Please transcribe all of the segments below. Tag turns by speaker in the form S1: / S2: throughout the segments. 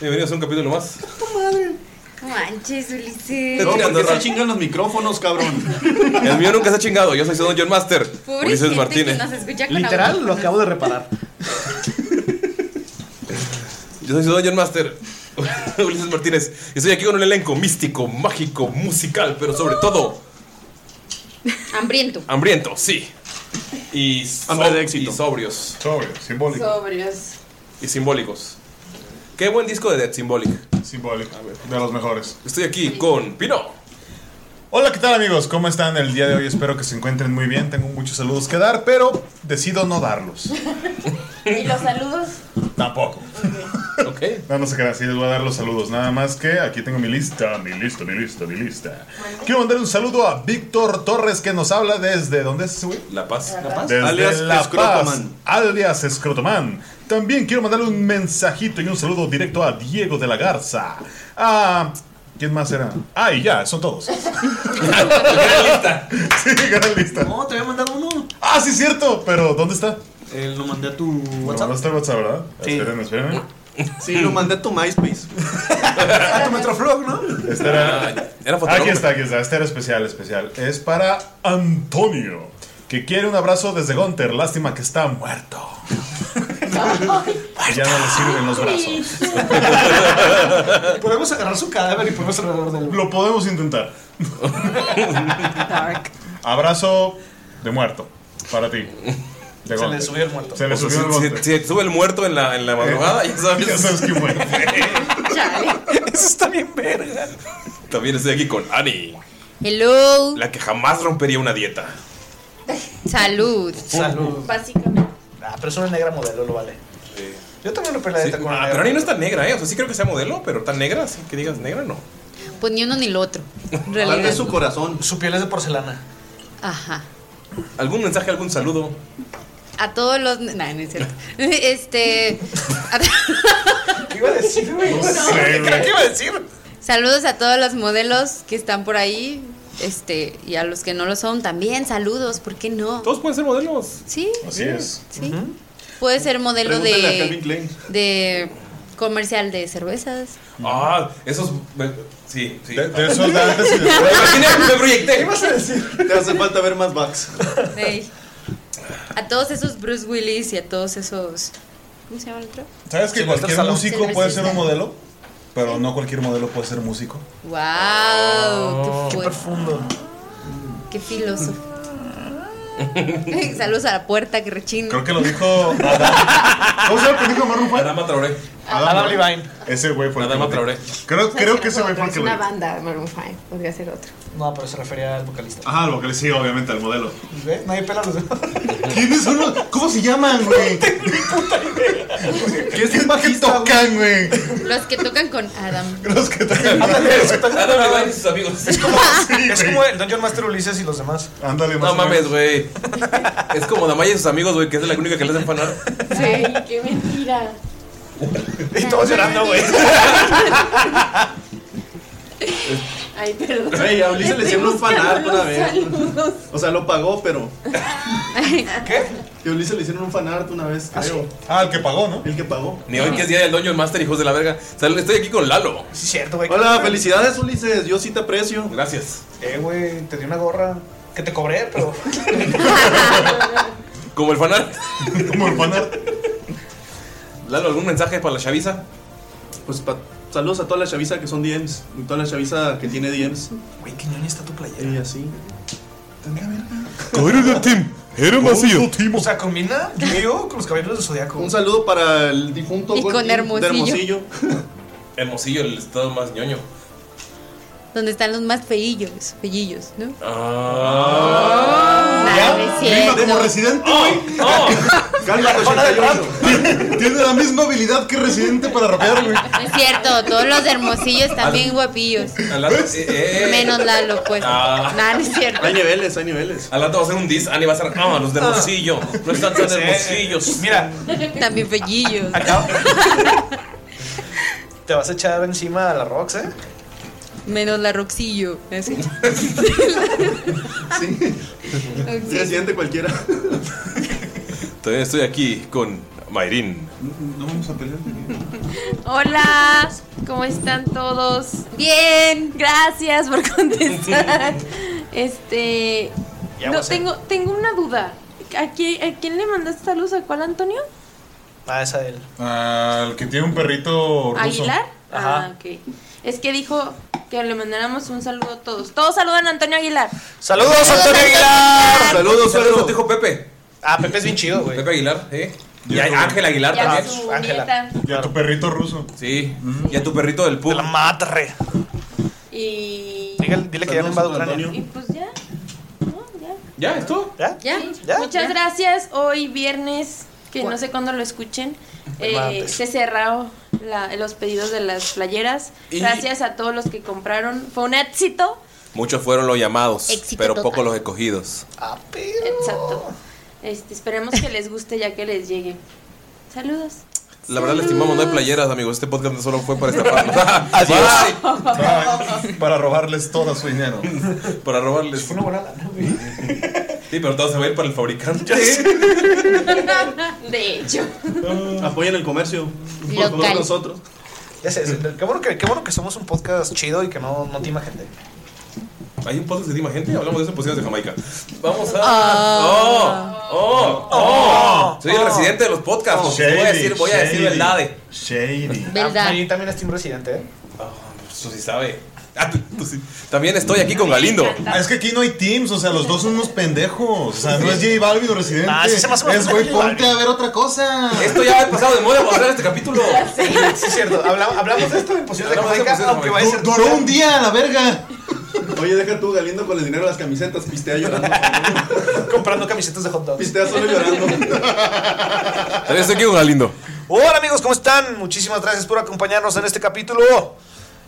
S1: Bienvenidos a un capítulo más.
S2: Manches, Ulises.
S1: No, porque se
S3: chingan los micrófonos, cabrón.
S1: El mío nunca se ha chingado. Yo soy Sound John Master.
S2: Pobre
S1: Ulises
S2: gente
S1: Martínez.
S2: que nos escucha con
S3: Literal, lo
S2: audífonos.
S3: acabo de reparar.
S1: Yo soy Sound John Master. Ulises Martínez. Y estoy aquí con un elenco místico, mágico, musical, pero sobre todo
S2: Hambriento.
S1: hambriento, sí. Y, so-
S3: Hambre de éxito.
S1: y sobrios.
S4: Sobrio, simbólico.
S2: Sobrios.
S1: Y simbólicos. Qué buen disco de Dead Symbolic.
S4: Simbólico. De los mejores.
S1: Estoy aquí con Pino.
S4: Hola, ¿qué tal amigos? ¿Cómo están el día de hoy? Espero que se encuentren muy bien. Tengo muchos saludos que dar, pero decido no darlos.
S2: ¿Y los saludos?
S4: Tampoco.
S1: Ok.
S4: No, no se crean, sí les voy a dar los saludos. Nada más que aquí tengo mi lista, mi lista, mi lista, mi lista. Quiero mandar un saludo a Víctor Torres que nos habla desde. ¿Dónde es ese güey?
S1: La Paz. La Paz.
S4: Desde
S3: Alias
S4: La Paz,
S3: Escrotoman.
S4: alias Escrotoman. También quiero mandarle un mensajito y un saludo directo a Diego de la Garza. A. ¿Quién más era? Ay, ya, son todos. Sí, gran lista.
S3: No, te había mandado uno.
S4: Ah, sí, cierto, pero ¿dónde está?
S3: Eh, lo mandé a tu
S4: No
S3: WhatsApp.
S4: está el WhatsApp, ¿verdad?
S3: Sí.
S4: Espérenme, espérenme.
S3: Sí, lo mandé a tu MySpace. a tu Metroflog, ¿no?
S4: Esta Este era-
S1: Ah, Era fotógrafo.
S4: Aquí está, aquí está. Este era especial, especial. Es para Antonio, que quiere un abrazo desde Gunter. Lástima que está muerto.
S3: Ah,
S4: Que ya no le sirven los brazos.
S3: Podemos agarrar su cadáver y ponernos alrededor del.
S4: Lo podemos intentar. Abrazo de muerto para ti. De
S3: Se le
S4: Gunther.
S3: subió el muerto.
S4: Se le
S1: O sea,
S4: subió el
S1: si,
S4: Gunther.
S1: si- si sube el Eh. muerto en la, en la madrugada, ya sabes.
S4: Ya sabes quién fue.
S2: Chale.
S3: Eso está bien verga.
S1: También estoy aquí con Ani,
S2: Hello.
S1: la que jamás rompería una dieta.
S2: Salud.
S3: Salud.
S2: Básicamente.
S3: Ah, pero es una negra modelo, lo vale. Yo también lo pelé
S1: Sí,
S3: de con
S1: ah,
S3: una
S1: pero Ani no
S3: negra.
S1: es tan negra, ¿eh? O sea, sí creo que sea modelo, pero tan negra, así que digas negra, no.
S2: Pues ni uno ni el otro. En
S3: Tal
S2: realidad.
S3: vez su corazón. Su piel es de porcelana.
S2: Ajá.
S1: ¿Algún mensaje, algún saludo?
S2: A todos los. Nah, no es cierto. Este. a-
S3: ¿Qué iba a decir, güey? No
S4: sé, güey.
S3: ¿Qué iba a decir?
S2: saludos a todos los modelos que están por ahí. Este. Y a los que no lo son también. Saludos. ¿Por qué no?
S1: Todos pueden ser modelos.
S2: Sí.
S4: Así es.
S2: Sí. Puede ser modelo
S3: Pregúntale a Calvin
S2: de,
S3: Klein.
S2: de comercial de cervezas.
S1: Ah, esos. me- Sí, Ah. sí.
S4: De, de esos de antes y después.
S1: Imaginé que me proyecté.
S3: vas a decir? Te hace falta ver más backs.
S2: Ey. A todos esos Bruce Willis y a todos esos. ¿Cómo se llama el otro?
S4: ¿Sabes que
S1: Sylvester
S4: cualquier
S1: Stallone.
S4: músico puede ser
S2: Sylvester.
S4: un modelo? Pero no cualquier modelo puede ser músico.
S2: ¡Wow! ¡Qué fuerte!
S3: Profundo.
S2: ¡Qué filósofo! Saludos a la puerta que rechina.
S4: Creo que lo dijo Adam. ¿Cómo se llama el pendejo de Maroon five?
S1: Adama Traoré.
S4: Adam
S5: Adam Levine.
S4: Ese güey fue el que
S1: Adama
S4: lo
S1: Traoré.
S4: dijo. Creo, creo que ese güey fue el
S2: Es
S4: que lo
S2: una
S4: dijo.
S2: banda, Maroon five, Podría ser otro.
S5: No, pero se refería al vocalista.
S4: Ajá, el vocalista, sí, obviamente, al modelo.
S5: ¿Ve? Nadie pela los
S4: ¿Quién es uno? ¿Cómo se llaman, güey?
S3: ¿Qué es un
S4: ¿Qué
S3: bajista, güey?
S4: tocan, güey?
S2: Los que tocan con Adam.
S4: Los que tocan.
S1: Adama Levine y sus amigos.
S5: Es como el Dungeon Master Ulises y los demás.
S4: Ándale, más
S1: No
S4: o menos.
S1: mames, güey. Es como Damaya y sus amigos, güey, que es la única que le hacen fanar.
S2: Sí, qué mentira.
S5: Y todos llorando, güey.
S2: Ay, perdón.
S3: Güey, a Ulises le hicieron un fanart una vez. O sea, lo pagó, pero.
S5: ¿Qué?
S3: Que a Ulises le hicieron un fanart una vez, creo.
S4: Ah, el que pagó, ¿no?
S3: El que pagó.
S1: Ni hoy que es día del Dungeon Master, hijos de la verga. Sal- Estoy aquí con Lalo.
S5: Sí, es cierto, güey.
S3: Hola, felicidades, Ulises. Yo sí te aprecio.
S1: Gracias.
S5: Eh, güey, te di una gorra que te cobré, pero.
S1: Como el fanar.
S4: Como el fanart.
S1: Lalo, ¿algún mensaje para la chaviza?
S3: Pues pa- saludos a toda la chaviza que son DMs. Y toda la chaviza que tiene DMs.
S5: Güey, qué ñoña está tu playera.
S3: Y así.
S5: O sea, combina yo con los caballeros del zodiaco.
S3: Un saludo para el difunto
S2: Y con
S3: Goldie
S2: Hermosillo.
S3: de Hermosillo.
S1: Hermosillo, el estado más ñoño.
S2: Donde están los más feillos, feillos, ¿no?
S1: Ah.
S2: Nah, no es
S4: Misma
S2: cierto.
S4: como residente, güey. oh.
S3: Cálmate, 88.
S4: Tiene la misma habilidad que residente para rapear, güey.
S2: No es cierto, todos los de Hermosillo están bien guapillos.
S1: Al rato, eh, eh.
S2: Menos Lalo, pues.
S1: Ah.
S2: Nah, no es cierto.
S3: Hay niveles, hay niveles.
S1: Al rato va a ser un dis, Ani va a ser. Ah, los de Hermosillo. No están tan hermosillos.
S5: Mira,
S2: También feillos.
S5: te vas a echar encima a la Rox, ¿eh?
S2: Menos la Roxillo. Así.
S3: Sí.
S2: Ok.
S3: Residente cualquiera.
S1: Todavía estoy aquí con Mayrin.
S4: No vamos a pelear.
S6: Hola, ¿cómo están todos?
S2: Bien.
S6: Gracias por contestar. Este,
S5: Ya
S6: no
S5: voy a
S6: tengo tengo una duda. ¿A quién, a quién le mandaste saludos? ¿A cuál Antonio?
S5: Ah, esa él.
S4: Ah, el que tiene un perrito ruso.
S6: ¿Aguilar?
S5: Ajá.
S6: Ah, ok. Es que dijo que le mandáramos un saludo a todos. Todos saludan a Antonio Aguilar.
S5: ¡Saludos, Antonio Aguilar!
S3: Saludos,
S1: Saludos a tu
S3: saludos.
S1: hijo Pepe.
S5: Ah, Pepe es bien chido, güey.
S1: Pepe Aguilar, ¿eh? Y
S4: Ya
S1: a
S4: estuvo.
S1: Ángel Aguilar
S6: Y a
S1: también.
S6: su
S5: Ángela.
S6: nieta.
S4: Y a tu perrito ruso.
S1: Sí. Y a tu perrito del
S5: De
S1: pub.
S5: la madre.
S6: Y,
S5: Dígale- Dile que ya no
S3: Saludos
S5: invade
S3: a
S5: Ucrania.
S3: Antonio.
S6: y pues ya. No, ya.
S1: ¿Ya? ¿Esto?
S5: ¿Ya?
S2: Ya.
S5: ¿Ya?
S6: Muchas gracias. Hoy viernes, que no sé cuándo lo escuchen, eh,
S5: Martes.
S6: se cerraron la- los pedidos de las playeras.
S1: Y-
S6: Gracias a todos los que compraron. Fue un éxito.
S1: Muchos fueron los llamados,
S2: Éxito
S1: pero
S2: total.
S1: pocos los escogidos.
S5: Ah, pero.
S6: Exacto. Este, esperemos que les guste ya que les llegue. Saludos.
S1: La verdad, le estimamos, no hay playeras, amigos. Este podcast no solo fue para estafarnos. Bye.
S2: Ah.
S4: Ay, Para robarles todo su dinero.
S1: Para robarles.
S5: Fue una buena lana, güey.
S1: Sí, pero todo se va a ir para el fabricante.
S6: De hecho.
S3: Apoyen el comercio. Por favor,
S2: Local.
S3: nosotros.
S5: Ya sé, qué bueno, que, qué bueno que somos un podcast chido y que no, no tima gente.
S1: Hay un podcast de Dima Gente, hablamos de eso en posiciones de Jamaica. Vamos a. ¡Oh!
S2: Ah.
S1: ¡Oh! ¡Oh! Soy el residente de los podcasts. voy a decir, voy a decir
S4: Oh. shady,
S1: verdad. eh.
S4: Shady.
S2: ¿Verdad?
S5: Ahí Ah, también es Team Residente, ¿eh?
S1: Ah, Eso sí sabe. Ah, tú- tú sí. También estoy aquí con Galindo.
S4: Ah, Es que aquí no hay teams, o sea, los dos son unos pendejos. O sea, no es J Balvin o residente.
S5: Ah, sí se me hace más
S4: es güey,
S5: J Balvin.
S4: ponte a ver otra cosa.
S1: Esto ya ha pasado de moda cuando en este capítulo.
S5: Sí, sí, es cierto. Hablamos, hablamos de esto en posiciones de
S1: Hablamos de
S5: Jamaica,
S1: posiciones de
S5: aunque vaya a
S4: Du-
S5: ser.
S4: duró un día a la verga.
S3: Oye, deja tú Galindo con el dinero de las camisetas. Pistea llorando.
S5: comprando camisetas de hot dogs.
S3: Pistea solo llorando.
S1: También estoy aquí con Galindo.
S5: Hola amigos, ¿cómo están? Muchísimas gracias por acompañarnos en este capítulo.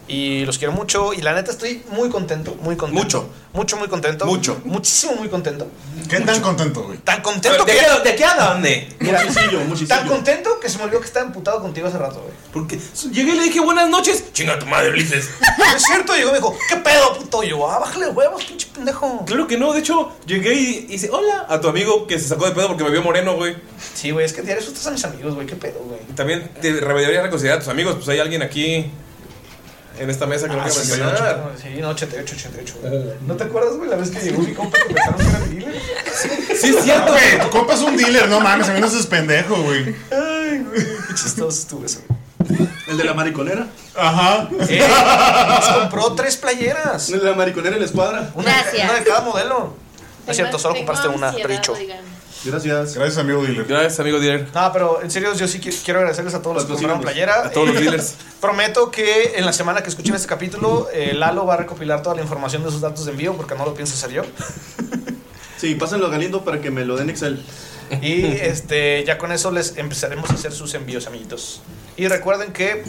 S5: Y los quiero mucho. Y la neta estoy muy contento, muy contento. Mucho. Mucho, muy contento. Mucho. Muchísimo, muy contento.
S4: ¿Qué tan contento, güey?
S5: Tan contento
S4: A ver,
S5: que.
S4: ¿de qué- de qué a dónde?
S5: Mira,
S4: Muchísimo,
S5: Tan contento que se me olvidó que estaba emputado contigo hace rato, güey.
S1: Porque llegué y le dije buenas noches. Chinga tu madre, Ulises.
S5: No es cierto, llegó y me dijo, ¿qué pedo, puto? Y yo, ah, bájale huevos, pinche pendejo.
S1: Claro que no, de hecho, llegué y hice hola a tu amigo que se sacó de pedo porque me vio moreno, güey.
S5: Sí, güey, es que diario asustas a mis amigos, güey, qué pedo, güey.
S1: También te re- deberías reconsiderar a tus amigos, pues hay alguien aquí en esta mesa que no
S5: Ah,
S1: quiero
S5: sí, sí,
S1: mencionar.
S5: sí, no, 88, 88. güey. ¿No te acuerdas, güey, la vez que llegó mi compa que pensaron que era mi dealer?
S1: Sí, es cierto.
S4: Güey, tu compa es un dealer, no mames, a mí no seas pendejo, güey.
S5: Ay, güey, qué chistoso estuvo eso, güey.
S3: ¿El de la mariconera?
S4: Ajá.
S5: Eh, nos compró tres playeras.
S3: La mariconera y la escuadra.
S5: Una,
S2: Gracias.
S5: una de cada modelo.
S6: Tengo-
S5: Es cierto, solo
S6: tengo
S5: compraste una,
S6: ansiedad,
S5: Richo.
S6: oigan.
S3: Gracias.
S4: Gracias, amigo dealer.
S1: Gracias, amigo dealer.
S5: No, pero en serio, yo sí qui- quiero agradecerles a todos los que compraron playera.
S1: A todos los
S5: Eh,
S1: dealers.
S5: Prometo que en la semana que escuchen este capítulo, eh, Lalo va a recopilar toda la información de sus datos de envío, porque no lo pienso hacer yo.
S3: Sí, pásenlo a Galindo para que me lo den Excel.
S5: Y este, ya con eso les empezaremos a hacer sus envíos, amiguitos. Y recuerden que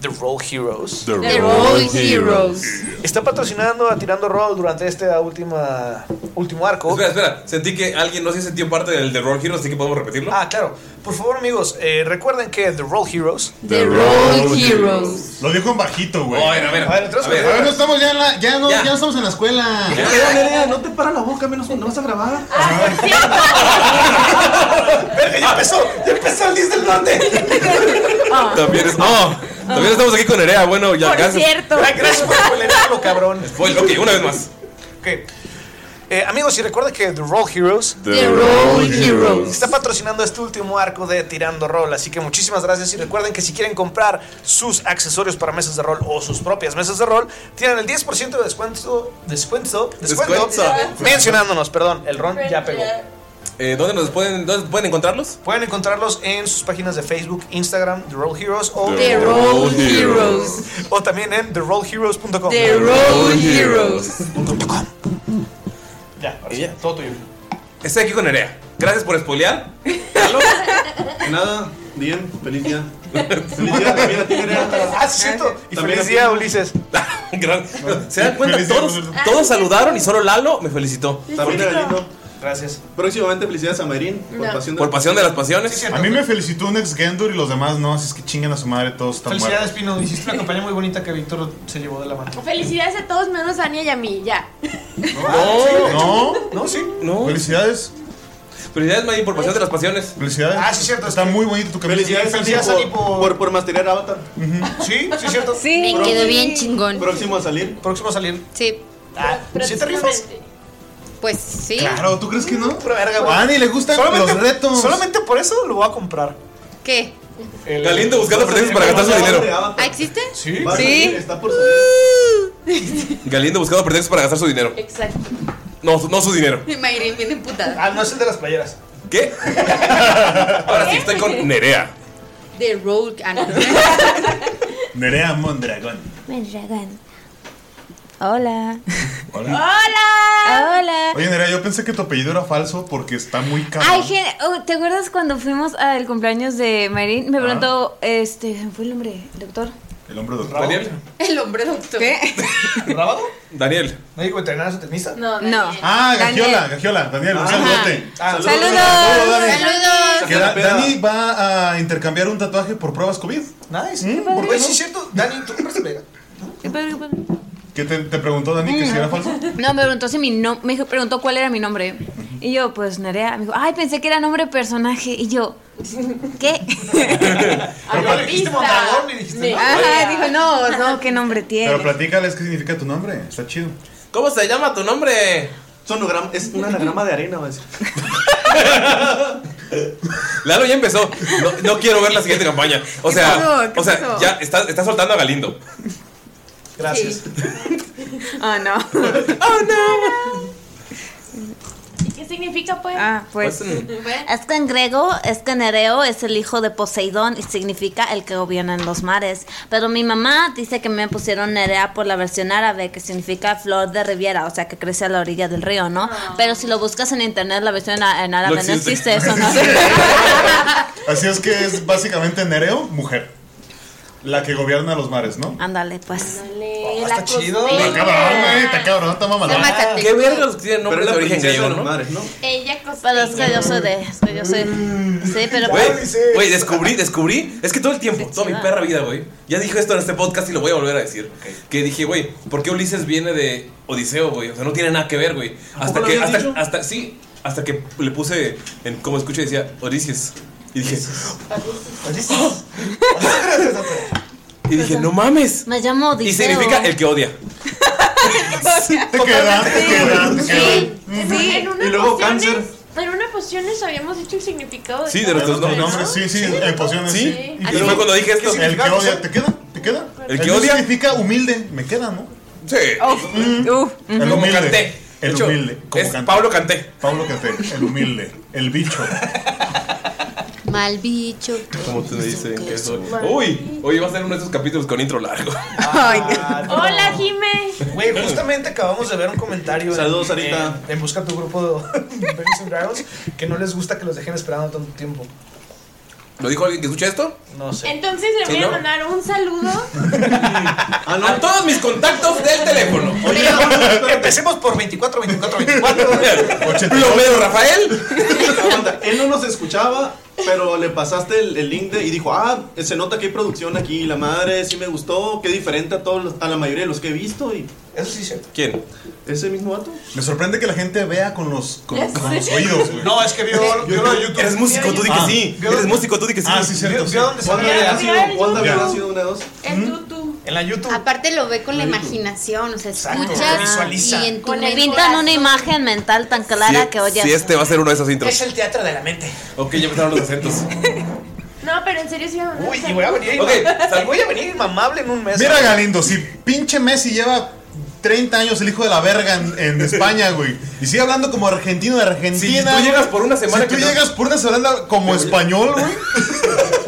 S5: The Roll Heroes
S2: The Roll Heroes.
S5: está patrocinando a Tirando Roll durante este última, último arco.
S1: Espera, espera, sentí que alguien no se sintió parte del de Roll Heroes, así que podemos repetirlo.
S5: Ah, claro. Por favor, amigos, eh, recuerden que The Roll Heroes.
S2: The Roll Heroes.
S4: Lo dijo en bajito, güey.
S1: a ver, a ver.
S5: A ver, entre otras
S1: a ver.
S5: cosas,
S4: Pero no estamos ya en la. Ya no,
S1: Ya.
S4: ya. no estamos en la escuela.
S3: Pero, Nerea, no te para la boca, menos cuando vas a grabar.
S5: Verga, ya empezó, ya empezó el Diz del Norte.
S1: También, es- no, también estamos aquí con Nerea. Bueno, ya
S6: Por
S1: gracias.
S6: cierto.
S5: Ay, Ah, Gracias por spoilerarlo, cabrón.
S1: Spoiler, ok, una vez más.
S5: Ok. Eh, amigos, y recuerden que The Roll Heroes
S2: The Roll Heroes.
S5: está patrocinando este último arco de Tirando Roll, así que muchísimas gracias y recuerden que si quieren comprar sus accesorios para mesas de rol o sus propias mesas de rol, tienen el 10% de descuento, descuento, descuento,
S1: Descuento.
S5: mencionándonos, perdón, el ron ya pegó.
S1: Eh, ¿Dónde nos pueden, dónde pueden encontrarlos?
S5: Pueden encontrarlos en sus páginas de Facebook, Instagram, The Roll Heroes o,
S2: The Roll Heroes.
S5: o también en therollheroes.com.
S2: The Roll Heroes.
S5: Ya, ahora sí, todo tuyo.
S1: Estoy aquí con Nerea. Gracias por spoilear.
S3: De Nada, bien, feliz día. Feliz día también a ti, Nerea.
S5: Ah, sí, cierto. Y
S3: También
S5: feliz
S3: a
S5: día,
S3: ti.
S5: Ulises.
S1: Gran- ¿Se dan cuenta?
S4: Feliz día,
S1: Todos,
S4: Roberto.
S1: todos saludaron y solo Lalo me felicitó.
S3: También a Galindo.
S5: Gracias.
S3: Próximamente felicidades a Mayrín por
S6: No.
S3: pasión de
S1: Por pasión de las pasiones.
S4: A mí me felicitó un ex Gendur y los demás no, así es que chingan a su madre, todos están
S5: Felicidades,
S4: muertos.
S5: Pino. Hiciste una campaña muy bonita que Víctor se llevó de la mano.
S6: Felicidades a todos menos a Ania y a mí, ya.
S1: No,
S4: No,
S5: Ah, No, sí.
S1: no.
S4: felicidades.
S1: Felicidades, May, por pasión de las pasiones.
S4: Felicidades.
S5: Ah, sí, cierto,
S4: Está
S5: es que-
S4: muy bonito tu camisa.
S3: Felicidades,
S5: Felicidades,
S3: a
S5: Ani,
S3: ti
S5: por-
S3: por, por, por masterear Avatar.
S5: Sí, sí, es cierto.
S2: Me quedó bien chingón.
S3: Próximo a salir.
S5: Próximo a salir.
S2: Sí,
S5: Ah, ¿Sí te rifas?
S2: pues sí.
S4: Claro, ¿tú crees que no?
S5: Mm, Pura verga, güey.
S4: A Ani le gustan los retos.
S5: solamente por eso lo voy a comprar.
S2: ¿Qué?
S5: El-
S1: Galindo buscando pretextos para gastar su
S3: De
S1: dinero.
S3: Avatar.
S2: ¿Ah, existe? Uh.
S5: Sí.
S3: Va a salir, Está por salir.
S1: Galindo buscando pretextos para gastar su dinero.
S6: Exacto.
S1: No, su- no su dinero.
S2: Mayrin bien emputada.
S5: Ah, no es el de las playeras.
S1: ¿Qué? Ahora sí estoy con Nerea.
S2: The Roll. Ah, no.
S4: Nerea Mondragón.
S7: Hola.
S4: Hola.
S7: Hola.
S4: Oye, Nerea, yo pensé que tu apellido era falso porque está muy caro.
S7: Ay, gen- oh, ¿te acuerdas cuando fuimos al cumpleaños de Marín? Me preguntó, este, ¿me fue el nombre, doctor?
S4: El hombre doctor.
S1: Daniel.
S2: El hombre doctor.
S5: ¿Rábado?
S1: Daniel.
S5: ¿Médico veterinario su tecnista?
S6: No,
S7: No.
S6: Daniel.
S4: Ah,
S7: Daniel.
S4: Gagiola, Gagiola, Daniel, un
S3: Ajá.
S4: saludote.
S5: Ah,
S7: Saludos.
S4: Dani.
S2: Saludos.
S4: Que
S3: la
S4: Da-
S3: peda.
S4: Dani va a intercambiar un tatuaje por pruebas COVID.
S5: Nice.
S4: Mm, ¿por qué
S5: Oye,
S4: no?
S5: sí, es cierto. Dani, ¿tú compraste playera?
S7: Qué padre, qué padre.
S4: ¿Qué te, te preguntó Dani que si era falso?
S7: No, me preguntó si mi nombre, me dijo- preguntó cuál era mi nombre. Y yo, pues Nerea, me dijo, ay, pensé que era nombre de personaje. Y yo, ¿qué?
S6: A
S5: Pero dijiste Mondragón y dijiste,
S6: Me-
S7: Ajá, dijo, no, no, ¿qué nombre
S4: Pero
S7: tiene?
S4: platícales qué significa tu nombre, está chido.
S1: ¿Cómo se llama tu nombre?
S3: Sonogram- es un anagrama de arena, va a decir.
S1: Lalo ya empezó. No, no quiero ver la siguiente campaña. O sea,
S7: pasó? ¿Qué
S1: o sea,
S7: pasó?
S1: ya está, está soltando a Galindo.
S5: Gracias.
S7: Ah, no.
S6: ¿Y qué significa, pues?
S7: Ah, pues.
S2: Bueno,
S7: Es que en griego es que Nereo es el hijo de Poseidón y significa el que gobierna en los mares. Pero mi mamá dice que me pusieron Nerea por la versión árabe, que significa flor de riviera, o sea, que crece a la orilla del río, ¿no?
S6: Ah.
S7: Pero si lo buscas en internet, la versión a- en árabe no
S1: existe.
S7: existe, eso, ¿no?
S4: Así es que es básicamente Nereo, mujer. La que gobierna los mares, ¿no?
S8: Ándale, pues.
S4: está chido. Está cabrón, güey. Está cabrón, está mamalón.
S1: Qué verga los que tienen nombres de origen griego, ¿no?
S8: Ella Pero es que yo soy de. soy- Yo soy. Sí, pero.
S1: Güey,
S7: pues,
S1: güey, descubrí, descubrí. Es que todo el tiempo, toda mi perra vida, güey. Ya dije esto en este podcast y lo voy a volver a decir. Que dije, güey, ¿por qué Ulises viene de Odiseo, güey? O sea, no tiene nada que ver, güey. Hasta
S3: lo
S1: que,
S3: habías
S1: hasta,
S3: dicho?
S1: hasta, sí, hasta que le puse en como escucha y decía Odysseus. Y dije, y dije, no mames.
S8: Me llamo
S1: Y
S8: Odiseo.
S1: significa el que odia.
S4: Te quedan, te quedan, te quedan.
S6: Sí, en una
S4: Y luego
S6: poción
S4: cáncer.
S6: es- En una poción les habíamos dicho el significado de
S1: Sí, de los dos
S4: nombres.
S1: nombres.
S4: Sí, sí, en pociones.
S1: Sí.
S4: Y
S1: Y
S4: luego-
S1: fue cuando dije esto.
S4: El que odia, ¿te queda? ¿Te queda?
S1: El que odia.
S4: significa humilde. Me queda, ¿no?
S1: Sí.
S4: El
S1: Como
S4: humilde.
S1: Canté. De
S4: El
S1: hecho,
S4: humilde.
S1: es Pablo Canté.
S4: Pablo Canté. El humilde. El bicho.
S2: Mal bicho.
S1: Como te dicen que soy. Uy, hoy va a ser uno de esos capítulos con intro largo.
S6: Hola, Jime.
S5: Güey, justamente acabamos de ver un comentario.
S1: Saludos,
S5: en,
S1: Sarita.
S5: En, en busca de tu grupo de Dungeons and Dragons que no les gusta que los dejen esperando tanto tiempo.
S1: ¿Lo dijo alguien que escucha esto?
S5: No
S6: Entonces le
S1: Sí,
S6: voy a
S1: ¿no?
S6: mandar un saludo.
S3: Ah,
S1: A todos mis contactos del teléfono.
S5: empecemos por 24, 24, 24.
S1: Plomero Rafael.
S3: Aguanta, Él no nos escuchaba, pero le pasaste el, el link de, y dijo, ah, se nota que hay producción aquí, la madre, sí me gustó, qué diferente a todos los- a la mayoría de los que he visto. Y...
S5: Eso sí es cierto.
S1: ¿Quién?
S3: Ese mismo vato.
S4: Me sorprende que la gente vea con los, con,
S3: Ya
S4: con
S3: sé.
S4: los oídos, güey.
S5: No, es que vio, vio lo de YouTube.
S1: Eres músico, tú di que
S4: Ah.
S1: sí. Eres músico, tú di que sí.
S4: Ah, sí, cierto.
S5: Vio dónde se
S3: ¿Cuándo
S5: veía.
S3: había
S5: Ya.
S3: sido, ¿cuándo
S4: Ya.
S3: había sido una dos?
S6: El tutu.
S5: En la YouTube.
S2: Aparte lo ve con la imaginación, o sea, escuchas
S5: visualiza.
S2: y en tu
S8: Con el
S2: mente-
S8: pintan una imagen mental tan clara que oyes.
S1: Si este va a ser uno de esos intros.
S5: Es el teatro de la mente.
S1: Ok, ya empezaron los acentos.
S6: No, pero en serio sí voy a mandar
S5: Uy,
S6: un
S5: y voy a
S6: saludo.
S5: venir.
S1: Ok.
S5: y Voy a venir mamable en un mes.
S4: Mira, Galindo, si pinche Messi lleva 30 años el hijo de la verga en, en España, güey. Y sigue hablando como argentino de Argentina.
S1: Si tú llegas por una semana
S4: Si tú
S1: que no-
S4: llegas por una semana como español, güey.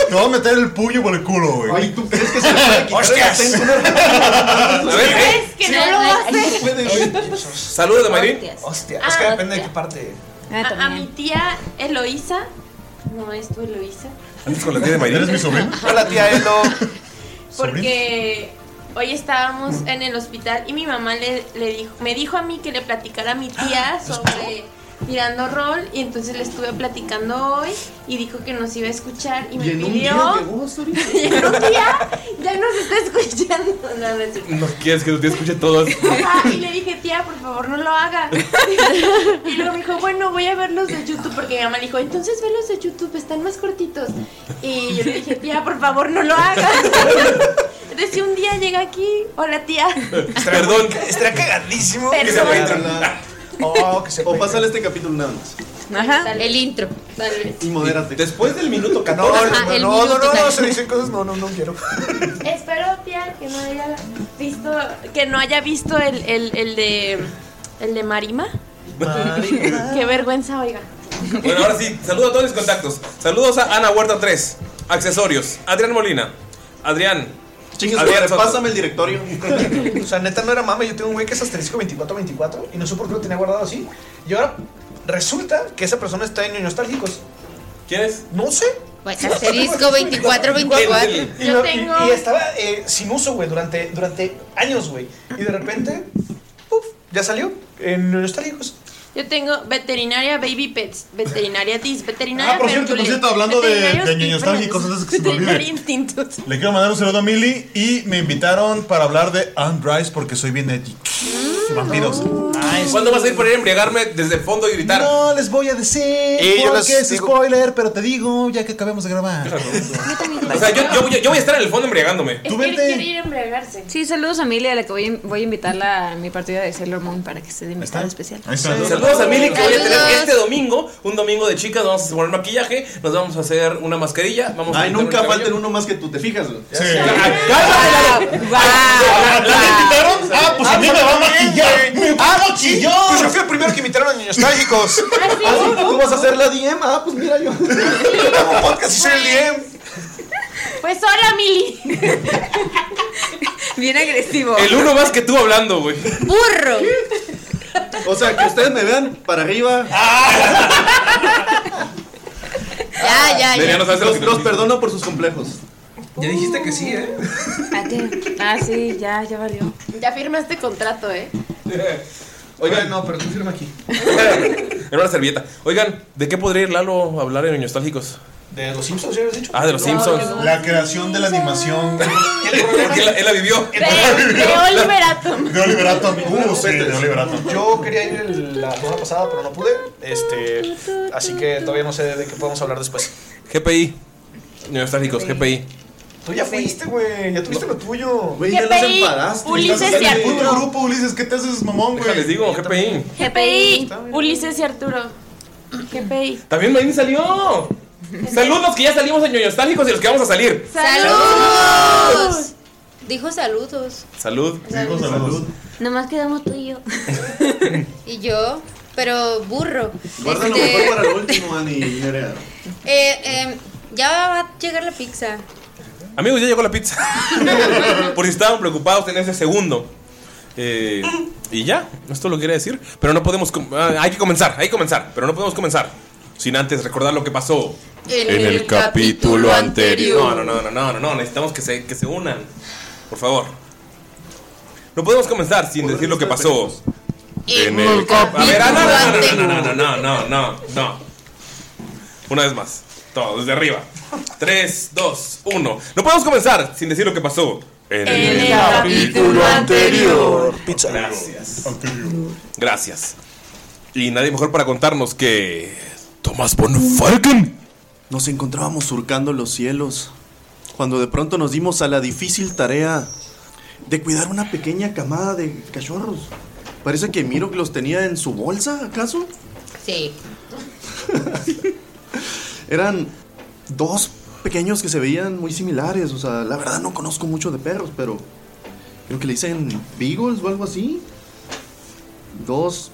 S4: Te voy a meter el puño por el culo, güey.
S3: ¿Tú crees que se le puede quitar el
S5: ¡Hostias!
S3: acento?
S1: A ver, eh,
S6: Es que no lo va a hacer.
S1: saludos de Mayrín.
S5: Hostia,
S6: Ah,
S5: es que depende de qué parte.
S6: A, a mi tía Eloísa. No es tu Eloísa.
S1: ¿Andas con la tía de Mayrín?
S4: ¿Eres mi sobrino?
S5: Hola, tía eh. Elo.
S6: Porque hoy estábamos en el hospital y mi mamá le, le dijo, me dijo a mí que le platicara a mi tía sobre tirando rol y entonces le estuve platicando hoy y dijo que nos iba a escuchar y me
S3: Y en un día
S6: pidió
S3: llegó, sorry.
S6: y en un día ya nos está escuchando No, no es cierto.
S1: No quieres que tu tía escuche todo.
S6: Ajá, y le dije, tía, por favor, no lo haga. Y luego me dijo, bueno, voy a ver los de YouTube, porque mi mamá le dijo, entonces ve los de YouTube, están más cortitos. Y yo le dije, tía, por favor, no lo haga. Entonces, si un día llega aquí, hola, tía.
S1: Perdón.
S5: Estaría cagadísimo.
S6: Pero-
S1: Que se
S3: Para
S1: encuentran.
S3: la-
S5: Oh, que se
S3: O
S5: pegue.
S3: pásale este capítulo nada más.
S8: Ajá.
S2: El intro.
S6: Tal vez.
S3: Y modérate.
S1: Después del minuto
S5: No, no,
S1: 14.
S5: no,
S2: el
S5: no, no,
S2: minuto
S5: no,
S2: tal.
S5: se dicen cosas. No, no, no quiero.
S6: Espero, tía, que no haya visto, que no haya visto el, el, el de, el de Marima. Qué vergüenza, oiga.
S1: Bueno, ahora sí, saludos a todos mis contactos. Saludos a Ana Huerta 3. Accesorios. Adrián Molina. Adrián.
S3: Chingues,
S1: Adrián
S3: madre,
S1: Soto.
S3: pásame el directorio.
S5: O sea, neta, no era mame. Yo tengo un güey que es asterisco 2424 y no sé por qué lo tenía guardado así. Y ahora resulta que esa persona está en niños nostálgicos.
S1: ¿Quién es?
S5: No sé.
S2: Bueno, asterisco 24, 24.
S5: Y,
S6: Yo
S5: lo- y-
S6: tengo-
S5: y estaba eh, sin uso, güey, durante, durante años, güey. Y de repente, ¡puf! Ya salió en niños nostálgicos.
S6: Yo tengo veterinaria baby pets, veterinaria tis, veterinaria
S4: Ah, por cierto, por
S6: Hercules,
S4: cierto, hablando de,
S6: veterinarios
S4: de niños
S6: diferentes,
S4: trágicos, antes de que se me
S6: veterinaria
S4: olvide.
S6: instintos.
S4: Le quiero mandar un saludo a Mili y me invitaron para hablar de Anne Rice porque soy bien edgy.
S5: Mm,
S4: Vampiros.
S1: ¿Cuándo vas a ir por ir a embriagarme desde el fondo y gritar?
S4: No les voy a decir
S1: Eh,
S5: Y yo
S4: porque
S5: les
S4: es
S5: digo-
S4: spoiler, pero te digo ya que acabemos de grabar.
S1: O sea, yo, yo, voy- yo voy a estar en el fondo embriagándome.
S6: Es
S4: Tú
S6: que él
S4: vente.
S6: quiere ir a embriagarse.
S7: Sí, saludos a Emilia, a la que voy, voy a invitarla a mi partida de Sailor Moon para que esté de invitada especial.
S4: Ahí está.
S1: Saludos a Mili que voy a tener
S2: Saludos.
S1: este domingo, un domingo de chicas, nos vamos a poner maquillaje, nos vamos a hacer una mascarilla, vamos a
S3: Ay,
S1: pintar
S3: nunca
S1: el cabello.
S3: falten uno más que tú, ¿te fijas? güey?
S4: Sí.
S1: Ah, cálmate, la-
S4: ¿La invitaron? Ah, pues a mí me va a maquillar. ¡Me va a
S5: Pues yo
S4: maquillar!
S5: fui el primero que invitaron a niños nostálgicos.
S3: Ah, sí, tú vas a hacer la DM. Ah, pues mira yo.
S5: Como podcast y soy el DM.
S6: Pues hola, Mili.
S7: Bien agresivo.
S1: El uno más que tú hablando, güey.
S2: ¡Burro!
S3: O sea, que ustedes me vean para arriba.
S2: Ya, ya,
S1: Deberían
S2: ya.
S1: hacer lo
S3: Los,
S1: que te
S3: los
S1: dicen.
S3: perdono por sus complejos.
S9: Ya dijiste que sí, ¿eh?
S7: ¿A qué? Ah, sí, ya, ya valió.
S6: Ya firmaste contrato, ¿eh?
S9: Oigan, no, pero tú firma aquí.
S1: En una servilleta. Oigan, ¿de qué podría ir Lalo a hablar en Nostálgicos?
S5: De los Simpsons, ya habías dicho.
S1: Ah, de los Simpsons.
S4: La creación de la animación.
S1: Porque él la, él la vivió.
S6: Oliver Atom.
S4: De Oliver Atom. Uh, sí, de Oliver Atom.
S5: Yo quería ir el- la semana pasada, pero no pude. Este, así que todavía no sé de qué podemos hablar después.
S1: GPI. Nostálgicos, GPI.
S5: Tú ya fuiste, güey. Ya tuviste lo tuyo.
S3: Güey, ya los enfadaste.
S6: Ulises y
S3: Estás en el puto
S6: Arturo.
S3: grupo, Ulises, ¿qué te haces, mamón, güey?
S1: Les digo, GPI.
S6: GPI, Ulises y Arturo. GPI.
S1: También Marín salió. Saludos que ya salimos en Nostálgicos y los que vamos a salir.
S8: ¡Saludos!
S2: Dijo saludos.
S1: Salud.
S4: Digo salud.
S8: Nomás quedamos tú y yo.
S2: Y yo, pero burro.
S3: Guárdalo
S2: Este-
S3: mejor para el último, Ani Nerea.
S2: Eh, eh, ya va a llegar la pizza.
S1: Amigos, ya llegó la pizza. Por si estaban preocupados en ese segundo. Eh, y ya, esto lo quería decir. Pero no podemos. com- ah, hay que comenzar, hay que comenzar. Pero no podemos comenzar sin antes recordar lo que pasó
S2: En En el el capítulo capítulo anterior.
S1: No, no, no, no, no, no, no, Necesitamos que se, que se unan. Por favor. No podemos comenzar sin decir lo que pasó en el cap- A ver, ah, no, no, no, no, no, no, no, no, no, no. Una vez más. Todo, desde arriba. 3, 2, 1. No podemos comenzar sin decir lo que pasó en
S4: En el capítulo anterior.
S1: Pizza. Gracias. Gracias. Y nadie mejor para contarnos que. Tomás Bonfalken.
S3: Nos encontrábamos surcando los cielos cuando de pronto nos dimos a la difícil tarea de cuidar una pequeña camada de cachorros. Parece que Miro los tenía en su bolsa, ¿acaso?
S2: Sí.
S3: Eran dos pequeños que se veían muy similares. O sea, la verdad no conozco mucho de perros, pero creo que le dicen beagles o algo así. Dos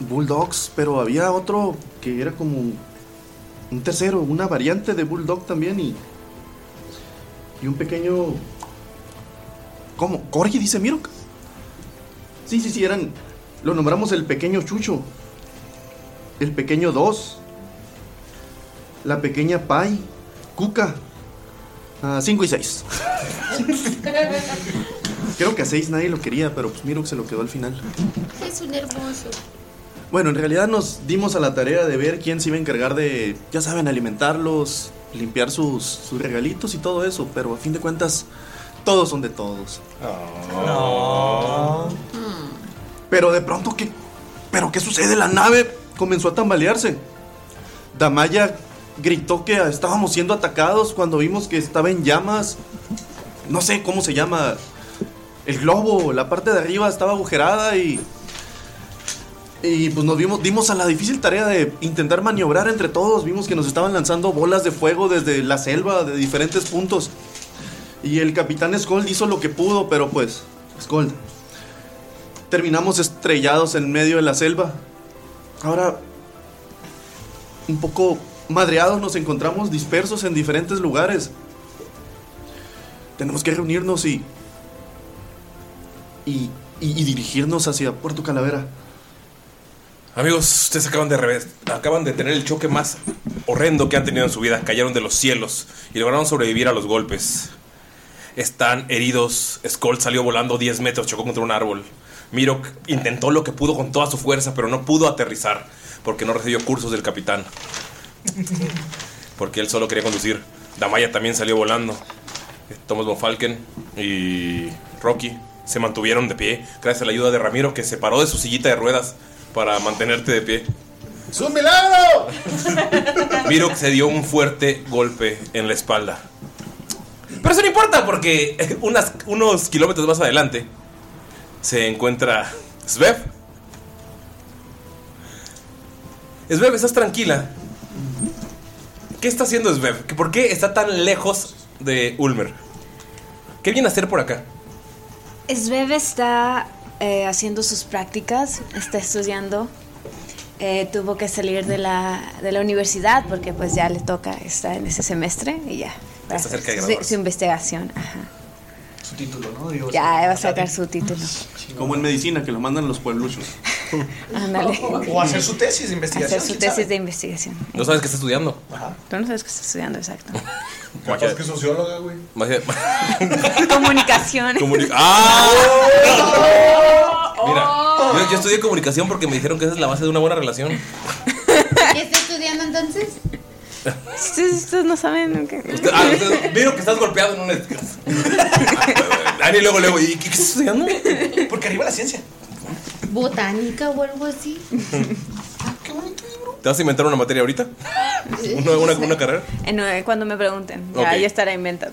S3: bulldogs, pero había otro que era como un tercero, una variante de bulldog también y y un pequeño ¿Cómo? Corgi dice Mirok. Sí, sí, sí, eran lo nombramos el pequeño Chucho. El pequeño Dos. La pequeña Pai, Cuca. 5 y 6. Creo que a 6 nadie lo quería, pero pues Mirok se lo quedó al final.
S2: Es un hermoso.
S3: Bueno, en realidad nos dimos a la tarea de ver quién se iba a encargar de, ya saben, alimentarlos, limpiar sus, sus regalitos y todo eso, pero a fin de cuentas, todos son de todos. Pero de pronto, ¿qué, ¿pero qué sucede? La nave comenzó a tambalearse. Damaya gritó que estábamos siendo atacados cuando vimos que estaba en llamas. No sé cómo se llama. El globo, la parte de arriba estaba agujerada y... Y pues nos vimos, dimos a la difícil tarea de intentar maniobrar entre todos. Vimos que nos estaban lanzando bolas de fuego desde la selva, de diferentes puntos. Y el capitán Skold hizo lo que pudo, pero pues, Skold. Terminamos estrellados en medio de la selva. Ahora, un poco madreados, nos encontramos dispersos en diferentes lugares. Tenemos que reunirnos y. y, y- y dirigirnos hacia Puerto Calavera.
S1: Amigos, ustedes acaban de revés, acaban de tener el choque más horrendo que han tenido en su vida. Cayeron de los cielos y lograron sobrevivir a los golpes. Están heridos. Skull salió volando 10 metros, chocó contra un árbol. Mirok intentó lo que pudo con toda su fuerza, pero no pudo aterrizar porque no recibió cursos del capitán, porque él solo quería conducir. Damaya también salió volando. Thomas von Falken y Rocky se mantuvieron de pie gracias a la ayuda de Ramiro que se paró de su sillita de ruedas para mantenerte de pie.
S4: ¡Es un milagro!
S1: Mirok se dio un fuerte golpe en la espalda. Pero eso no importa porque eh, unas- unos kilómetros más adelante se encuentra Svev. Svev, ¿estás tranquila? ¿Qué está haciendo Svev? ¿Que ¿Por qué está tan lejos de Ulmer? ¿Qué viene a hacer por acá?
S7: Sveve está eh, haciendo sus prácticas, está estudiando. Eh, tuvo que salir de la, de la universidad porque pues ya le toca, está en ese semestre y ya. va a
S1: Está cerca de
S7: hacer su,
S1: graduarse.
S7: su investigación. ajá.
S5: Su título, ¿no? Digo,
S7: Ya va a sacar su título.
S3: Como en medicina, que lo mandan los puebluchos.
S7: Ándale.
S5: O hacer su tesis de investigación.
S7: Hacer su
S5: ¿quién
S7: tesis
S5: sabe?
S7: de investigación.
S1: No sabes qué está estudiando.
S7: Tú no sabes qué estás estudiando, exacto.
S1: Capaz
S4: Pues que socióloga, güey.
S7: Comunicación.
S1: ¡Ah! Mira,
S4: Oh.
S1: yo, yo estudié comunicación porque me dijeron que esa es la base de una buena relación.
S2: ¿Qué está estudiando entonces?
S7: Ustedes, ustedes no saben. ¿qué?
S1: Ah, entonces, vieron que estás golpeado en un Dani, luego, luego, ¿y qué, qué estás estudiando?
S5: Porque arriba la ciencia.
S2: ¿Botánica o algo así?
S1: ¿Te vas a inventar una materia ahorita? ¿Una, una, una carrera?
S7: En, eh, cuando me pregunten, ya,
S1: Ok.
S7: ya estará inventada.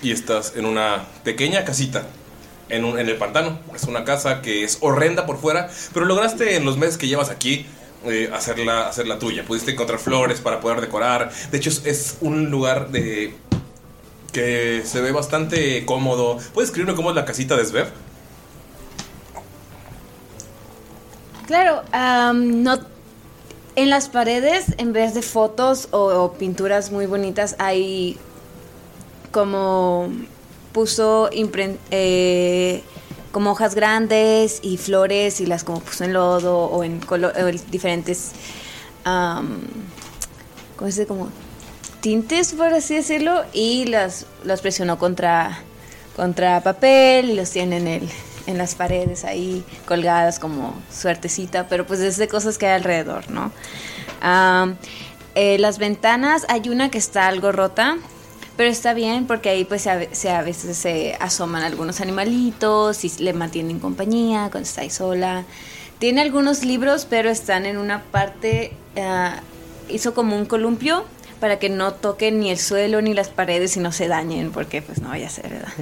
S1: Y estás en una pequeña casita en, un- en el pantano. Es una casa que es horrenda por fuera, pero lograste en los meses que llevas aquí eh, hacerla, hacerla tuya. Pudiste encontrar flores para poder decorar. De hecho, es, es un lugar de que se ve bastante cómodo. ¿Puedes escribirme cómo es la casita de Svev?
S7: Claro, am, no. En las paredes, en vez de fotos o, o pinturas muy bonitas, hay como puso impren- eh, como hojas grandes y flores y las como puso en lodo o en colo- o en diferentes am, ¿cómo se dice? como tintes por así decirlo y las las presionó contra contra papel y los tiene en el en las paredes ahí colgadas como suertecita pero pues es de cosas que hay alrededor no Am, eh, las ventanas hay una que está algo rota pero está bien porque ahí pues se a, se- a veces se asoman algunos animalitos y le mantienen compañía cuando está ahí sola. Tiene algunos libros pero están en una parte, ah, hizo como un columpio para que no toquen ni el suelo ni las paredes y no se dañen porque pues no vaya a ser, ¿verdad?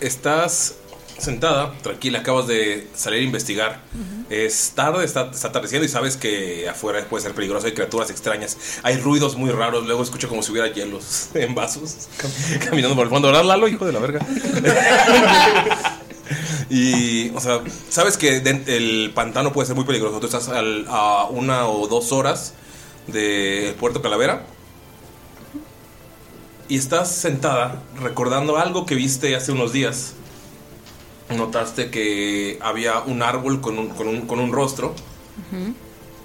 S1: Estás sentada, tranquila, acabas de salir a investigar. Es tarde, está, está atardeciendo y sabes que afuera puede ser peligroso, hay criaturas extrañas, hay ruidos muy raros, luego escucho como si hubiera hielos en vasos cam- caminando por el fondo, ¿verdad Lalo, hijo de la verga? y, o sea, sabes que den- el pantano puede ser muy peligroso, tú estás al- a una o dos horas del puerto Calavera y estás sentada recordando algo que viste hace unos días. Notaste que había un árbol con un, con un, con un rostro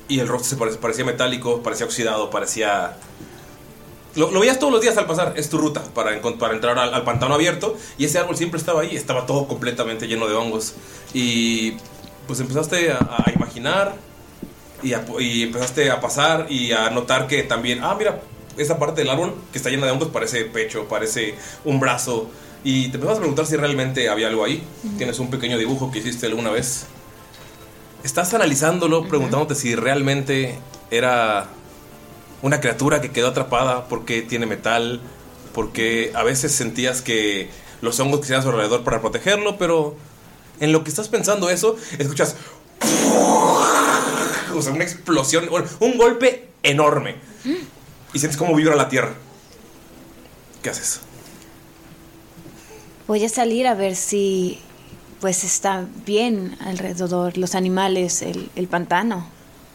S1: y el rostro se pare- parecía metálico, parecía oxidado, parecía... Lo, lo veías todos los días al pasar, es tu ruta para, encon- para entrar al, al pantano abierto y ese árbol siempre estaba ahí, estaba todo completamente lleno de hongos y pues empezaste a, a imaginar y, a- y empezaste a pasar y a notar que también, ah, mira, esa parte del árbol que está llena de hongos parece pecho, parece un brazo. Y te empiezas a preguntar si realmente había algo ahí.
S10: Ujú.
S1: Tienes un pequeño dibujo que hiciste alguna vez. Estás analizándolo, preguntándote si realmente era una criatura que quedó atrapada, por qué tiene metal, porque a veces sentías que los hongos quisieran a su alrededor para protegerlo, pero en lo que estás pensando eso, escuchas o sea, una explosión, un- un golpe enorme. Y sientes cómo vibra la tierra. ¿Qué haces?
S7: Voy a salir a ver si pues está bien alrededor los animales, el, el pantano.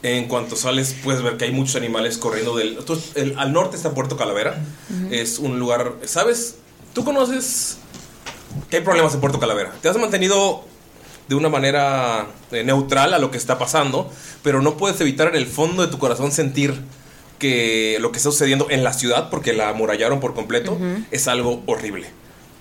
S1: En cuanto sales, puedes ver que hay muchos animales corriendo del. tú- el- al norte está Puerto Calavera.
S10: Ujú.
S1: Es un lugar. ¿Sabes? Tú conoces que hay problemas en Puerto Calavera. Te has mantenido de una manera eh, neutral a lo que está pasando, pero no puedes evitar en el fondo de tu corazón sentir que lo que está sucediendo en la ciudad, porque la amurallaron por completo,
S10: Ujú.
S1: es algo horrible.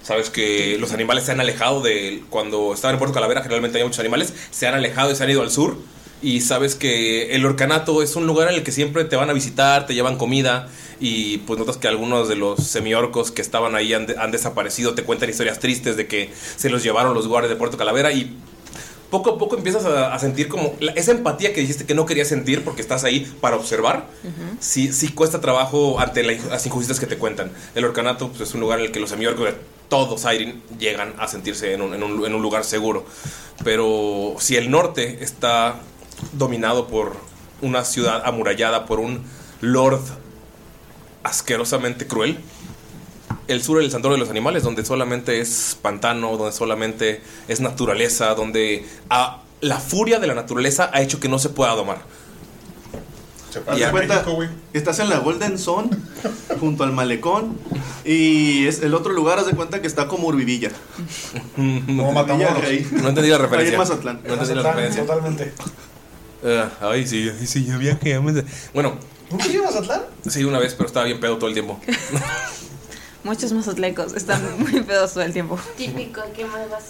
S1: Sabes que los animales se han alejado de. Cuando estaban en Puerto Calavera, generalmente hay muchos animales, se han alejado y se han ido al sur. Y sabes que el orcanato es un lugar en el que siempre te van a visitar, te llevan comida. Y pues notas que algunos de los semiorcos que estaban ahí han, de- han desaparecido. Te cuentan historias tristes de que se los llevaron los guardias de Puerto Calavera. Y poco a poco empiezas a, a sentir como la- esa empatía que dijiste que no querías sentir porque estás ahí para observar. Sí, sí cuesta trabajo ante la- las injusticias que te cuentan. El orcanato pues, es un lugar en el que los semiorcos de todos Sairin llegan a sentirse en un, en un- en un lugar seguro. Pero si el norte está dominado por una ciudad amurallada, por un lord asquerosamente cruel, el sur es el santuario de los animales, donde solamente es pantano, donde solamente es naturaleza, donde ah, la furia de la naturaleza ha hecho que no se pueda domar.
S3: Haz de cuenta, estás en la Golden Zone, junto al malecón, y es el otro lugar, haz de cuenta que está como Urbivilla. Mm,
S1: No,
S3: Matamoros.
S1: No entendí la
S3: Ahí en
S1: referencia.
S3: Mazatlán.
S1: No entendí la
S3: Mazatlán,
S1: referencia.
S5: Totalmente.
S1: Ah, ay, sí, sí, sí, yo viajé. a Mazatlán. Bueno,
S5: ¿Nunca has ido a Mazatlán?
S1: sí, una vez, pero estaba bien pedo todo el tiempo.
S8: Muchos mazatlecos están muy pedos todo el tiempo.
S6: Típico, ¿qué más vas?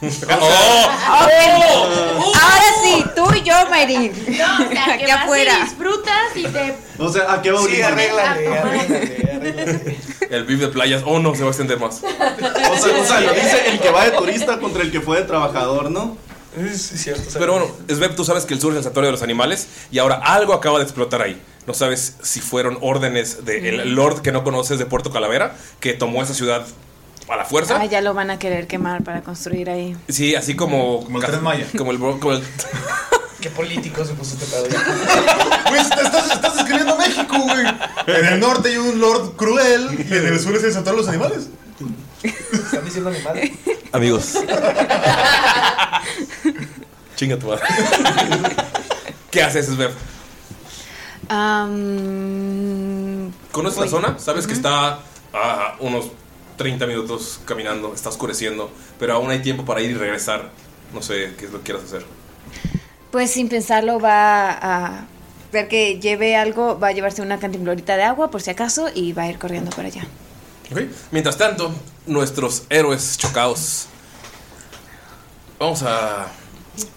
S3: ¡Oh!
S4: Ah,
S8: A ver, ahora sí, tú y yo, Mayrin.
S6: No, o sea, que
S8: Aquí
S6: vas
S8: afuera.
S6: y disfrutas y te...
S3: O sea, ¿a qué va
S5: Sí,
S3: Urbivilla?
S5: arréglale,
S1: El VIP de playas. Oh, no, se va a extender más.
S3: O sea, o sea, lo dice el que va de turista contra el que fue de trabajador, ¿no?
S5: Es cierto.
S1: Pero bueno, Sveb, tú sabes que el sur es el santuario de los animales y ahora algo acaba de explotar ahí. No sabes si fueron órdenes del
S7: Mm.
S1: Lord que no conoces de Puerto Calavera, que tomó esa ciudad a la fuerza.
S7: Ah, ya lo van a querer quemar para construir ahí.
S1: Sí, así como. Como el Tren Maya. Como el. bro- Como el
S5: Qué político se puso este pedo ya.
S4: Güey, te Pues, estás, estás describiendo México, güey. En el norte hay un lord cruel y en el sur es el santuario de los animales.
S5: Están diciendo animales.
S1: Amigos. Chinga tu madre. ¿Qué haces, Sveb?
S7: Am, pues,
S1: ¿Conoces la zona? Sabes que está a unos 30 minutos caminando, está oscureciendo, pero aún hay tiempo para ir y regresar. No sé qué es lo que quieras hacer.
S7: pues sin pensarlo va a ver que lleve algo, va a llevarse una cantimplorita de agua por si acaso y va a ir corriendo para allá.
S1: Ok. Mientras tanto, nuestros héroes chocados. Vamos a.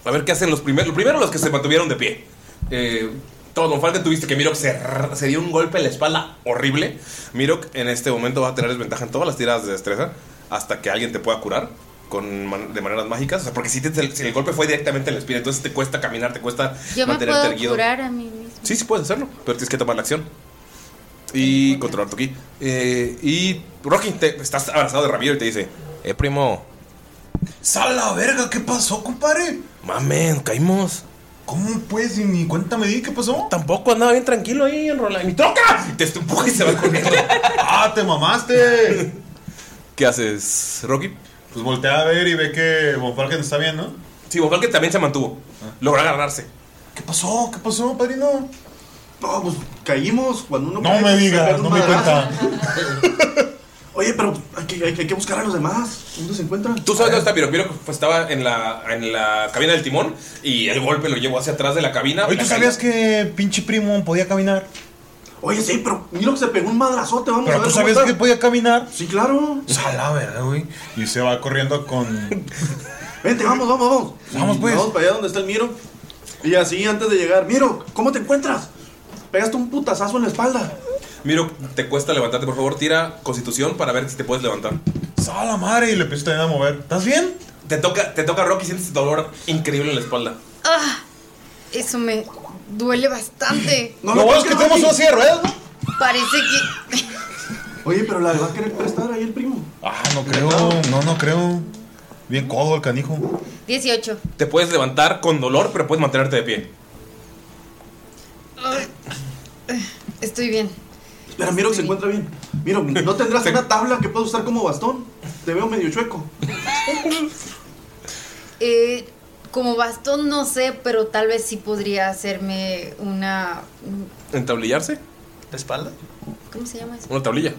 S1: A ver qué hacen los primeros. Los primeros los que se mantuvieron de pie. Eh, todo Don Falken tuviste que Mirok se, r- se dio un golpe en la espalda horrible. Mirok en este momento va a tener desventaja en todas las tiradas de destreza. Hasta que alguien te pueda curar. Con man- de maneras mágicas. O sea, porque si, te- si el golpe fue directamente en la espina, entonces te cuesta caminar, te cuesta
S2: Yo me
S1: mantenerte
S2: puedo
S1: erguido.
S2: curar a mí mismo.
S1: Sí, sí puedes hacerlo, pero tienes que tomar la acción. Y controlar tu ki. Eh, y Rocky, te, estás abrazado de Ramiro y te dice: Eh, primo,
S4: ¡Sal a la verga! ¿Qué pasó, compadre?
S1: mamen, caímos.
S4: ¿Cómo pues? Y ni cuenta me di, ¿qué pasó?
S1: Tampoco andaba bien tranquilo ahí enrolado en mi troca. Y te empuja y se va corriendo.
S4: ¡Ah, te mamaste!
S1: ¿Qué haces, Rocky?
S4: Pues voltea a ver y ve que Von Falken está bien, ¿no?
S1: Sí, Von Falken también se mantuvo. Logró agarrarse.
S4: ¿Qué pasó? ¿Qué pasó, padrino?
S3: No, pues caímos cuando uno
S4: No
S3: cae,
S4: me
S3: se
S4: digas,
S3: pega un
S4: no me
S3: madrazo. Oye, pero hay que, hay que- hay que buscar a los demás. ¿Dónde se encuentran?
S1: Tú sabes dónde está Piro. Piro estaba en la, en la cabina del timón y el golpe lo llevó hacia atrás de la cabina.
S4: Oye,
S1: La
S4: ¿tú sabías
S1: caída-
S4: que pinche primo podía caminar?
S3: Oye, sí, pero Miro se pegó un madrazote, vamos a
S4: ¿Pero
S3: ver
S4: tú
S3: cómo
S4: sabías
S3: está.
S4: que podía caminar?
S3: Sí, claro.
S4: Sala, ¿verdad, güey? Y se va corriendo con...
S3: Vente, vamos, vamos, vamos.
S4: Vamos, pues.
S3: Vamos para allá donde está el Miro. Y así antes de llegar, Miro, ¿cómo te encuentras? Pegaste un putazazo en la espalda.
S1: Miro, te cuesta levantarte, por favor, tira constitución para ver si te puedes levantar.
S4: ¡Sala madre! Y le empiezo también a mover. ¿Estás bien?
S1: Te toca, te toca Rocky, sientes dolor increíble en la espalda.
S2: Ah, eso me duele bastante.
S3: No lo Lo bueno es que toques, tenemos ¿eh? Rocky. una silla de ruedas,
S2: Parece que...
S3: Oye, pero la va a querer prestar ahí el primo.
S4: Ah, no creo. No, no creo. Bien codo el canijo.
S2: 18.
S1: Te puedes levantar con dolor, pero puedes mantenerte de pie.
S2: Ay, Estoy bien.
S3: Espera, Miro se encuentra bien. Miro, ¿no tendrás una tabla que pueda usar como bastón? Te veo medio chueco.
S2: Eh, como bastón no sé, pero tal vez sí podría hacerme una...
S1: ¿Entablillarse?
S5: ¿La espalda?
S2: ¿Cómo se llama eso?
S1: Una tablilla.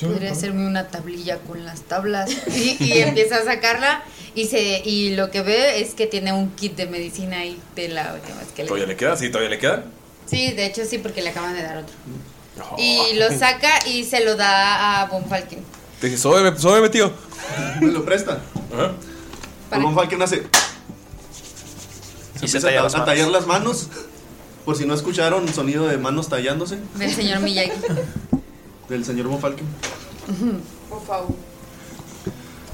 S2: Podría hacerme una tablilla con las tablas. Y, y empieza a sacarla y se y lo que ve es que tiene un kit de medicina ahí de la última vez que le-
S1: ¿Todavía le queda? Sí, todavía le queda.
S2: Sí, de hecho sí, porque le acaban de dar otro.
S1: Oh.
S2: Y lo saca y se lo da a Von Falken.
S1: Te dice, sóbeme, sóbeme, tío.
S3: Me lo prestan.
S1: Ajá.
S2: Para-
S3: Von Falken hace. Se empieza a, a tallar las manos. Por si no escucharon sonido de manos tallándose
S2: Del señor Miyagi.
S3: del señor Von Falken.
S2: Ujú. Por favor.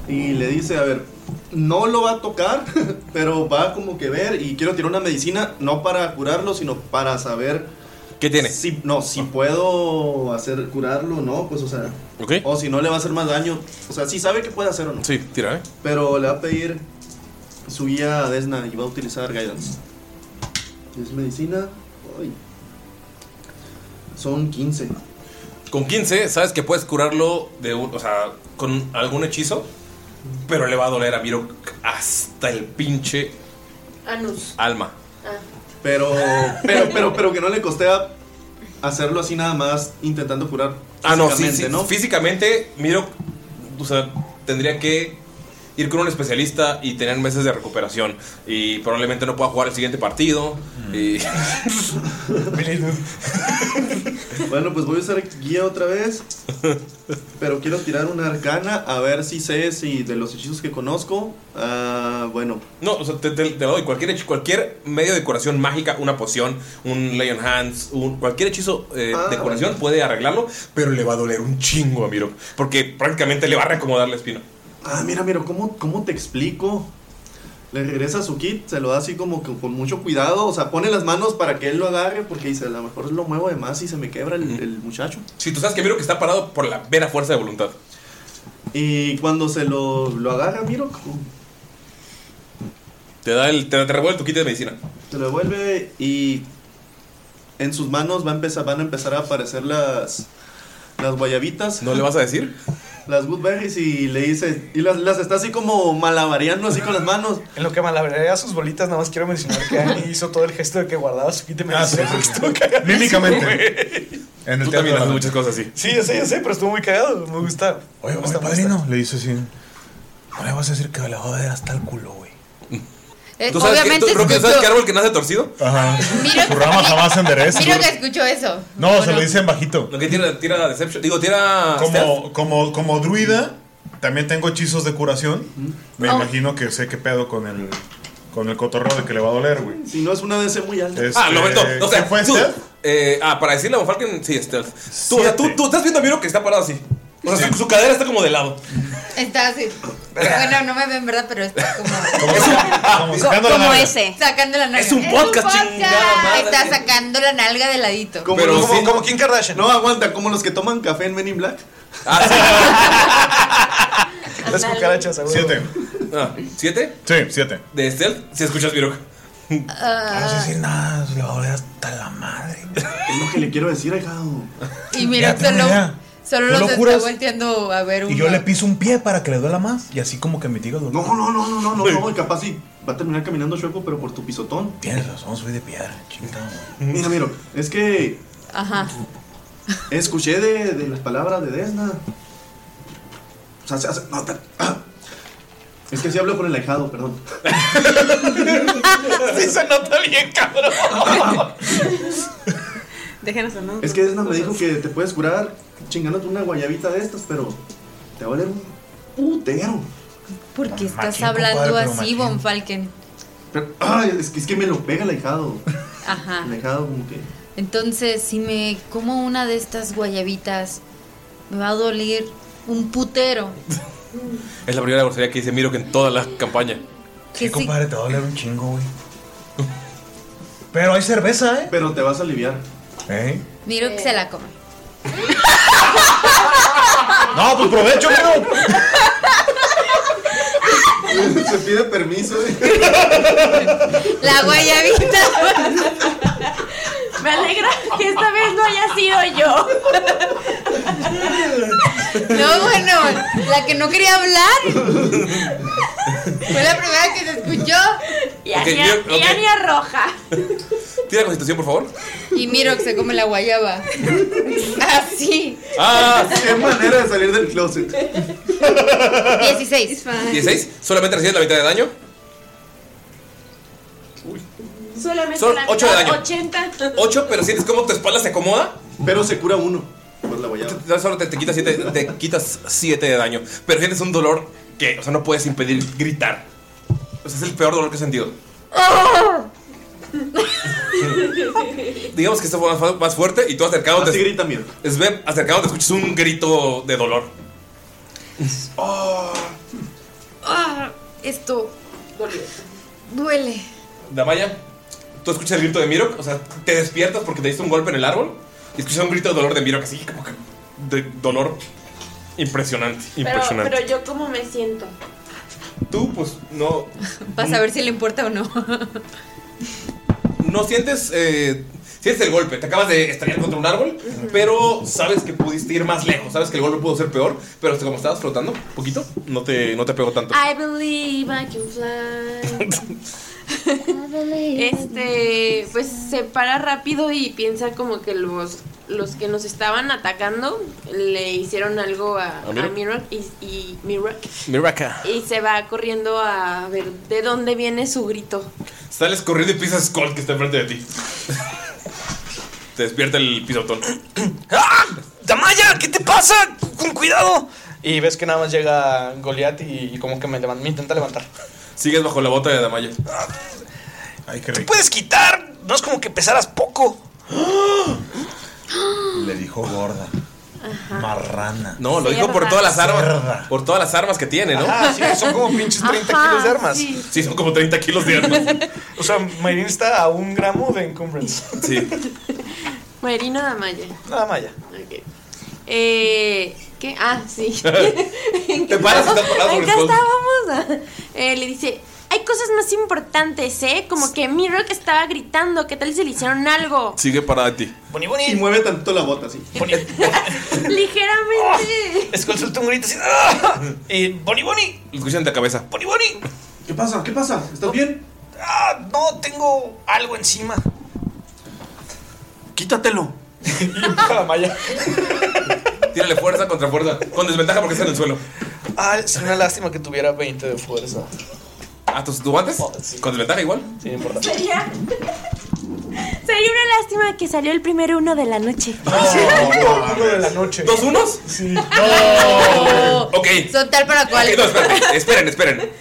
S3: Y le dice, a ver, no lo va a tocar, pero va como que ver y quiero tirar una medicina, no para curarlo, sino para saber...
S1: ¿Qué tiene? Ah.
S3: Si, no, si puedo hacer curarlo o no, pues o sea...
S1: ¿Ok?
S3: O si no le va a hacer más daño. O sea, sí sabe que puede hacer o no.
S1: Sí, tira, ¿eh?
S3: Pero le va a pedir su guía a Desna y va a utilizar Guidance. Es medicina. Ay. Son 15.
S1: Con 15, sabes que puedes curarlo de un- o sea, con algún hechizo, pero le va a doler a Miro hasta el pinche
S6: Anus.
S1: alma.
S6: Ah.
S3: Pero, pero, pero, pero que no le costea hacerlo así nada más intentando curar.
S1: Ah, no, sí,
S3: físicamente,
S1: sí, Físicamente, Miro, o sea, tendría que ir con un especialista y tener meses de recuperación. Y probablemente no pueda jugar el siguiente partido. Y...
S3: Bueno, pues voy a usar guía otra vez. Pero quiero tirar una arcana a ver si sé si de los hechizos que conozco. ah, bueno,
S1: No, o sea,
S4: Mm.
S1: te, te- te lo doy. Cualquier, hechi- cualquier medio de curación mágica, una poción, un Lion Hands, un, cualquier hechizo eh, de
S3: Ah.
S1: curación puede arreglarlo, pero le va a doler un chingo a Miro. Porque prácticamente le va a reacomodar la espina.
S3: Ah, mira, mira, ¿cómo, cómo te explico? Le regresa su kit, se lo da así como que con mucho cuidado, o sea, pone las manos para que él lo agarre porque dice, a lo mejor lo muevo de más y se me quebra el, el muchacho.
S1: Si tú sabes que Miro que está parado por la vera fuerza de voluntad.
S3: Y cuando se lo, lo agarra, miro,
S1: Te da el, te, te revuelve tu kit de medicina.
S3: se lo devuelve y en sus manos va a empezar, van a empezar a aparecer las, las guayabitas.
S1: ¿No le vas a decir?
S3: Las woodberries y le dice, y las, las está así como malabareando así con las manos.
S5: En lo que malabareaba sus bolitas, nada más quiero mencionar que Annie hizo todo el gesto de que guardaba su kit
S4: Ah,
S5: de medicina porque estuvo cagado.
S4: Mímicamente. En el teatro
S1: Tú también
S4: de
S1: haces
S4: la-
S1: muchas cosas así.
S5: Sí, yo sé, yo sé, pero estuvo muy cagado. Me gusta.
S4: Oye, oye, padrino, le dice así. No le vas a decir que la joder hasta el culo, güey.
S2: Eh,
S1: ¿Tú sabes, que,
S2: obviamente
S1: tú- Roque,
S2: escuchó-
S1: ¿sabes qué árbol que nace torcido?
S4: Ajá.
S2: Miro-
S4: Su rama jamás se endereza.
S2: Miro que escuchó eso.
S4: No, se lo dicen bajito.
S1: Lo que tira, tira Deception. Digo, tira.
S4: Como, como, como druida, también tengo hechizos de curación. Me
S2: Ah.
S4: imagino que sé qué pedo con el, con el cotorreo de que le va a doler, güey. Este,
S3: Si no es una DC muy alta.
S1: Ah, lo meto. O sea,
S4: ¿qué fue
S1: tú-
S4: stealth?
S1: eh, ah, para decirle a Von Falken, sí, stealth. Tú, o sea, tú, tú estás viendo a Miro que está parado así. O sea, su, su cadera está como de lado.
S2: Está así. Bueno, no me ven, ¿verdad? Pero está como.
S4: Como sacando la nalga.
S2: Sacando la nalga.
S1: Es un podcast, chingada madre.
S2: Está sacando la nalga de ladito.
S3: Como,
S1: Pero
S3: los-
S1: sí.
S3: como-
S5: Como Kim Kardashian.
S3: no aguanta, como los que toman café en Men in Black.
S5: Las cucarachas, güey.
S4: Siete.
S1: Ah, ¿Siete?
S4: Sí, siete.
S1: De stealth, si escuchas Miro.
S2: Ah,
S4: decir nada, le va a doler hasta la madre.
S3: Es lo que le quiero decir, hijado.
S2: y mira,
S4: Ya tengo
S2: solo,
S4: idea.
S2: solo
S4: ¿No lo
S2: los está
S4: curas?
S2: volteando a ver uno.
S4: piso un pie para que le duela más. Y así como que mitiga los
S3: No, no, no, no, no, no, no, y capaz sí va a terminar caminando chueco, pero por tu pisotón.
S4: Tienes razón, soy de piedra, chingado.
S3: Mira, mira, es que
S2: Ajá.
S3: escuché de, de las palabras de Desna. O sea, se hace- no, espera. es que sí hablo con el ahijado, perdón.
S5: Sí, se nota bien, cabrón.
S8: Déjenos a
S3: Es que Desna me dijo que te puedes curar chingándote una guayabita de estas, pero te va a doler un putero.
S2: ¿Por qué estás
S4: Machín,
S2: hablando
S4: compadre, pero
S2: así,
S4: machín.
S2: Von Falken?
S3: Pero, ay, es, que, es que me lo pega el ahijado.
S2: Ajá.
S3: El ahijado como que...
S2: Entonces, si me como una de estas guayabitas, me va a doler un putero.
S1: Es la primera grosería que dice Miro que en toda la campaña.
S2: Que sí-
S4: te va a doler un chingo, güey. Pero hay cerveza, ¿eh?
S3: Pero te vas a aliviar.
S4: ¿Eh?
S2: Miro que se la come.
S4: No, pues provecho, amigo.
S3: se pide permiso. eh.
S2: La
S6: Pues,
S2: guayabita.
S6: Me alegra que esta vez no haya sido yo.
S2: No, bueno, la que no quería hablar. Fue la primera que se escuchó.
S6: Y
S1: Ok,
S6: Ania,
S1: yo- ok.
S6: y Ania roja.
S1: Tira constitución, por favor.
S2: Y Miro que se come la guayaba. Así.
S1: Ah,
S3: Qué manera de salir del closet.
S2: 16.
S1: 16. Solamente recibes la mitad de daño.
S2: Pues
S6: Solamente
S1: Son
S6: la
S1: ocho
S6: mitad,
S1: de daño.
S6: 80.
S1: 8, pero sientes como tu espalda se acomoda.
S3: Pero se cura uno por la guayaba.
S1: Te- Solo te, te quitas 7 te quitas siete de daño. Pero sientes un dolor que, o sea, no puedes impedir gritar. O sea, es el peor dolor que he sentido. Digamos que esto fue más, más fuerte y tú acercado
S3: Así
S1: te,
S3: grita miedo.
S1: Sveb, acercado te escuchas un grito de dolor.
S2: Oh. Ah, esto duele.
S1: Damaya, tú escuchas el grito de Mirok, o sea, te despiertas porque te diste un golpe en el árbol y escuchas un grito de dolor de Mirok, así como que de dolor impresionante,
S6: Pero,
S1: impresionante.
S6: pero yo cómo me siento.
S1: Tú, pues, no,
S2: Vas a ver si le importa o no.
S1: no sientes, eh, sientes el golpe, te acabas de estrellar contra un árbol, pero sabes que pudiste ir más lejos, sabes que el golpe pudo ser peor, pero como estabas flotando un poquito, no te, no te pegó tanto.
S6: I believe I can fly. Este, pues se para rápido y piensa como que los, los que nos estaban atacando le hicieron algo a,
S1: A Mirak.
S6: a Mirak y, y Mirak.
S1: Miraka.
S6: Y se va corriendo a ver de dónde viene su grito.
S1: Sales corriendo y pisas Skull que está enfrente de ti. Te despierta el pisotón.
S5: ¡Damaya! ¿Qué te pasa? ¡Con cuidado! Y ves que nada más llega Goliath y, y como que me, levan- me intenta levantar.
S1: Sigues bajo la bota de Damaya.
S4: Ay, qué
S5: ¡Te puedes quitar! No es como que pesaras poco.
S4: Le dijo gorda. Marrana.
S1: No, lo
S5: Ah. Sí,
S1: dijo por
S5: ajá.
S1: todas las armas. Por todas las armas que tiene, ¿no?
S3: Ah,
S5: Ajá, sí, Ah, son como pinches 30
S1: Ajá,
S5: kilos de armas.
S1: sí. son como 30 kilos de armas.
S5: o sea, Mayrin está a un gramo de encumbrance.
S1: Sí.
S6: Marina Damaya.
S5: Nada Maya.
S6: Ok. Eh, ¿Qué? Ah, sí.
S5: Te
S1: paras y estás parado
S6: Acá
S1: por el
S6: estábamos. Eh, le dice, hay cosas más importantes, ¿eh? Como que Mirok estaba gritando, ¿qué tal si le hicieron algo?
S1: Sigue parada de ti.
S3: Y mueve tantito la bota así.
S6: Ligeramente.
S5: Skull suelta un grito así. ¡ah! Y Bonnie Bonnie,
S1: Lo escuchan de cabeza.
S5: Bonnie Bonnie.
S3: ¿Qué pasa? ¿Qué pasa? ¿Estás bien?
S5: Ah, no, tengo algo encima.
S3: Quítatelo.
S5: Y empuja la malla.
S1: Tírale fuerza contra fuerza. Con desventaja porque está en el suelo.
S5: Ah, es una lástima que tuviera 20 de fuerza.
S1: ¿A tus guantes? Con desventaja igual.
S5: Sí, no importa.
S6: Sería. Sería una lástima que salió el primer uno de la noche.
S5: uno de la noche.
S1: ¿Dos unos?
S5: Sí.
S1: Ok.
S2: Son tal para cual.
S1: Ok, no, espérate. Esperen, esperen.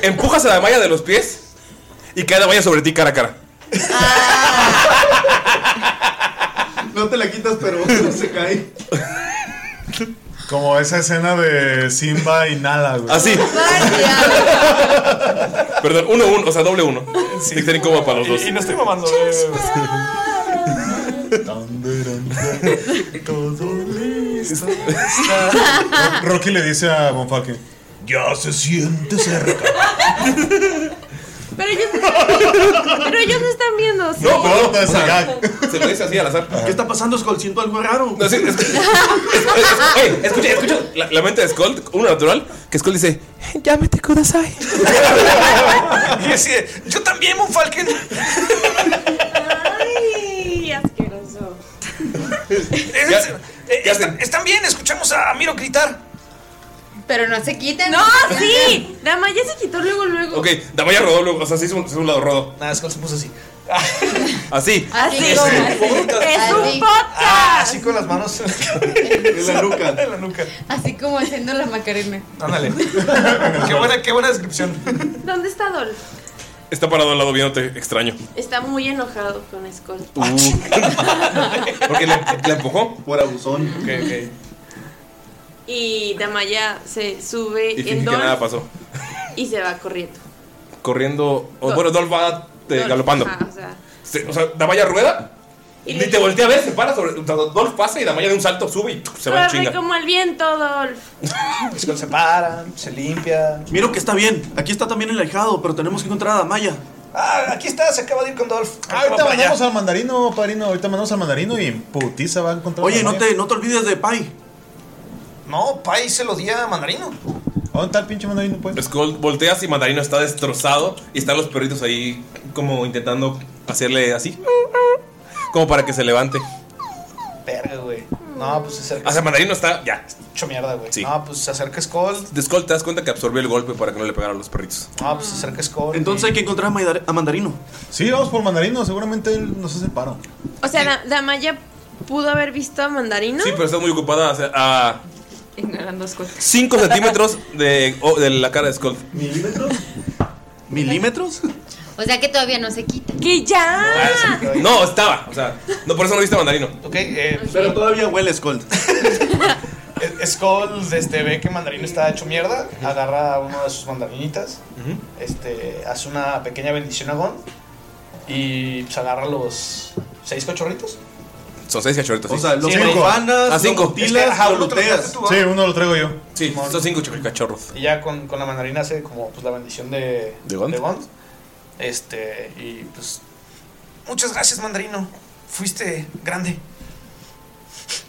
S1: Empujas a Damaya de los pies y cae Damaya sobre ti cara a cara.
S3: No te la quitas, pero se cae.
S4: Como esa escena de Simba y Nala,
S3: Ah,
S4: güey.
S1: Así. Perdón, uno, uno, o sea, doble uno. Sí. Está incómodo para los dos.
S5: Y, y no estoy mamando. eh.
S4: Rocky le dice a Monfalken: Ya se siente cerca.
S6: Pero ellos, pero ellos no están viendo. ¿sí?
S4: pero
S1: O sea, Se lo dice así al azar.
S3: ¿Qué está pasando, Skull? Siento algo raro.
S1: No, sí, es que- Ey, escucha, escucha la, la mente de Skull, uno natural, que Skull dice, Llámete Kudasai.
S5: Y así de, yo también, Monfalken.
S6: Ay, asqueroso.
S5: Eh, eh, están, están bien, escuchamos a Miro gritar.
S2: Pero no se quiten.
S6: No, sí. Damaya se quitó luego, luego.
S1: ok, Damaya rodó, luego, o sea, se hizo un, se hizo un lado rodo.
S5: Nada, Skull se puso así.
S1: Así.
S6: Así.
S1: Es un podcast.
S6: Es un
S2: Así.
S6: podcast.
S2: Ah,
S5: así con las manos
S3: en la nuca.
S5: en la nuca.
S2: Así como haciendo la macarena.
S5: Ándale. qué, buena, qué buena descripción.
S6: ¿Dónde está Dol?
S1: Está parado al lado viéndote extraño.
S6: Está muy enojado con Skull.
S5: Ah,
S1: Porque le, le empujó.
S3: Por abusón.
S5: Ok, ok.
S6: Y Damaya se sube en
S1: Y finge que
S6: Dol
S1: nada pasó.
S6: y se va corriendo.
S1: Corriendo. o-
S6: Dol.
S1: bueno, Dolph va eh,
S6: Dol,
S1: galopando.
S6: ajá, o sea,
S1: Se- o sea, Damaya rueda. Y te voltea a ver, se para sobre. o sea, Dolph pasa y Damaya de un salto sube y tuc, se va en
S6: corre
S1: chinga.
S6: como el viento, Dolph.
S5: Skull se para, se limpia.
S3: Miro que está bien. Aquí está también el ahijado, pero tenemos que encontrar a Damaya.
S5: Ah, aquí está, se acaba de ir con Dolph.
S4: Ahorita
S5: Va para allá.
S4: mandamos al mandarino, padrino. Ahorita mandamos al mandarino y en putiza va a encontrar.
S3: Oye,
S4: a
S3: no
S4: Damaya.
S3: te, no te olvides de Pai.
S5: No, Pai se lo di a Mandarino.
S4: ¿Dónde está el pinche mandarino, pues?
S1: Skull volteas y Mandarino está destrozado. Y están los perritos ahí, como intentando hacerle así. Como para que se levante.
S5: Verga, güey.
S6: Mm.
S5: No, pues se acerca.
S1: O sea, Ah, Mandarino está ya.
S5: Hecho mierda, güey.
S1: Sí.
S5: No, pues se acerca Skull.
S1: De Skull te das cuenta que absorbió el golpe para que no le pegaran a los perritos.
S5: No, pues se acerca Skull.
S3: Entonces hay que encontrar a, Maidar- a Mandarino.
S4: Sí, vamos por mandarino. Seguramente él nos hace el paro.
S6: O sea, Da- Damaya pudo haber visto a Mandarino.
S1: Sí, pero está muy ocupada o sea, a
S10: Ignorando Skull.
S1: 5 centímetros de, o- de la cara de Skull.
S3: ¿Milímetros? ¿Milímetros?
S2: O sea que todavía no se quita.
S6: ¡Que ya!
S1: No, estaba. O sea, no, por eso no viste a Mandarino.
S5: Ok, eh,
S3: Pero todavía huele, Skull.
S5: eh, Skull este, ve que Mandarino está hecho mierda. Agarra a uno de sus mandarinitas. Este, hace una pequeña bendición a Gon. Y pues agarra los seis cachorritos.
S1: Son 6 cachorritos.
S3: O
S1: sí.
S3: sea, los
S5: Cinco.
S3: profanas,
S1: A cinco.
S3: los mutilas,
S5: Es que, ajá,
S3: los
S5: uno te lo
S3: luteas.
S5: dejaste tú, ¿ah?
S4: Sí, uno lo traigo yo.
S1: sí, son 5 cachorros.
S5: Y ya con, con la mandarina hace como pues, la bendición de,
S1: ¿De Gond?
S5: Este, y pues. Muchas gracias, mandarino. Fuiste grande.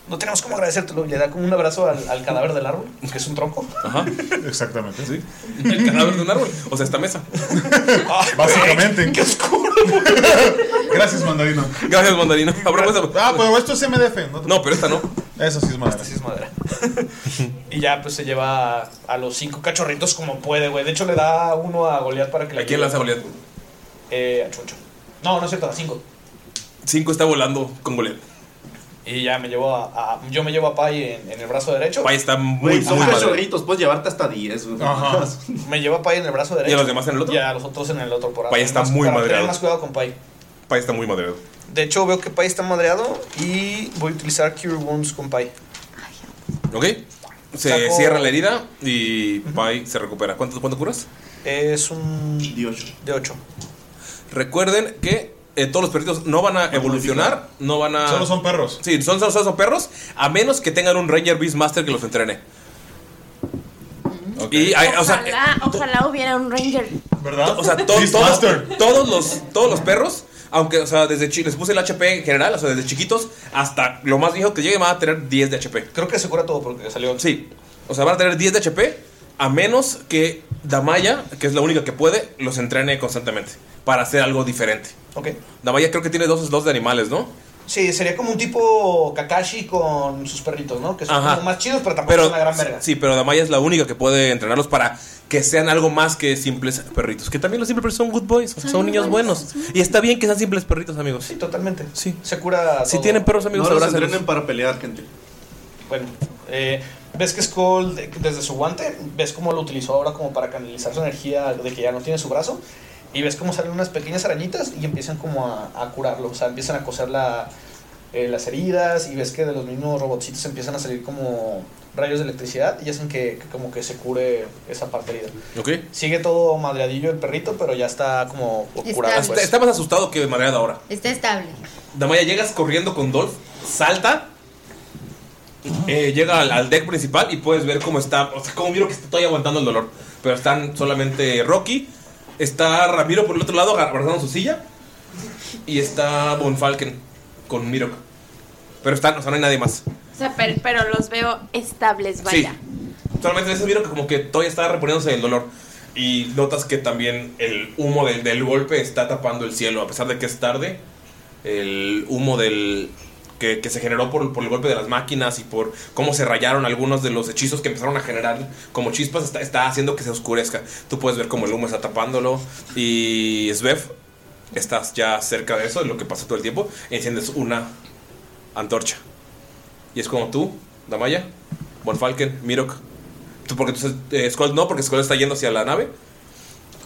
S5: No tenemos cómo agradecértelo. Le da como un abrazo al, al cadáver del árbol, que es un tronco.
S1: Ajá, exactamente. Sí. El cadáver de un árbol, o sea, esta mesa.
S4: Básicamente.
S5: ¡Qué oscuro!
S4: Gracias, mandarino.
S1: Gracias, mandarino.
S4: Ah, pero esto es MDF. No,
S1: No, pero esta no.
S4: Eso sí es madera.
S5: sí es madera. y ya pues se lleva a, a los cinco cachorritos como puede, güey. De hecho le da uno a Goliath para que le
S1: ¿A quién
S5: ayude.
S1: lanza Goliat?
S5: Eh, a Choncho. No, no es cierto, a cinco.
S1: Cinco está volando con Goliat.
S5: Y ya me llevo a, a- yo me llevo a Pai en, en el brazo derecho.
S1: Pai está muy
S5: Güey, son
S1: muy madre.
S5: cachorritos.
S3: Puedes llevarte hasta 10. güey.
S5: Ajá. Me llevo a Pai en el brazo derecho.
S1: ¿Y a los demás en el otro?
S5: Y a los otros en el otro por
S1: Pai
S5: ahí.
S1: está
S5: Más-
S1: muy
S5: para tener
S1: madreado.
S5: más cuidado con Pai.
S1: Pai está muy madreado.
S5: De hecho veo que Pai está madreado y voy a utilizar Cure Wounds con Pai.
S1: ¿Ok? Se
S5: Saco-
S1: cierra la herida y Pai se recupera. ¿Cuánto, cuánto curas?
S5: Es un... De 8. De 8.
S1: Recuerden que eh, todos los perritos no van a evolucionar, no van a.
S4: Solo son
S1: perros. Sí, son, solo son perros, a menos que tengan un Ranger Beastmaster que los entrene. Y, hay- eh, o sea,
S6: Ojalá, ojalá hubiera un ranger.
S1: ¿Verdad? O sea, to- todos, todos los, todos los perros, aunque, o sea, desde chi- les puse el HP en general, o sea, desde chiquitos hasta lo más viejo que llegue van a tener 10 de HP.
S5: Creo que se cura todo porque salió.
S1: Sí. O sea, van a tener 10 de HP a menos que Damaya, que es la única que puede, los entrene constantemente para hacer algo diferente.
S5: Ok.
S1: Damaya creo que tiene dos slots de animales, ¿no?
S5: Sí, sería como un tipo Kakashi con sus perritos, ¿no? Que son
S1: Ajá.
S5: como más chidos, pero tampoco
S1: Pero,
S5: son una gran verga.
S1: sí, pero Damaya es la única que puede entrenarlos para que sean algo más que simples perritos. Que también los simples perritos son good boys, son,
S5: muy
S1: niños buenos. Y está bien que sean simples perritos, amigos. Sí,
S5: totalmente.
S1: Sí.
S5: Se cura.
S1: Si
S5: todo.
S1: tienen perros, amigos,
S3: No los
S1: abrácenlos.
S3: entrenen para pelear, gente.
S5: Bueno, eh, ves que Skull, de- desde su guante, ves cómo lo utilizó ahora como para canalizar su energía de que ya no tiene su brazo. Y ves cómo salen unas pequeñas arañitas y empiezan como a, a curarlo. O sea, empiezan a coser la- eh, las heridas y ves que de los mismos robotcitos empiezan a salir como rayos de electricidad y hacen que, que como que se cure esa parte herida.
S1: Ok.
S5: Sigue todo madreadillo el perrito, pero ya está como curado.
S1: Está, está más asustado que madreado ahora.
S2: Está estable.
S1: Damaya, llegas corriendo con Dolph, salta, eh, llega al, al deck principal y puedes ver cómo está, o sea, cómo miro que está todavía aguantando el dolor. Pero están solamente Rocky, está Ramiro por el otro lado agarrando su silla y está Bonfalken con Mirok. Pero están, o sea, no hay nadie más.
S6: O sea, per- pero los veo estables, vaya.
S1: Sí, solamente ese Mirok como que todavía está reponiéndose el dolor. Y notas que también el humo del, del golpe está tapando el cielo, a pesar de que es tarde. el humo del que, que se generó por, por el golpe de las máquinas y por cómo se rayaron algunos de los hechizos que empezaron a generar como chispas está, está haciendo que se oscurezca. Tú puedes ver cómo el humo está tapándolo y Svev, estás ya cerca de eso, de lo que pasó todo el tiempo, enciendes una antorcha. Y es como tú, Damaya, Bonfalken, Mirok, tú porque tú, eh, Skull no, porque Skull está yendo hacia la nave.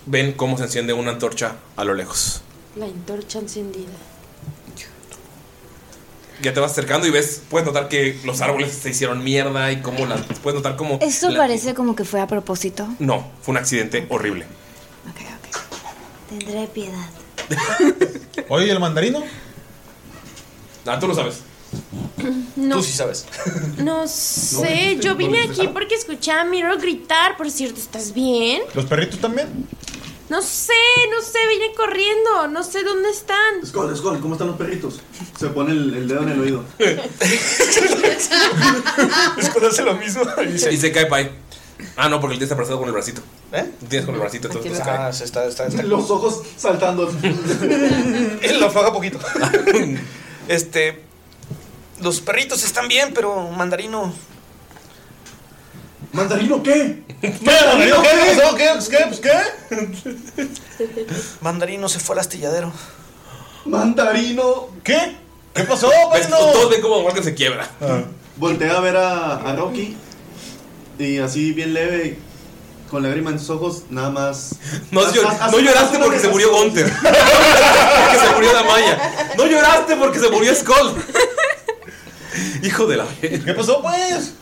S1: Ven cómo se enciende una antorcha a lo lejos.
S6: La antorcha encendida.
S1: ya te vas acercando y ves, puedes notar que los árboles se hicieron mierda y cómo las. Puedes notar cómo.
S7: Esto
S1: la-
S7: parece como que fue a propósito.
S1: No, fue un accidente horrible.
S7: Tendré piedad.
S4: Oye, ¿y el mandarino?
S1: Ah, tú lo sabes.
S6: No,
S5: sabes.
S6: no sé,
S4: ¿No
S6: yo vine
S4: viste?
S6: aquí porque escuché a Miro gritar, por cierto, ¿estás bien?
S4: ¿Los perritos también?
S6: No sé, no sé, vine corriendo, no sé dónde están.
S3: Skull, Skull, ¿cómo están los perritos? Se pone el, el dedo en el oído.
S5: Skull hace lo mismo. Y
S1: se, cae Pai. Ah, no, porque le tienes abrazado con el bracito.
S5: ¿Eh?
S1: Tienes con el bracito, entonces no se cae.
S5: Ah, se está, está, está-
S3: Los ojos saltando.
S5: Él lo afloja poquito. este. Los perritos están bien, pero mandarino.
S3: ¿Mandarino qué?
S5: ¿Mandarino
S4: ¿Qué
S5: qué?
S4: pasó? ¿Qué? Pues, ¿Qué? Pues, ¿Qué?
S5: Mandarino se fue al astilladero.
S3: ¿Mandarino?
S4: ¿Qué? ¿Qué pasó, Ah.
S1: Ves, pues, Todos ven cómo Morgan se quiebra.
S3: Voltea a ver a, a Rocky. Y así bien leve, con lágrimas en sus ojos, nada más.
S1: No,
S3: Haz-
S1: llor-
S3: haz- haz-
S1: no
S3: haz
S1: lloraste
S3: una
S1: porque se murió Gunter. porque se murió Damaya. No lloraste porque se murió Skull. Hijo de la. ¿Qué
S4: pasó, pues?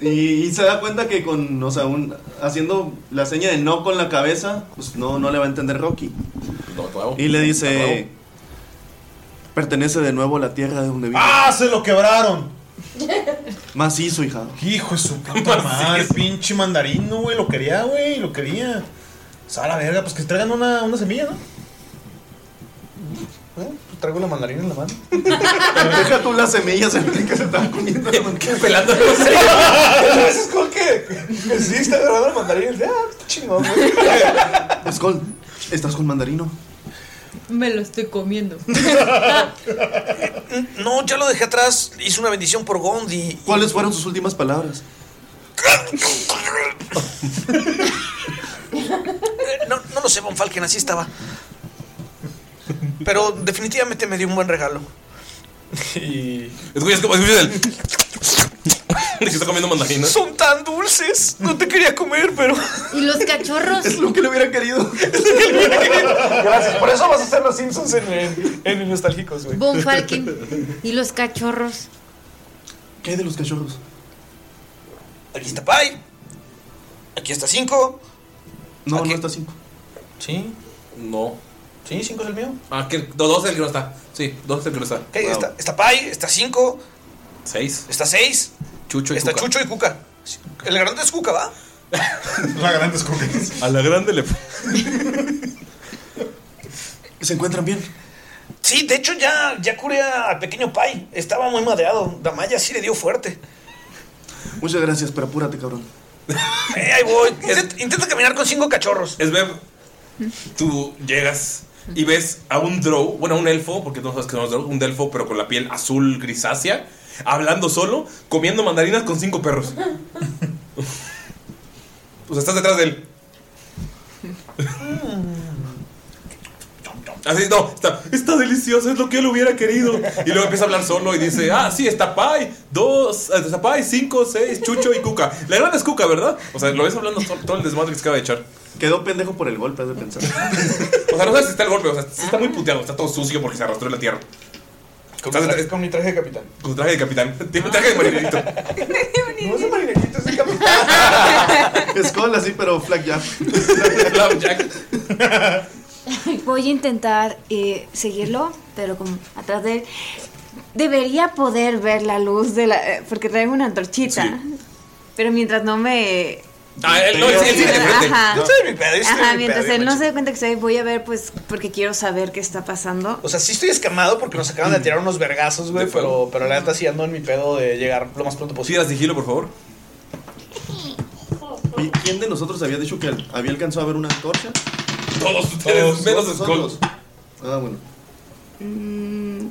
S3: Y, y se da cuenta que con, o sea, un- haciendo la seña de no con la cabeza, pues no, no le va a entender Rocky. Y le dice, pertenece de nuevo a la tierra de donde vive.
S4: ¡Ah! ¡Se lo quebraron!
S3: Macizo, hija.
S4: Hijo de su puta
S1: Ah,
S4: madre, pinche mandarino, güey. Lo quería, güey, lo quería. O sea, a la verga, pues que traigan una, una semilla, ¿no?
S5: pues traigo la mandarina en la mano.
S3: Deja tú las semillas en que se están comiendo. Pues, ¿Qué pelando?
S5: es como que me sí, está agarrando la mandarina. y dije, Ah, chingón, güey.
S3: Skull, ¿estás con mandarino?
S2: Me lo estoy comiendo.
S5: No, ya lo dejé atrás. Hice una bendición por Gondi.
S3: ¿Cuáles fueron sus últimas palabras?
S5: No, no lo sé, Von Falken, así estaba. Pero definitivamente me dio un buen regalo. Y.
S1: Escuchas como escuchas el. que está comiendo mandarina.
S5: Son tan dulces. No te quería comer, pero.
S2: ¿Y los cachorros?
S5: Es lo que le hubiera querido. Gracias. Por eso vas a hacer los Simpsons en, en, en Nostálgicos, güey.
S2: Von Falken. ¿Y los cachorros?
S3: ¿Qué hay de los cachorros?
S5: Aquí está Pai. Aquí está 5.
S3: No, no está 5.
S5: Sí.
S1: No.
S5: Sí, 5 es el mío.
S1: Ah, que, no, dos es el que no está. Sí, dos es el que no está.
S5: Ok, Está, está Pai, está 5,
S1: Seis.
S5: está 6.
S1: Chucho y
S5: está
S1: Cuca.
S5: Chucho y Cuca. El grande es Cuca, ¿va?
S4: La grande es cookies.
S1: A la grande le.
S3: ¿Se encuentran bien?
S5: Sí, de hecho ya, ya curé al pequeño Pai. Estaba muy madreado. Damaya sí le dio fuerte.
S3: Muchas gracias, pero apúrate, cabrón.
S5: Eh, ahí voy. Intenta, intenta caminar con cinco cachorros.
S1: Es ver, tú llegas y ves a un drow, bueno, a un elfo, porque tú no sabes que son los drow, un elfo, pero con la piel azul grisácea, hablando solo, comiendo mandarinas con cinco perros. Pues estás detrás de él. Así, no, está, está delicioso, es lo que él hubiera querido. Y luego empieza a hablar solo y dice, ah, sí, está Pai, dos, eh, está Pai, cinco, seis, Chucho y Cuca. La gran es Cuca, ¿verdad? O sea, lo ves hablando todo, todo el desmadre que se acaba de echar.
S3: Quedó pendejo por el golpe, has de pensar.
S1: O sea, no sabes si está el golpe, o sea, sí está muy puteado, está todo sucio porque se arrastró en la tierra. Con,
S5: con mi traje de capitán.
S1: Con traje de capitán. Tiene traje de marinerito.
S5: No es un marinerito, es el capitán.
S3: Skull así, pero flag ya.
S7: Voy a intentar eh, seguirlo, pero como atrás de él. Debería poder ver la luz de la. eh, porque traigo una antorchita. Pero mientras no me.
S1: Ah, él, no, él, sí- él sigue de frente.
S7: Ajá.
S5: Yo estoy de mi pedo, yo estoy de
S7: Ajá,
S5: mi
S7: mientras
S5: pedo,
S7: él no
S5: macho.
S7: se dé cuenta que estoy, voy a ver, pues, porque quiero saber qué está pasando.
S5: O sea, sí estoy escamado porque nos acaban de tirar unos vergazos, güey. Pero, pero la neta sí ando en mi pedo de llegar lo más pronto posible.
S1: Sí, sigilo, por favor.
S3: Oye, ¿quién de nosotros había dicho que al- había alcanzado a ver una antorcha?
S1: Todos ustedes, menos Skull.
S3: solos. Ah, bueno.
S7: Mm,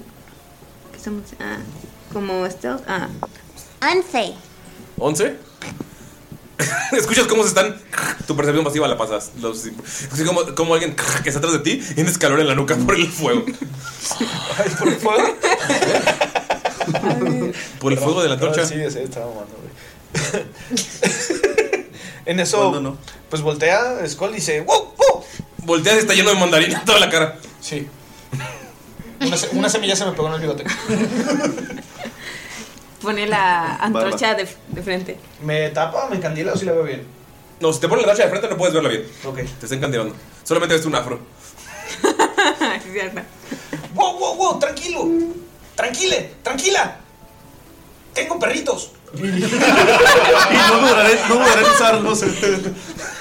S7: ¿qué estamos- ah, como esto. Ah. Once.
S1: ¿Once? Escuchas cómo se están. Tu percepción pasiva la pasas. Los, así como, como alguien que está atrás de ti tienes calor en la nuca por el fuego.
S5: ¿Por el fuego?
S1: Por el fuego de la
S5: Perdón,
S1: antorcha.
S5: Sí, sí, estaba mamando, güey. en eso, pues voltea Skull y dice: ¡Wow! ¡Wow!
S1: Volteas y está lleno de mandarina en toda la cara.
S5: Sí. Una, se- una semilla se me pegó en el bigote.
S7: Pone la antorcha
S5: Barba.
S7: de, de frente.
S5: ¿Me tapa? ¿Me encandila o si la veo bien?
S1: No, si te pones la tacha de frente no puedes verla bien.
S5: Ok.
S1: Te está encandilando. Solamente ves un afro.
S5: ¡Wow, wow, wow! ¡Tranquilo! ¡Tranquile! ¡Tranquila! ¡Tengo perritos!
S3: Y no duraré, no duraré en usarlos.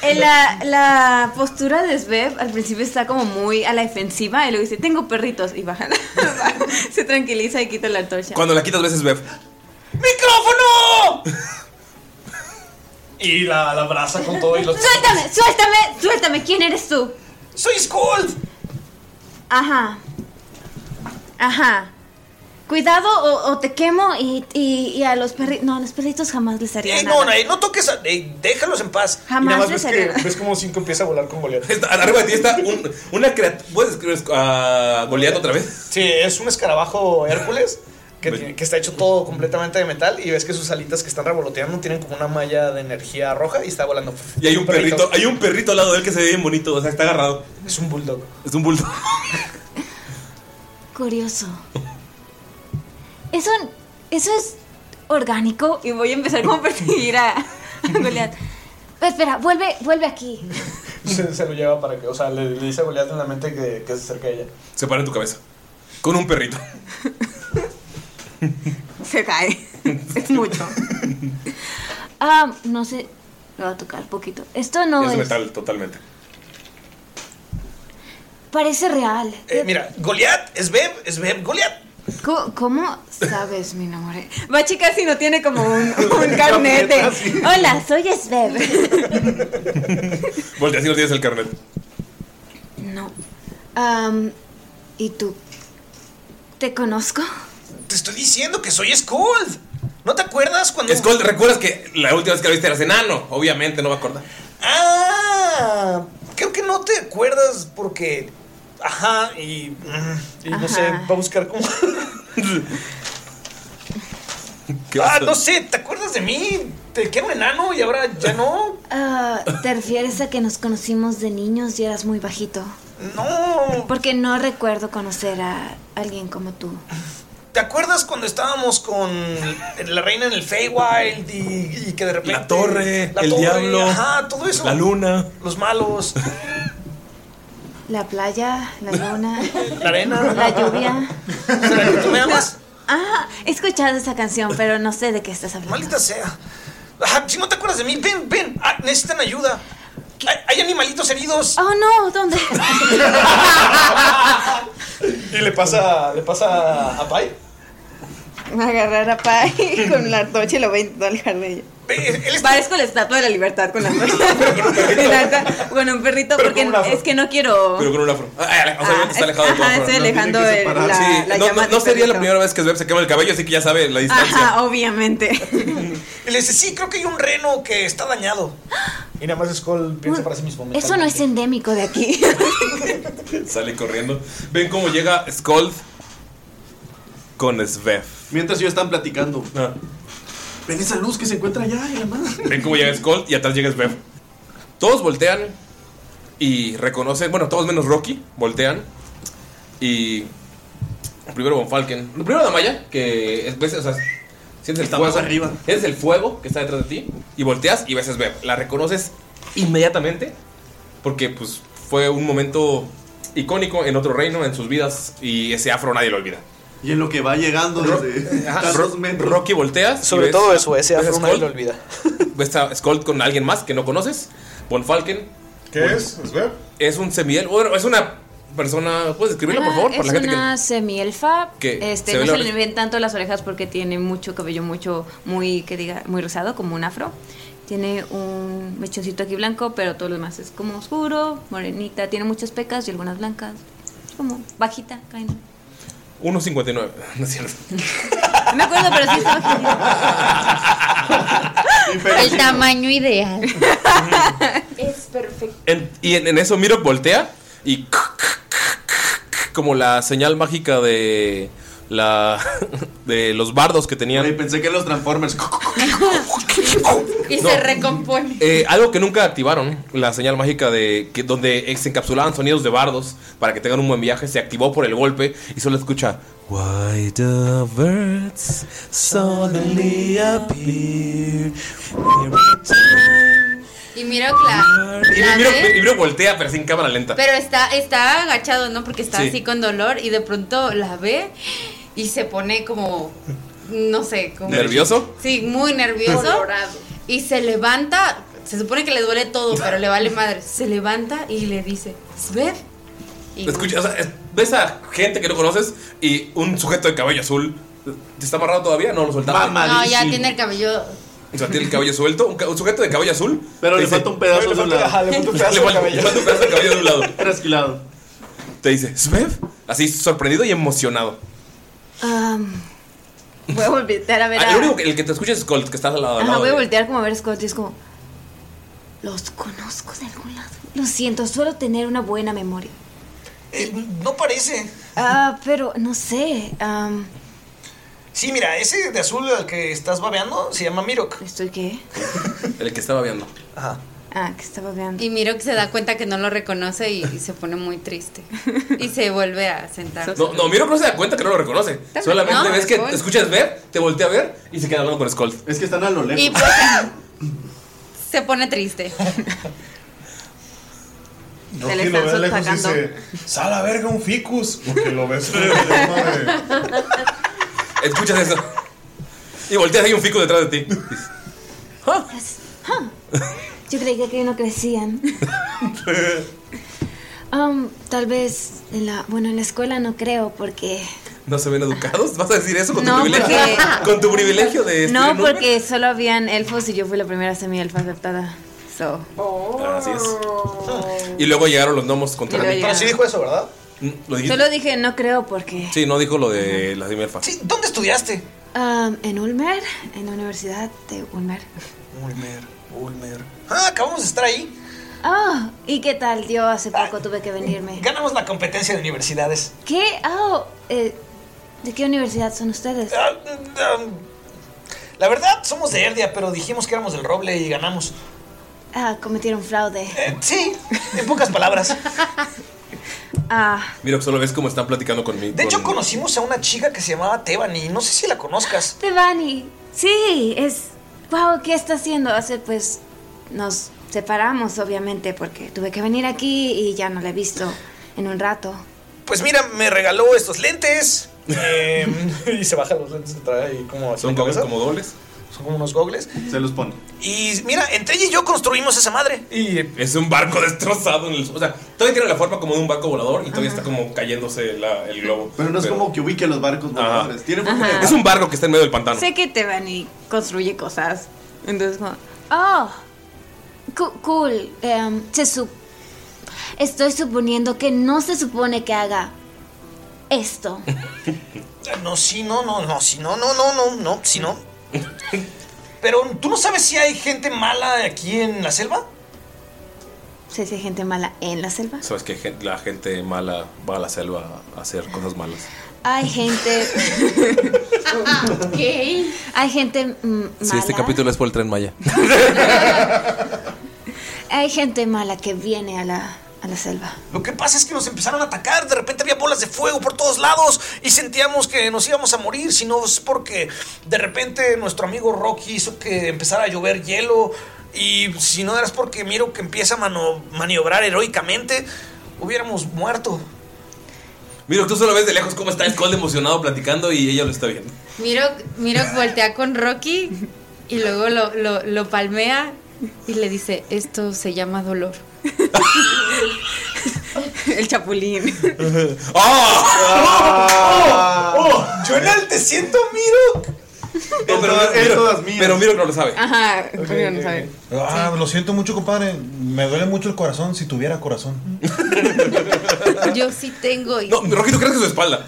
S7: Eh, la, la postura de Svev al principio está como muy a la defensiva y luego dice, tengo perritos y baja. Se tranquiliza y quita la antorcha.
S1: Cuando la quitas, veces Bev.
S5: ¡Micrófono! y la, la abraza con todo y los.
S7: Suéltame, suéltame, suéltame, ¿quién eres tú?
S5: Soy Skull.
S7: Ajá. Ajá. Cuidado o, o te quemo y, y- y a los perritos... No, a los perritos jamás les haría
S5: Ey,
S7: nada.
S5: no, ey, no toques a. ey, déjalos en paz.
S7: Jamás
S5: Y nada más ves,
S7: les haría
S5: que,
S7: nada.
S5: ves como Cinco empieza a volar con Goliath.
S1: Está- arriba de ti está un- una criatura. ¿Puedes escribir a Goliat otra vez?
S5: Sí, es un escarabajo Hércules que, tiene- que está hecho todo completamente de metal y ves que sus alitas que están revoloteando tienen como una malla de energía roja y está volando.
S1: Y hay un perrito, hay un perrito al lado de él que se ve bien bonito, o sea, está agarrado.
S5: Es un bulldog.
S1: Es un bulldog.
S7: Curioso. Eso, eso es orgánico y voy a empezar como a perseguir a, a Goliat. Pero espera, vuelve, vuelve aquí.
S5: Se, se lo lleva para que, o sea, le, le dice a Goliath en la mente que, que se acerque a ella.
S1: Se para en tu cabeza. Con un perrito.
S7: Se cae. es mucho. Ah, no sé. Lo voy a tocar poquito. Esto no
S1: es
S7: es.
S1: metal totalmente.
S7: Parece real.
S10: Eh, mira, Goliat, es Beb, es Beb, Goliat.
S7: Co- ¿Cómo sabes, mi amor? Va chica si no tiene como un, un carnet de, Hola, soy Sveb.
S1: Voltea, si no tienes el carnet.
S7: No. Am, ¿Y tú? ¿Te conozco?
S10: Te estoy diciendo que soy Scold. ¿No te acuerdas cuando.?
S1: Skull, ¿recuerdas que la última vez que lo viste eras enano? Obviamente, no me acuerdo.
S10: Ah, creo que no te acuerdas porque. Ajá, y. mm, y no sé,
S5: Ajá.
S10: va a buscar cómo.
S1: ¿Qué
S10: ah,
S1: pasó?
S10: no sé, ¿te acuerdas de mí? Te quiero enano y ahora ya no.
S7: Ah, ¿Te refieres a que nos conocimos de niños y eras muy bajito?
S10: No.
S7: Porque no recuerdo conocer a alguien como tú.
S10: ¿Te acuerdas cuando estábamos con la reina en el Feywild y, y que de repente. La
S1: torre, el
S10: torre,
S1: diablo,
S10: Ajá, todo eso.
S1: La luna.
S10: Los malos,
S7: La playa, la luna,
S10: la arena.
S7: la lluvia.
S10: ¿Será que tú me amas?
S7: Ah, he escuchado esa canción, pero no sé de qué estás hablando.
S10: Maldita sea. Ajá, si no te acuerdas de mí, ven, ven. Ah, necesitan ayuda. Hay, hay animalitos heridos.
S7: Oh no, ¿dónde?
S5: Y le pasa, le pasa a Pai.
S7: Me agarrar a Pai con la antorcha y lo voy a intentar alejar de ella. Parezco la estatua de la libertad con la antorcha. Bueno, un perrito, porque es que no quiero.
S1: Pero con un afro. Ah, ah, o sea, está alejado de todo
S7: ajá,
S1: afro.
S7: estoy alejando el-
S1: separar.
S7: la-
S1: Sí,
S7: la
S1: no,
S7: llama este
S1: no- no sería la primera vez que Sveb se quema el cabello, así que ya sabe la distancia.
S7: Ajá, obviamente.
S10: Y le dice, sí, creo que hay un reno que está dañado.
S5: Y nada más Skull piensa para sí mismo.
S7: Eso no es endémico de aquí.
S1: Sale corriendo. Ven cómo llega Skull con Svev. Ah.
S3: Mientras ellos están platicando. Ven esa luz que se encuentra allá, ay, la madre.
S1: Ven cómo llega Skull y atrás llega Svev. Todos voltean y reconocen, bueno, todos menos Rocky voltean y primero Von Falken, primero Damaya que es, ves, o sea, sientes el
S3: Está
S1: fuego
S3: más arriba.
S1: sientes el fuego que está detrás de ti y volteas y ves a Svev, la reconoces inmediatamente porque pues fue un momento icónico en otro reino en sus vidas y ese afro nadie lo olvida.
S3: Y en lo que va llegando desde
S1: Ajá,
S3: tantos
S1: Ro-
S3: metros.
S1: Rocky volteas.
S3: Sobre todo eso,
S5: ese
S1: afro
S5: nadie lo
S1: olvida. Ves a Skull con alguien más que no conoces. Von Falken.
S4: ¿Qué es? Pues, ¿Es ver?
S1: Es un semiel. Bueno, es una persona. ¿Puedes describirla, por favor?
S7: Ah, es
S1: Para la gente
S7: una semielfa.
S1: que
S7: Este,
S1: se ve
S7: no
S1: la
S7: se le
S1: oreja.
S7: ven tanto las orejas porque tiene mucho cabello, mucho, muy, que diga, muy rosado, como un afro. Tiene un mechoncito aquí blanco, pero todo lo demás es como oscuro, morenita, tiene muchas pecas y algunas blancas. Como bajita, kind of.
S1: que. 1.59. No es cierto.
S7: No me acuerdo, pero sí está bajita.
S2: El tamaño ideal.
S6: Es perfecto.
S1: En- y en, en eso Miro voltea y. Como la señal mágica de. La. De los bardos que tenían.
S3: pensé que los Transformers.
S2: y
S1: No.
S2: se recompone.
S1: Eh, algo que nunca activaron, la señal mágica de que donde se encapsulaban sonidos de bardos para que tengan un buen viaje, se activó por el golpe y solo escucha. Why the birds suddenly appear every time.
S2: Y miro la,
S1: Y
S2: la
S1: Miro,
S2: ve,
S1: y Miro voltea, pero sin cámara lenta.
S2: pero está, está agachado, ¿no? Porque está
S1: Sí.
S2: así con dolor y de pronto la ve y se pone como, no sé, como...
S1: ¿Nervioso?
S2: Sí, muy nervioso. Y se levanta, se supone que le duele todo, pero le vale madre. Se levanta y le dice, Svev. Y
S1: Escucha, o sea, es- ves a gente que no conoces y un sujeto de cabello azul. ¿Te está amarrado todavía? No, lo soltaste.
S2: no, ya tiene el cabello...
S1: O sea, tiene el cabello suelto, un, ca- un sujeto de cabello azul. Pero le falta un
S3: pedazo de un lado.
S5: Ajá, le falta un
S1: Le
S5: pedazo de
S1: falta
S5: cabello.
S1: le falta un pedazo de cabello de un lado. Te dice, ¿Svev? Así sorprendido y emocionado.
S7: Am, voy a voltear a ver
S1: Ah,
S7: a...
S1: el único que, el que te escucha es Colt, que estás al lado. al
S7: Ajá,
S1: lado
S7: voy a
S1: de él.
S7: voltear como a ver a Scott y es como... Los conozco de algún lado. Lo siento, suelo tener una buena memoria.
S10: No parece.
S7: Ah, pero no sé. am,
S10: Sí, mira, ese de azul al que estás babeando se llama Mirok.
S7: ¿Estoy qué?
S1: El que estaba viendo.
S10: Ajá.
S7: ah, que estaba viendo.
S2: Y miro que se da cuenta que no lo reconoce y, y se pone muy triste. Y se vuelve a sentar.
S1: No, no, Miro no se da cuenta que no lo reconoce.
S2: bien,
S1: Solamente
S2: no,
S1: ves que
S2: Skull.
S1: te escuchas ver, te voltea a ver y se queda hablando con Colt.
S3: Es que están a lo
S2: Y pues se pone triste.
S4: Rocky
S2: le
S4: lo ve
S2: están
S4: a lejos y
S2: sacando.
S4: dice: ¡Sal a verga un ficus! Porque lo ves en el idioma de-
S7: ¿Ah?
S1: Escuchas eso. Y volteas hay un fico detrás de ti.
S7: Pues, ah, Yo creía que aquí no crecían. Um, tal vez en la, bueno, en la escuela no creo porque
S1: ¿No se ven educados? ¿Vas a decir eso con tu
S7: No,
S1: privilegio?
S7: porque-
S1: Con tu privilegio de estudiar
S7: no
S1: en Urbe?
S7: porque solo habían elfos y yo fui la primera semi-elfa aceptada. So.
S1: Ah, Así es. Y luego llegaron los gnomos contra
S7: Y luego
S1: mí.
S7: Pero sí llegaron.
S1: eso, ¿verdad? ¿Lo dijiste?
S7: Solo dije no creo porque
S1: Sí, no dijo lo de las Dimelfa. Sí,
S7: ¿Dónde estudiaste? en Ulmer, en la Universidad de Ulmer.
S5: Ulmer, Ulmer. Ah, acabamos de estar ahí. Ah.
S7: Oh, ¿y qué tal? Yo hace poco tuve que venirme.
S5: Ganamos la competencia de universidades.
S7: ¿Qué? Oh, eh, ¿de qué universidad son ustedes?
S5: Um, La verdad, somos de Erdia, pero dijimos que éramos del Roble y ganamos.
S7: Ah, cometieron fraude.
S5: Eh, Sí, en pocas palabras.
S7: Ah,
S1: Mira, solo ves cómo están platicando conmigo.
S5: De hecho, conocimos a una chica que se llamaba Tebani. No sé si la conozcas.
S7: Devani, sí, es... Wow, ¿qué está haciendo? Hace pues nos separamos, obviamente, porque tuve que venir aquí y ya no la he visto en un rato.
S5: Pues mira, me regaló estos lentes. Em,
S11: y se baja los lentes que trae y como.
S1: Son gobles como dobles.
S11: Son como unos gogles.
S1: Se los pone.
S5: Y mira, entre ella y yo construimos esa madre.
S1: Y es un barco destrozado. En el- o sea, todavía tiene la forma como de un barco volador y todavía está como cayéndose la- el globo.
S3: Pero no es como que ubique los barcos voladores. Tiene forma de-
S1: Es un barco que está en medio del pantano.
S7: Sé que Devani construye cosas. Entonces, como, oh, cu- cool. Em, se su- Estoy suponiendo que no se supone que haga esto.
S5: No, sí, no, no, no, sí, no, no, no, no, no, sí, no. Pero tú no sabes si hay gente mala aquí en la selva.
S7: ¿Se dice gente mala en la selva?
S1: Sabes que gen- la gente mala va a la selva a hacer cosas malas.
S7: Hay gente. Hay gente mm, mala.
S1: Sí, este capítulo es por el tren Maya.
S7: Hay gente mala que viene a la, a la selva.
S5: Lo que pasa es que nos empezaron a atacar, de repente había bolas de fuego por todos lados y sentíamos que nos íbamos a morir, si no es porque de repente nuestro amigo Rocky hizo que empezara a llover hielo y si no eras porque Miro que empieza a mano- maniobrar heroicamente, hubiéramos muerto.
S1: Mira, tú solo ves de lejos cómo está el Cold emocionado platicando y ella lo está viendo.
S2: Miro, Miro voltea con Rocky y luego lo, lo, lo palmea y le dice, esto se llama dolor.
S7: El chapulín.
S1: ¡Ah!
S5: ¡Oh! ¡Oh! ¡Yo enalteciendo a Miro!
S1: No, pero, mira, pero mira que no lo sabe.
S7: Ajá,
S4: Julio no sabe. Ah, lo siento mucho, compadre. Me duele mucho el corazón si tuviera corazón.
S2: Yo sí tengo y
S1: No, Rocky, ¿tú crees que su espalda?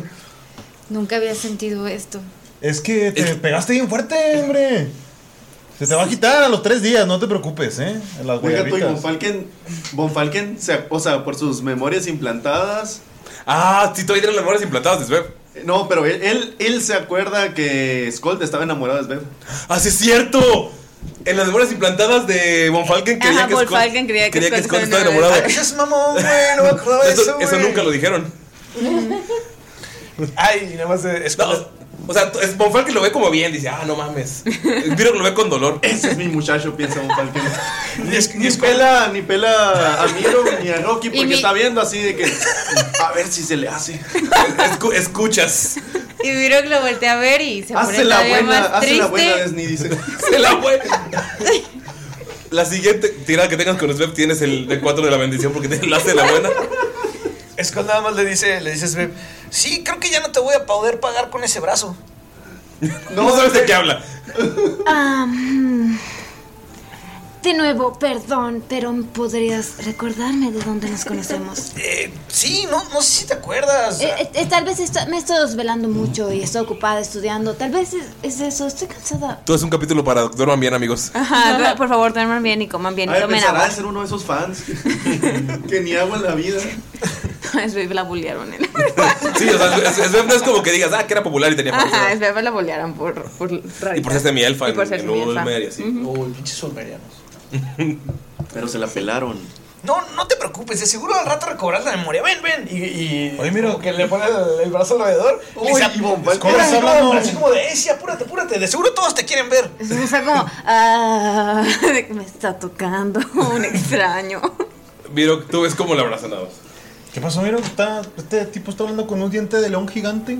S2: nunca había sentido esto.
S4: Es que te pegaste bien fuerte, hombre. Se te va a quitar a los tres días, no te preocupes, ¿eh? En las
S3: Oiga, tú y
S4: guayabitas.
S3: Bonfalken, Bonfalken se- o sea, por sus memorias implantadas.
S1: Ah, sí, todavía tiene las memorias implantadas de Sveb.
S3: No, pero él, él, él se acuerda que Skold estaba enamorado de Sveb.
S1: ¡Ah, sí es cierto! En las memorias implantadas de Bonfalken creía
S7: Ajá,
S1: que Scott,
S7: Bonfalken creía que Scott
S1: Scott
S7: estaba
S1: estaba
S7: enamorado.
S1: enamorado.
S7: Ay,
S5: Es mamón, güey, no me acordaba de
S1: Eso-
S5: eso,
S1: Eso
S5: güey.
S1: nunca lo dijeron.
S11: Ay, nada más es
S1: O sea, t- es Bonfalken lo ve como bien, dice, ah, no mames. Miro que lo ve con dolor.
S3: Ese es mi muchacho, piensa Bonfalken. ni, ni pela, ni pela a Miro ni a Rocky porque
S2: mi-
S3: está viendo así de que a ver si se le hace.
S1: escuchas.
S2: Y Miro lo voltea a ver y se
S3: Hace
S2: pone
S3: la
S2: todavía
S3: buena,
S2: más
S3: hace
S2: triste.
S3: la buena Disney, dice.
S1: Se la fue. La siguiente tirada que tengas con Sveb tienes el, el 4 de la bendición porque te la hace la buena.
S5: Skull nada más le dice, le dice a Sveb, sí, creo que ya no te voy a poder pagar con ese brazo.
S1: No, sabes de qué habla.
S7: Ah, mm. de nuevo, perdón, pero ¿podrías recordarme de dónde nos conocemos?
S5: Eh, sí, no, no sé si te acuerdas.
S7: Eh, eh, eh, tal vez esto- me estoy desvelando mucho y estoy ocupada estudiando. Tal vez es, es eso, estoy cansada.
S1: Todo es un capítulo para Dorman bien, amigos.
S7: Ajá, por favor, duerman bien y coman bien
S3: A ver, pensará de ser uno de esos fans que ni hago en la vida.
S7: Es la bullearon. eh.
S1: Sí, o sea, es- es- Sveb no es como que digas, ah, que era popular y tenía fama.
S7: Ajá, es la bullearon por, por
S1: Y por ser de mi elfa
S7: Y por
S1: en,
S7: ser
S1: en
S7: semielfa.
S1: Ulmer y así.
S5: Uy, pinches solmerianos.
S3: Pero se la pelaron.
S5: No, no te preocupes, de seguro al rato recobras la memoria. Ven, ven. Y, y
S11: Oye, mira.
S5: como que le pone el, el brazo alrededor.
S11: Uy,
S5: le
S11: y bomba-
S5: Skull así
S11: está
S5: como-
S11: hablando.
S5: así como de, eh, sí, apúrate, apúrate. De seguro todos te quieren ver.
S7: O sea, como, ah, de que me está tocando un extraño. Ah.
S1: Miro, tú ves cómo la abrazan a dos.
S4: ¿Qué pasó, Miro? Está- este tipo está hablando con un diente de león gigante.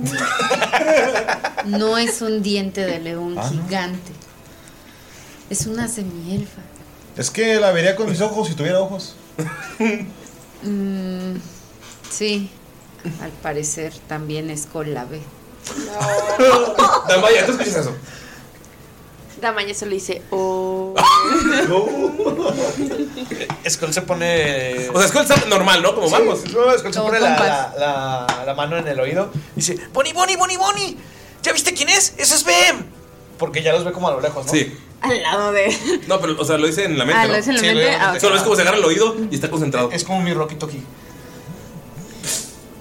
S2: No es un diente de
S3: Ah,
S2: león gigante. Es una semielfa.
S4: Es que la vería con mis ojos si tuviera ojos.
S2: Mm, sí, al parecer también es con la B.
S1: Damaya, ¿tú escuchas eso?
S6: Damaya solo dice, oh.
S5: Skull se pone.
S1: O sea, Skull está normal, ¿no? Como vamos.
S5: No, Skull se
S1: Como
S5: pone la,
S1: compas.
S5: la- la- la mano en el oído y dice: Bonnie, Bonnie, Bonnie, Bonnie. ¿Ya viste quién es? Ese es BM. Porque ya los ve como a lo lejos, ¿no?
S1: Sí.
S7: Al lado de.
S1: No, pero, o sea, lo dice en la mente.
S7: Ah,
S1: ¿no?
S7: lo dice en la Sí, lo mente, dice en la ah, mente. ok.
S1: Solo es como se agarra el oído y está concentrado.
S5: Es como mi roquito aquí.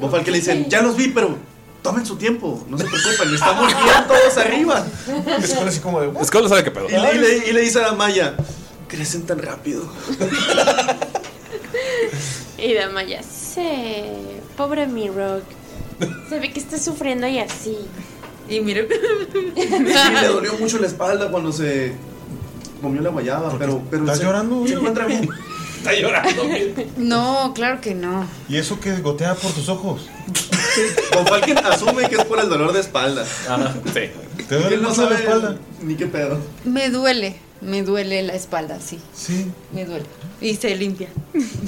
S3: Bofal que le dicen, ya los vi, pero tomen su tiempo, no se preocupen, estamos bien todos arriba.
S5: Skull así como de.
S1: Skull no sabe qué pedo.
S3: Y le, y le- y le dice a Damaya, crecen tan rápido.
S6: Y Damaya, sí, pobre mi rock. Se ve que está sufriendo y así.
S2: Y miro.
S3: Sí, le dolió mucho la espalda cuando se comió la guayaba, pero, pero
S4: ¿Estás
S3: se-
S4: llorando?
S3: se encuentra bien.
S1: Está llorando.
S2: No, claro que no.
S4: ¿Y eso que gotea por tus ojos?
S3: Bofal que asume que es por el dolor de espalda.
S1: Ajá, sí.
S4: ¿Te duele
S3: Él no
S4: mucho la
S3: sabe
S4: espalda?
S3: Ni qué pedo.
S2: Me duele, me duele la espalda, sí.
S4: Sí.
S2: Me duele. Y se limpia.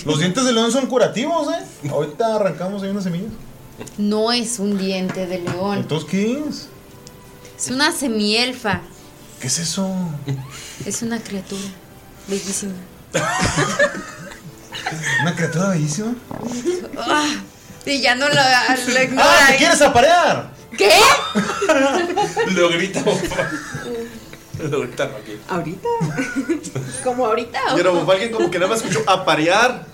S4: Los dientes de león son curativos, ¿eh? Ahorita arrancamos ahí unas semillas.
S2: No es un diente de león,
S4: ¿Entonces qué es?
S2: es una semielfa.
S4: ¿Qué es eso?
S2: Es una criatura bellísima.
S4: ¿Una criatura bellísima?
S2: Ah, y ya no la, la
S4: ¡Ah,
S2: ignora.
S4: te quieres aparear!
S2: ¿Qué?
S1: Lo grita, Bofal. Lo grita Rocky.
S6: ¿Ahorita? ¿Como ahorita? o
S3: Pero
S6: cómo?
S3: Bofal que como que nada más escuchó aparear.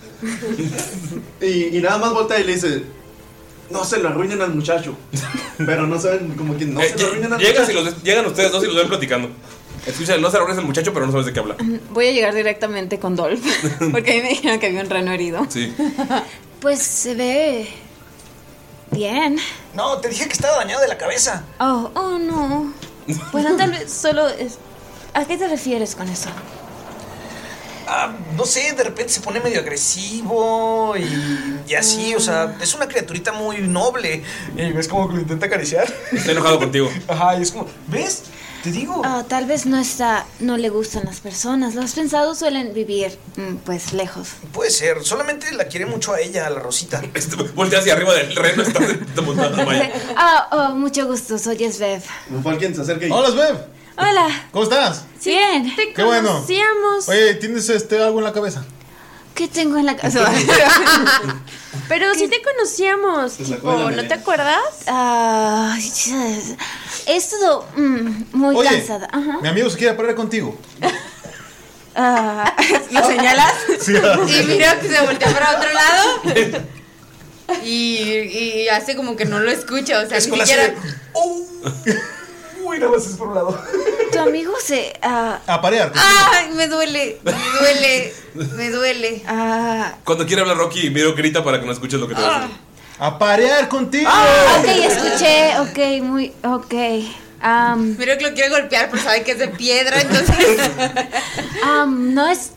S3: Y, y nada más voltea y le dice, no se lo arruinen al muchacho. Pero no saben, como que no
S1: Eh,
S3: se lo arruinen al
S1: Llegas y
S3: muchacho.
S1: los- llegan ustedes dos y los ven platicando. Escucha, no se lo el muchacho, pero no sabes de qué habla.
S7: Voy a llegar directamente con Dolph, porque a mí me dijeron que había un reno herido.
S1: Sí.
S7: Pues se ve bien.
S10: No, te dije que estaba dañado de la cabeza.
S7: Oh, oh Pues no. Bueno, tal vez solo es- ¿A qué te refieres con eso?
S10: Ah, no sé, de repente se pone medio agresivo y, y así, o sea, es una criaturita muy noble.
S5: Y ves como que lo intenta acariciar.
S1: Está enojado contigo.
S5: Ajá, y es como, ¿ves? Te digo.
S7: Ah, tal vez no está, no le gustan las personas. Los pensados suelen vivir, mm, pues, lejos.
S10: Puede ser, solamente la quiere mucho a ella, a la Rosita.
S1: Este, Voltea hacia arriba del reno, está montando Maya.
S7: Ah, oh, mucho gusto. Soy Svev.
S3: Bofal se acerca y...
S4: ¡Hola, Svev!
S7: Hola.
S4: ¿Cómo estás?
S7: bien.
S6: Te
S4: ¡Qué bueno!
S6: conocíamos.
S4: Oye, ¿tienes este algo en la cabeza?
S7: ¿Qué tengo en la casa?
S6: Pero sí te conocíamos.
S4: Se sacó
S6: tipo,
S4: de la
S6: Oh, ¿no
S4: media.
S6: te acuerdas?
S7: Ah, yes. he estado mm, muy
S4: Oye.
S7: cansada. Ajá.
S4: Mi amigo se quiere parar contigo.
S7: Ah, ¿Lo señalas?
S4: Sí.
S2: Y mira que se voltea para otro lado. Y, y hace como que no lo escucha, o sea,
S10: Es
S2: ni
S10: con la
S2: siquiera.
S10: Uy, nada más es por un lado.
S7: Tu amigo se. ah,
S4: Aparear.
S2: ¡Ay, me duele! Me duele, me duele.
S7: Ah,
S1: Cuando quiere hablar Rocky, miro grita para que no escuches lo que te va a decir.
S4: ¡A parear contigo!
S6: Ah.
S7: Ah, ok, escuché. Ok, muy. Ok. Um, Am,
S2: Mira que lo quiere golpear, pero sabe que es de piedra, entonces
S7: am, um, no es.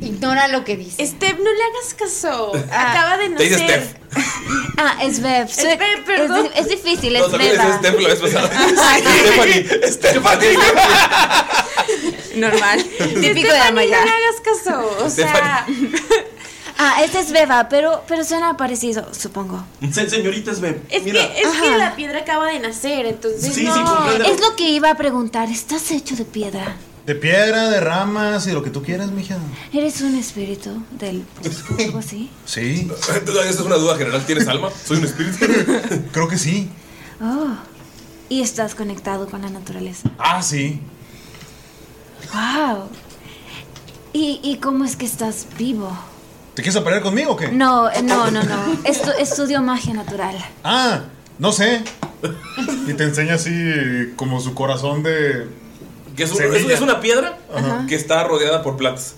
S2: ignora lo que dice.
S6: Steph, no le hagas caso. Acaba de
S1: Te dice
S6: nacer.
S1: Steph.
S7: Ah, es Bev. Soy-
S6: Es Bev, perdón.
S7: Es, di- es difícil,
S1: No,
S7: es
S1: también
S7: Beba.
S1: es Steph la vez pasada. Stephanie, Stephanie.
S3: este.
S7: Normal. Típico de
S6: Stephanie,
S7: Amaya.
S6: No le hagas caso. O sea,
S7: Ah, este es Beba, pero, pero suena parecido, supongo.
S3: Se- Señorita Svev,
S6: es
S3: mira.
S6: que, es que
S7: Ajá.
S6: la piedra acaba de nacer, entonces
S3: Sí, sí,
S6: no.
S3: comprendo.
S7: Es lo que iba a preguntar. ¿Estás hecho de piedra?
S4: De piedra, de ramas y lo que tú quieras, mija.
S7: ¿Eres un espíritu del bosque o algo así?
S4: Sí.
S1: Esa es una duda general. ¿Tienes alma? ¿Soy un espíritu?
S4: Creo que sí.
S7: Oh. Y estás conectado con la naturaleza.
S4: Ah, sí.
S7: ¡Wow! ¿Y, y cómo es que estás vivo?
S4: ¿Te quieres aparear conmigo o qué?
S7: No, eh, no, no, no. Estu- estudio magia natural.
S4: Ah, no sé. Y te enseña así como su corazón de.
S1: Que es, un-
S4: Semilla.
S1: es- es una piedra
S7: Ajá.
S1: que está rodeada por plantas.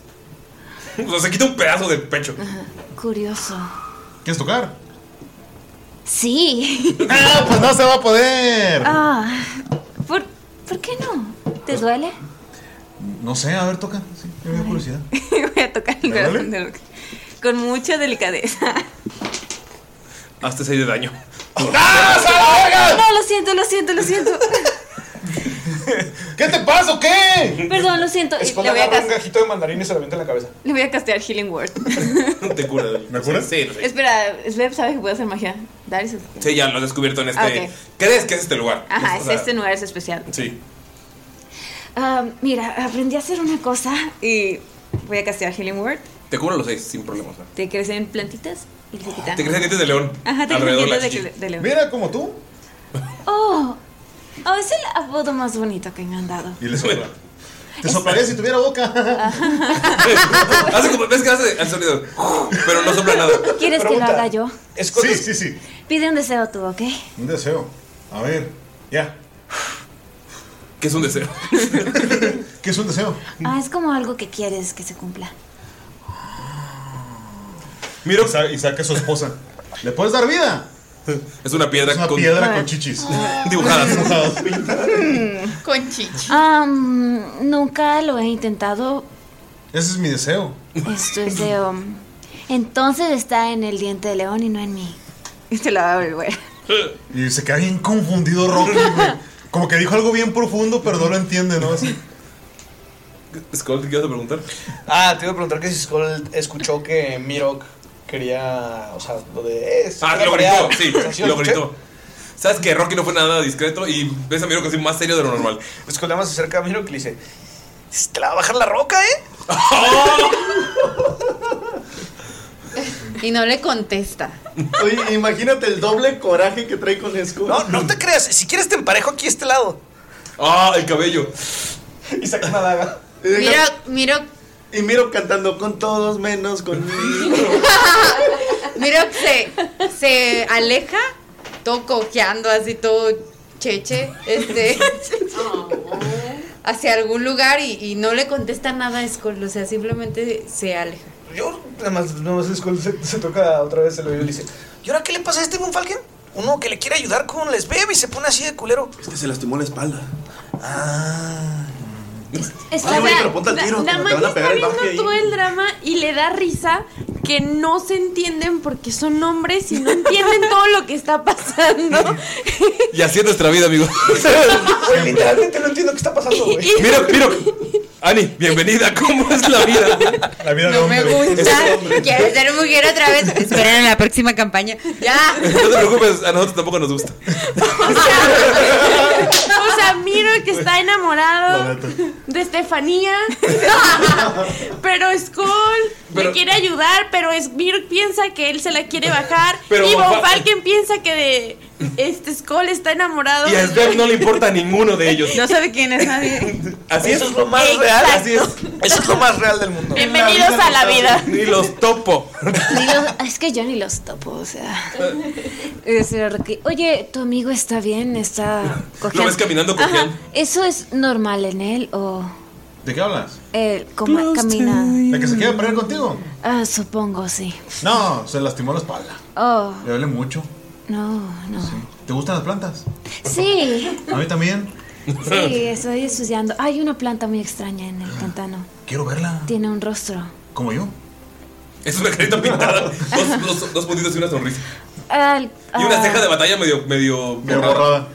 S1: O sea, se quita un pedazo del pecho.
S7: Curioso.
S4: ¿Quieres tocar?
S7: Sí.
S4: ¡Ah! Pues no se va a poder.
S7: Ah, ¿por, ¿por qué no? ¿Te duele?
S4: No sé, a ver, toca. Sí, yo me dio curiosidad.
S7: Voy a tocar el
S4: ¿Me
S7: corazón de Rock. Con mucha delicadeza.
S1: Hazte 6 de daño. ¡Ah,
S7: No, lo siento, lo siento, lo siento.
S4: ¿Qué te pasa o qué?
S8: Perdón, lo siento. Y
S5: Escola
S8: le voy a
S5: agarra un
S8: cas-
S5: gajito de mandarín y se lo avienta en la cabeza.
S7: Le voy a castear Healing Word.
S1: ¿Te cura?
S4: ¿Me curas?
S1: Sí, sí.
S7: Espera, Sveb sabe que puede hacer magia. Darius.
S1: Sí, ya lo he descubierto en este.
S7: Ah, ok.
S1: ¿Crees que es este lugar?
S7: Ajá,
S1: O
S7: es
S1: sea,
S7: este lugar es especial.
S1: Sí.
S7: Ah, mira, aprendí a hacer una cosa y voy a castear Healing Word.
S1: Te cubro los seis sin problemas. ¿no?
S7: Te crecen plantitas y te quitan.
S1: Te crecen dientes de león.
S7: Ajá, te crecen
S1: alrededor de la
S7: dientes de,
S1: chichi.
S7: cle- de león.
S4: Mira como tú.
S7: Oh, oh, es el apodo más bonito que me han dado.
S4: Y le sopla. Te soplaría si tuviera boca.
S1: Hace como, ¿Ves que hace el sonido? Pero no sopla nada.
S7: ¿Quieres que lo haga yo?
S4: Sí, sí, sí.
S7: Pide un deseo tú, ¿ok?
S4: Un deseo. A ver, ya.
S1: ¿Qué es un deseo?
S4: ¿Qué es un deseo?
S7: Ah, es como algo que quieres que se cumpla.
S4: Mira. Y sa- y saca a su esposa. ¿Le puedes dar vida?
S1: Es una piedra
S4: Es una
S1: con-
S4: piedra con chichis.
S1: Dibujadas.
S7: Con chichi. Ah, mm, nunca lo he intentado.
S4: Ese es mi deseo.
S7: Esto es de. um, entonces está en el diente de león y no en mí. Te lo va a volver.
S4: Y se queda bien confundido Rocky, güey. Como que dijo algo bien profundo, pero no lo entiende, ¿no? Así.
S1: Skull, ¿qué ibas a preguntar?
S5: Ah, te iba a preguntar que si Skull escuchó que Mirok quería. O sea, lo de. eh,
S1: Ah,
S5: se
S1: lo
S5: pelea.
S1: gritó, sí,
S5: O sea, sí
S1: lo
S5: escuché.
S1: gritó. ¿Sabes que Rocky no fue nada discreto y ves a Miro que soy más serio de lo normal?
S5: Skull nada Pues más se acerca a Mirok y le dice: Te la va a bajar la roca, ¿eh?
S2: Y no le contesta.
S3: Oye, imagínate el doble coraje que trae con Esco. No,
S5: no te creas. Si quieres, te emparejo aquí a este lado.
S1: Ah, el cabello.
S5: Y saca una daga.
S2: Miro, miro,
S3: Y miro cantando con todos menos conmigo.
S2: miro que se, se aleja, todo cojeando así, todo cheche, este, hacia algún lugar y, y no le contesta nada a Skull, o sea, simplemente se aleja.
S5: Yo, nada más, nada más Skull se, se toca otra vez el oído y le dice: ¿Y ahora qué le pasa a este Bunfalken? Uno que le quiere ayudar con les bebe y se pone así de culero.
S3: Es que se lastimó la espalda.
S6: Está
S3: Oye, güey,
S6: bien.
S3: pero ponte al
S6: Na-
S3: tiro,
S6: nada
S3: te
S6: más
S3: van a
S6: está
S3: pegar el
S6: viendo
S3: baje ahí.
S6: todo el drama y le da risa que no se entienden porque son hombres y no entienden todo lo que está pasando.
S1: Y así es nuestra vida, amigo.
S5: Güey, literalmente no entiendo qué está pasando, güey.
S1: Miro, Miro. Ani, bienvenida. ¿Cómo es la vida?
S4: La vida
S1: no
S2: Me gusta, quiero ser mujer otra vez, esperen en la próxima campaña. Ya,
S1: No te preocupes, a nosotros tampoco nos gusta.
S6: o sea, miro que está enamorado de Estefanía. pero Skull
S1: Pero-
S6: le quiere ayudar, pero es, Miro piensa que él se la quiere bajar.
S1: Pero
S6: y
S1: Von
S6: Von
S1: Fa-
S6: Falken piensa que de este Skull está enamorado.
S1: Y a Sveb no le importa a ninguno de ellos.
S6: sabe quién es nadie.
S1: Así es.
S5: Eso es lo más real. Así es. Eso es lo más real del mundo.
S7: Bienvenidos a la vida.
S1: Ni los topo.
S7: Ni los- es que yo ni los topo, o sea. Es raro que- Oye, ¿tu amigo está bien? ¿Está cojeando?
S1: Lo ves caminando
S7: Ajá.
S1: cojeando.
S7: ¿Eso es normal en él o
S4: ¿De qué hablas?
S7: él cómo camina?
S4: ¿De que se quiere pelear contigo?
S7: Ah, supongo, sí.
S4: No, se lastimó la espalda.
S7: Oh,
S4: Le duele mucho.
S7: no, no.
S4: ¿Te gustan las plantas?
S7: Sí,
S4: A mí también.
S7: sí, estoy estudiando. Hay una planta muy extraña en el pantano.
S4: Ah. Quiero verla.
S7: Tiene un rostro.
S4: Como yo.
S1: Es una carita pintada. Dos, dos, dos puntitos y una sonrisa.
S7: Ah,
S1: Y una
S7: ah,
S1: ceja de batalla medio. medio borrada.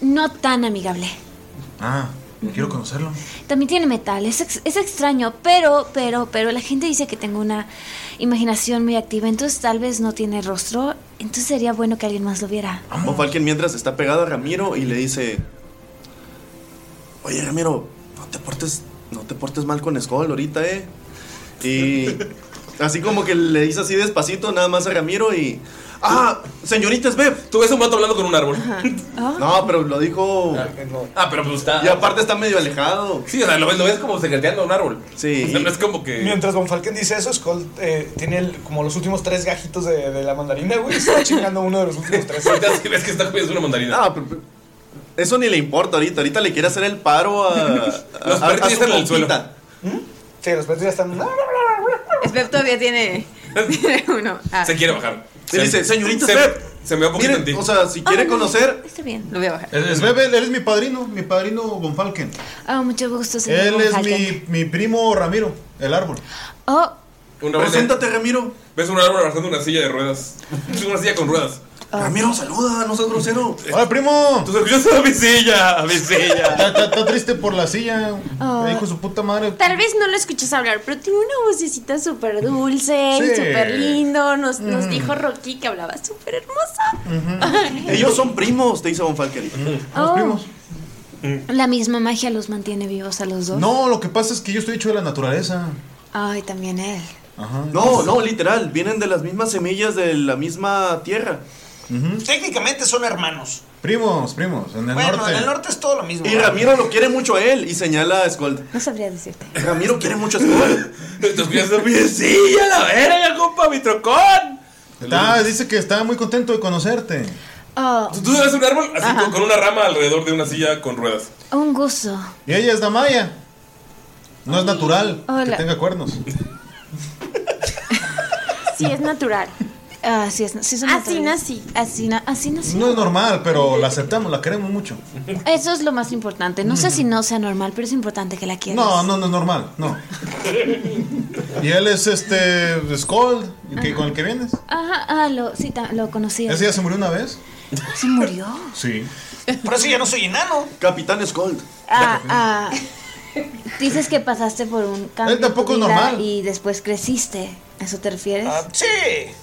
S7: No tan amigable.
S4: Ah, quiero conocerlo.
S7: También tiene metal, es, ex- es extraño, pero, pero, pero la gente dice que tengo una imaginación muy activa, entonces tal vez no tiene rostro, entonces sería bueno que alguien más lo viera.
S4: Ah,
S3: Von Falken mientras está pegado a Ramiro y le dice: Oye, Ramiro, no te portes, no te portes mal con Skull ahorita, eh. Y así como que le dice así despacito nada más a Ramiro y. Ah, señorita Sveb.
S1: Tú ves a un vato hablando con un árbol.
S7: Ah,
S3: No, pero lo dijo.
S1: Ah, pero pues está.
S3: Y aparte está medio alejado.
S1: Sí, o sea, lo ves, lo ves como secreteando a un árbol.
S3: Sí.
S1: O sea, no es como que.
S5: Mientras Von Falken dice eso, Skull eh, tiene el- como los últimos tres gajitos de, de la mandarina, güey. y Se está chingando uno de los últimos tres.
S1: Ahorita sí ves que está comiendo una mandarina.
S3: Ah, pero- pero eso ni le importa ahorita. Ahorita le quiere hacer el paro a. a-
S1: Los
S3: a-
S1: perritos
S3: a
S1: ya
S3: su
S1: están en el suelo.
S3: boquita.
S5: Sí, los perros ya están. "Ah,
S2: Sveb todavía tiene, tiene uno. Ah,
S1: Se quiere bajar.
S3: Se dice, "Señorita
S1: se,
S3: Steph".
S1: se me va un poquito en ti.
S3: Miren, o sea, si quiere conocer.
S7: Ah, Está bien.
S2: lo voy a bajar.
S4: Es bebé, eres mi padrino, mi padrino Von Falken.
S7: Ah, mucho gusto, señor.
S4: Él
S7: Von
S4: es
S7: Falken.
S4: mi, mi primo Ramiro, el árbol.
S7: Oh,
S1: Un árbol de-
S3: Preséntate, Ramiro.
S1: Ves un árbol abrazando una silla de ruedas. Es una silla con ruedas.
S7: Oh.
S3: Ramiro, saluda, no seas grosero.
S4: ¡Hola, primo!
S1: ¡Tus orgullosos a mi silla! ¡A mi silla!
S4: Está, está- está triste Este por la silla.
S6: Ah.
S4: Me dijo su puta madre.
S6: Tal vez no lo escuchas hablar, pero tiene una vocecita súper dulce,
S4: Sí.
S6: y súper lindo. Nos, nos
S3: Mm.
S6: dijo Rocky que hablaba súper hermoso.
S3: Ellos son primos, te dice Von Falken.
S7: Oh. Mm. La misma magia los mantiene vivos a los dos.
S4: No, lo que pasa es que yo estoy hecho de la naturaleza.
S7: Ay, también él.
S3: No, no, literal, vienen de las mismas semillas de la misma tierra.
S10: Técnicamente son hermanos.
S4: Primos, primos, en el
S10: bueno,
S3: norte.
S10: en el norte es todo lo mismo.
S3: Y Ramiro lo quiere mucho a él y señala a Skold.
S7: No sabría decirte.
S3: Ramiro quiere mucho a Skold.
S1: ¡Tus orgullosos pues, a mi silla! ¡La verga, compa! ¡Mi trocón!
S4: Está- dice que está muy contento de conocerte.
S7: Oh,
S1: Tú eres un árbol así con, con una rama alrededor de una silla con ruedas.
S7: un gusto.
S4: Y ella es Damaya. No es natural que
S7: Hola.
S4: tenga cuernos.
S6: Sí, es natural.
S7: Así es, Ah, sí son
S6: Así
S7: naturales.
S6: nací.
S7: Así, na- así nací.
S4: No es normal, pero la aceptamos, la queremos mucho.
S7: Eso es lo más importante. No sé si no sea normal, pero es importante que la quieras.
S4: No, no, no es normal, no. Y él es este Scold, que, con el que vienes.
S7: Ajá, ah, lo, sí, ta- lo conocí.
S4: ¿Ese ya se murió una vez?
S7: ¿Se murió?
S4: Sí.
S10: Por eso ya no soy enano.
S3: Capitán Scold.
S7: Ah, ah. Dices que pasaste por un cambio.
S3: Él tampoco
S7: en tu
S3: es
S7: vida
S3: normal.
S7: Y después creciste. ¿A eso te refieres?
S10: sí.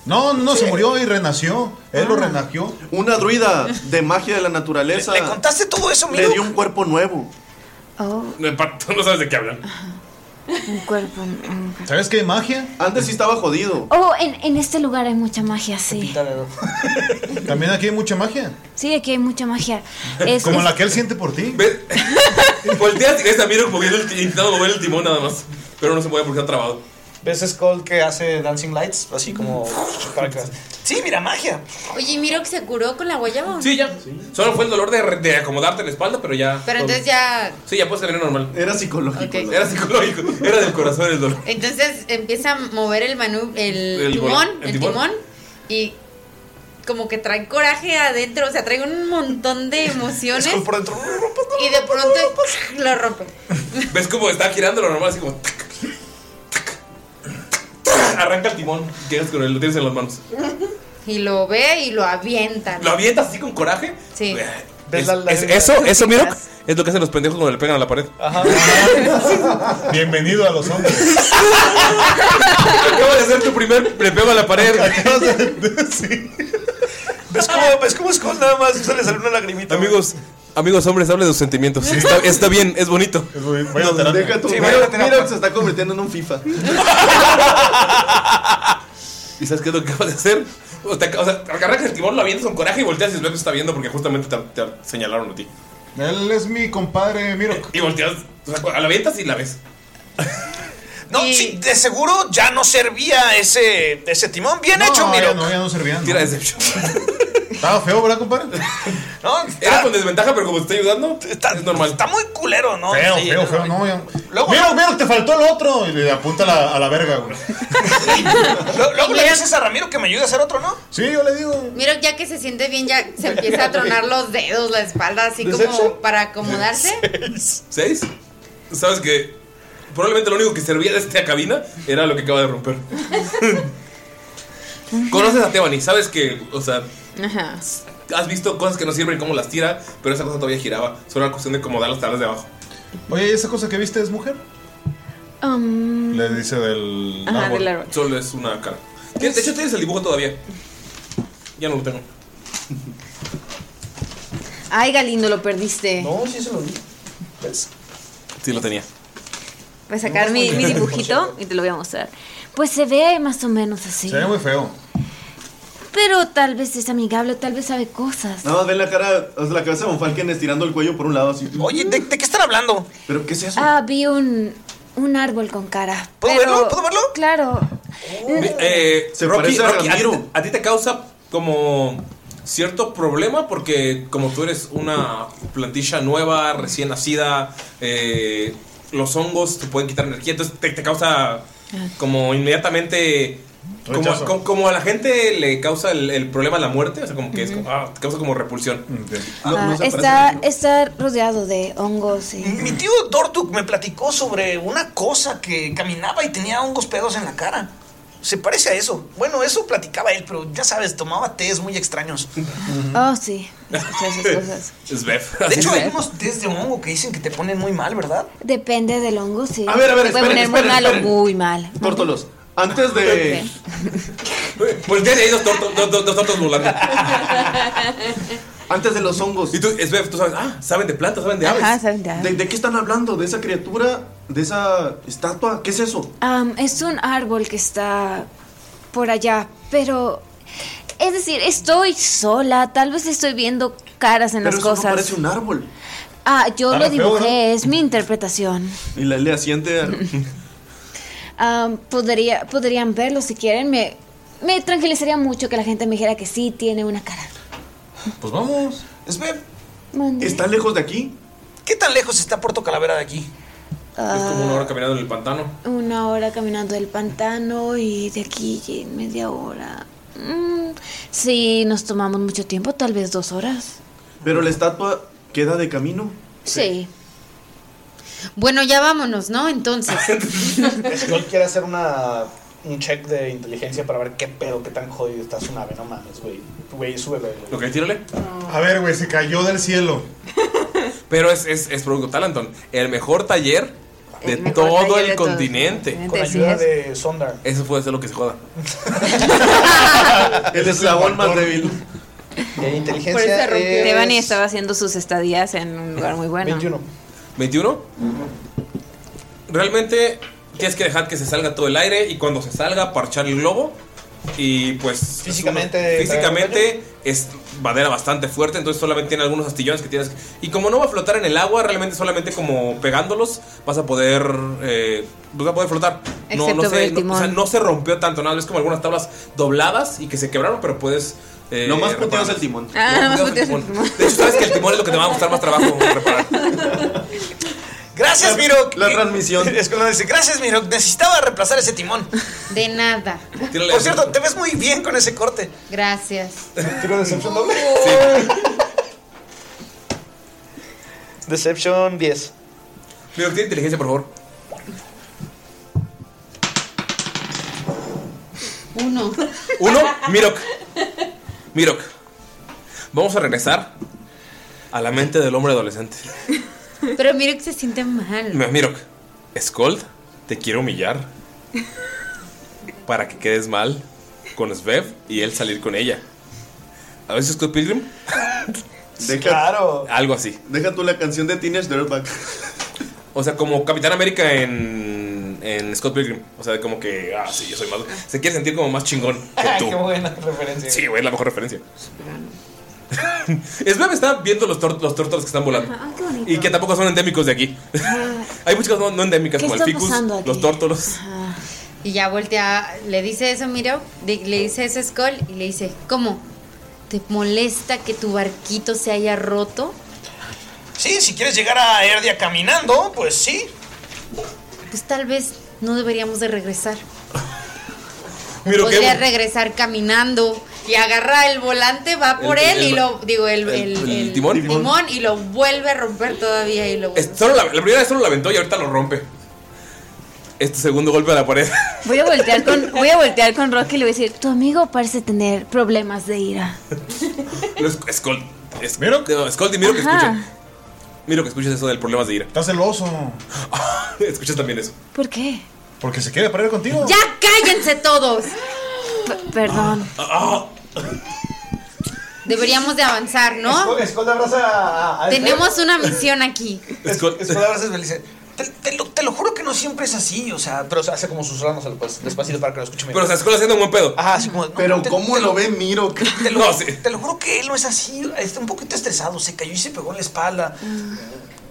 S4: No, no, se murió y renació. Él lo
S3: Ah.
S4: renació.
S3: Una druida de magia de la naturaleza.
S10: ¿Le contaste todo eso,
S3: Le dio un cuerpo nuevo.
S7: Oh,
S1: De par- Tú no sabes de qué hablan.
S7: un cuerpo. un-
S4: ¿Sabes qué hay magia?
S3: Antes sí estaba jodido.
S7: Oh, en, en este lugar hay mucha magia, sí.
S4: También aquí hay mucha magia.
S7: Sí, aquí hay mucha magia. Es,
S4: Como
S7: es-
S4: la que él siente por ti.
S1: Volteas y ves a Miro moviendo el, intentando mover el timón nada más. Pero no se puede porque está trabado.
S5: ¿Ves a Skull que hace Dancing Lights? Así como. para que- Sí, mira, magia.
S2: Oye, miro que se curó con la guayaba.
S1: Sí, ya. Solo fue el dolor de, re- de acomodarte la espalda, pero ya.
S2: Pero entonces ya.
S1: Sí, ya puedes caminar normal.
S3: Era psicológico.
S1: Era psicológico. Era del corazón el dolor.
S2: Entonces empieza a mover el manú, el,
S1: El
S2: timón,
S1: volante, el
S2: el
S1: timón.
S2: timón. y como que trae coraje adentro, o sea, trae un montón de emociones. y de pronto lo rompe.
S1: ¿Ves cómo está girando lo normal? Así como. tac, tac, tac. Arranca el timón. Llegas con él, lo tienes en las manos.
S2: Y lo ve y lo avienta. ¿no?
S1: Lo avientas así con coraje.
S2: Sí.
S1: Es- es- eso, eso, Miro, es lo que hacen los pendejos cuando le pegan a la pared.
S4: Bienvenido a los hombres.
S1: Acabas de hacer tu primer le pego a la pared.
S10: ¿Ves cómo, ves cómo Skull nada más se le sale una lagrimita?
S1: Amigos, amigos hombres, hable de sus sentimientos. Está, está bien, es bonito.
S3: No, deja tu-
S1: Sí,
S3: mira,
S1: vaya a terapia.
S3: mira, se está convirtiendo en un FIFA.
S1: ¿Y sabes qué es lo que acabas de hacer? O, te, o sea, agarras el timón, lo avientas con coraje y volteas y ves que está viendo porque justamente te, te señalaron a ti.
S4: Él es mi compadre, miro.
S1: Y volteas, o sea, la avientas y la ves.
S10: No, sí, de seguro ya no servía ese, ese timón. Bien
S4: No,
S10: hecho,
S4: ya
S10: miro.
S4: no, ya no servían.
S1: Tira decepción.
S4: Estaba feo, ¿verdad, compadre?
S10: No,
S1: Era con desventaja, pero como te estoy ayudando, es normal.
S10: Está muy culero, ¿no?
S4: Feo,
S10: Sí,
S4: feo,
S10: no.
S4: feo, no. ya- Miro, miro, te faltó el otro. Y le apunta a la, a la verga, güey.
S10: Lo- Luego le dices a Ramiro que me ayude a hacer otro, ¿no?
S4: Sí, yo le digo.
S2: Miro ya que se siente bien, ya se empieza a tronar los dedos, la espalda, así como
S1: ¿Deception?
S2: para acomodarse.
S1: ¿Seis? ¿Sabes que Probablemente lo único que servía de esta cabina era lo que acaba de romper. Conoces a Tebani, sabes que, o sea,
S8: Ajá.
S1: has visto cosas que no sirven y cómo las tira, pero esa cosa todavía giraba. Solo era cuestión de acomodar las tablas de abajo.
S4: Oye, ¿y esa cosa que viste es mujer?
S7: Um,
S4: Le dice del
S7: Ajá,
S4: árbol.
S7: del árbol.
S1: Solo es una cara. Tienes- De hecho, tienes el dibujo todavía. Ya no lo tengo.
S7: Ay, Galindo, lo perdiste.
S5: No, sí se lo vi. ¿Ves?
S1: Sí, lo tenía.
S7: Voy a sacar
S5: No,
S7: mi,
S5: muy
S7: mi
S5: bien.
S7: dibujito y te lo voy a mostrar. Pues se ve más o menos así.
S4: Se ve muy feo.
S7: Pero tal vez es amigable, tal vez sabe cosas.
S3: Nada más ven la cara, o sea, la cabeza de Von Falken estirando el cuello por un lado así.
S10: Oye, ¿de, de qué están hablando?
S3: ¿Pero qué es eso?
S7: Ah, vi un, un árbol con cara.
S10: ¿Puedo
S7: pero-
S10: verlo? ¿Puedo verlo?
S7: Claro.
S1: Eh,
S3: Se
S1: Rocky,
S3: parece a
S1: Rocky, a, ti,
S3: Ramiro.
S1: te- a ti te causa como cierto problema porque como tú eres una plantilla nueva, recién nacida, eh, los hongos te pueden quitar energía, entonces te, te causa como inmediatamente... Como,
S4: Rechazo.
S1: como- como a la gente le causa el, el problema la muerte, o sea, como que es como, ah, te causa como repulsión.
S7: Ah, está, está rodeado de hongos y...
S10: Mi tío Dortuk me platicó sobre una cosa que caminaba y tenía hongos pedos en la cara. Se parece a eso. Bueno, eso platicaba él, pero ya sabes, tomaba tés muy extraños.
S7: Oh, sí. Escuché esas cosas.
S1: Es Bef.
S10: De hecho, hay unos tés de hongo que dicen que te ponen muy mal, ¿verdad?
S7: Depende del hongo, sí.
S10: A ver, a ver,
S7: Te puede
S10: esperen,
S7: poner muy
S10: esperen,
S7: mal
S10: esperen.
S7: o muy mal.
S3: Tórtolos. Antes de.
S1: Pues tiene ahí dos tortos, dos, dos- dos tortos volando.
S3: Antes de los hongos.
S1: Y tú, es Bef, tú sabes, ah, saben de plantas, saben de aves.
S7: saben de
S3: ¿De, de qué están hablando? ¿De esa criatura? ¿De esa estatua? ¿Qué es eso?
S7: Am, es un árbol que está por allá, pero... Es decir, estoy sola, tal vez estoy viendo caras en
S3: Pero
S7: las
S3: eso no
S7: cosas.
S3: parece un árbol.
S7: Ah, yo
S3: Está
S7: lo
S3: re feo,
S7: dibujé, es mi interpretación.
S3: Y la le asiente. a-
S7: Am, podría, podrían verlo si quieren, me, me tranquilizaría mucho que la gente me dijera que sí tiene una cara.
S10: Pues vamos. Espera,
S7: Mande.
S3: ¿Está lejos de aquí?
S10: ¿Qué tan lejos está Puerto Calavera de aquí?
S1: Es como
S7: Ah,
S1: una hora caminando en el pantano.
S7: una hora caminando del pantano y de aquí y media hora. Mm, si nos tomamos mucho tiempo, tal vez dos horas.
S3: Pero la estatua queda de camino.
S7: Sí.
S2: Bueno, ya vámonos, ¿no? Entonces.
S5: Skull quiere hacer una, un check de inteligencia para ver qué pedo, qué tan jodido está su nave. No mames, güey. Güey, súbele, güey.
S1: Ok, tírale.
S4: A ver, güey, se cayó del cielo.
S1: Pero es, es, es producto Talanton. El mejor taller de todo
S5: taller
S1: el
S5: de todo el
S1: continente.
S5: Con ayuda de Sondar.
S1: Eso puede ser lo que se joda.
S3: el eslabón más débil.
S5: inteligencia
S8: Devani estaba haciendo sus estadías en un lugar muy bueno.
S1: 21. Realmente tienes que dejar que se salga todo el aire y cuando se salga parchar el globo y pues
S5: Físicamente,
S1: físicamente es madera bastante fuerte, entonces solamente tiene algunos astillones que tienes que- y como no va a flotar en el agua, realmente solamente como pegándolos vas a poder eh, vas a poder flotar. no
S8: Excepto
S1: no
S8: por
S1: se,
S8: el
S1: no- o sea,
S8: timón.
S1: no se rompió tanto, nada, es como algunas tablas dobladas y que se quebraron, pero puedes eh,
S3: Nomás
S1: repararlas.
S3: puteas el timón.
S8: Ah,
S1: No,
S8: nomás
S1: puteas el timón. De hecho, sabes que el timón es lo que te va a costar más trabajo reparar.
S10: Gracias, Mirok.
S3: La transmisión.
S10: Skull dice, gracias, Mirok. Necesitaba reemplazar ese timón.
S2: De nada.
S10: Por cierto, te ves muy bien con ese corte.
S2: Gracias.
S5: ¿Tiro Deception doble? Deception 10.
S1: Mira, tiene inteligencia, por favor.
S2: Uno.
S1: Uno, Mirok. Mirok. Vamos a regresar a la mente del hombre adolescente.
S2: Pero mira que se siente mal.
S1: Mirok, Skold te quiere humillar para que quedes mal con Svev y él salir con ella. A veces Scott Pilgrim,
S3: claro.
S1: algo así.
S3: Deja tú la canción de Teenage Dirtbag.
S1: O sea, como Capitán América en, en Scott Pilgrim. O sea, como que, ah, sí, yo soy más. Se quiere sentir como más chingón que tú.
S5: Qué buena referencia.
S1: Sí, güey, es la mejor referencia. Svev está viendo los, tor- los tórtolos que están volando.
S7: Ah, qué bonito.
S1: Y que tampoco son endémicos de aquí. Hay muchas cosas no, no endémicas,
S2: ¿Qué
S1: como el
S2: está
S1: ficus,
S2: pasando aquí?
S1: los tórtolos.
S2: Y ya voltea, le dice eso, mira, de- le dice eso a Skull y le dice, ¿cómo? ¿Te molesta que tu barquito se haya roto?
S10: Sí, si quieres llegar a Erdia caminando, pues sí.
S2: Pues tal vez no deberíamos de regresar.
S1: Mira, qué-
S2: Podría regresar caminando y agarra el volante, va por
S1: El-
S2: él
S1: el-
S2: y lo, digo, el, el-
S1: el
S2: el
S1: timón.
S2: timón. y lo vuelve a romper todavía y lo
S1: Es- solo la, la primera vez solo la aventó y ahorita lo rompe. Este segundo golpe a la pared.
S7: Voy a voltear con, voy a voltear con Rocky y le voy a decir, tu amigo parece tener problemas de ira.
S1: Lo es- Skull. es- no, Skull, miro que
S7: Ajá.
S1: escuchen. Miro que escuches eso del problemas de ira.
S4: Está celoso.
S1: escuchas también eso.
S7: ¿Por qué?
S4: Porque se quiere parar contigo.
S2: ¡Ya cállense todos!
S7: perdón.
S1: Ah,
S2: Deberíamos de avanzar, ¿no?
S5: Skull- Skull abraza a- a- a-
S2: Tenemos una misión aquí.
S5: Skull abraza a Skull y dice, te, te lo, te lo juro que no siempre es así, o sea, pero o sea, hace como susurrándose pues, despacito para que lo escuche.
S1: Pero o sea, Skull haciendo un buen pedo.
S10: Ajá, así como.
S3: Pero ¿cómo lo ve Miro?
S10: Te lo, te lo juro que él no es así. Está un poquito estresado. Se cayó y se pegó en la espalda.
S5: Mm.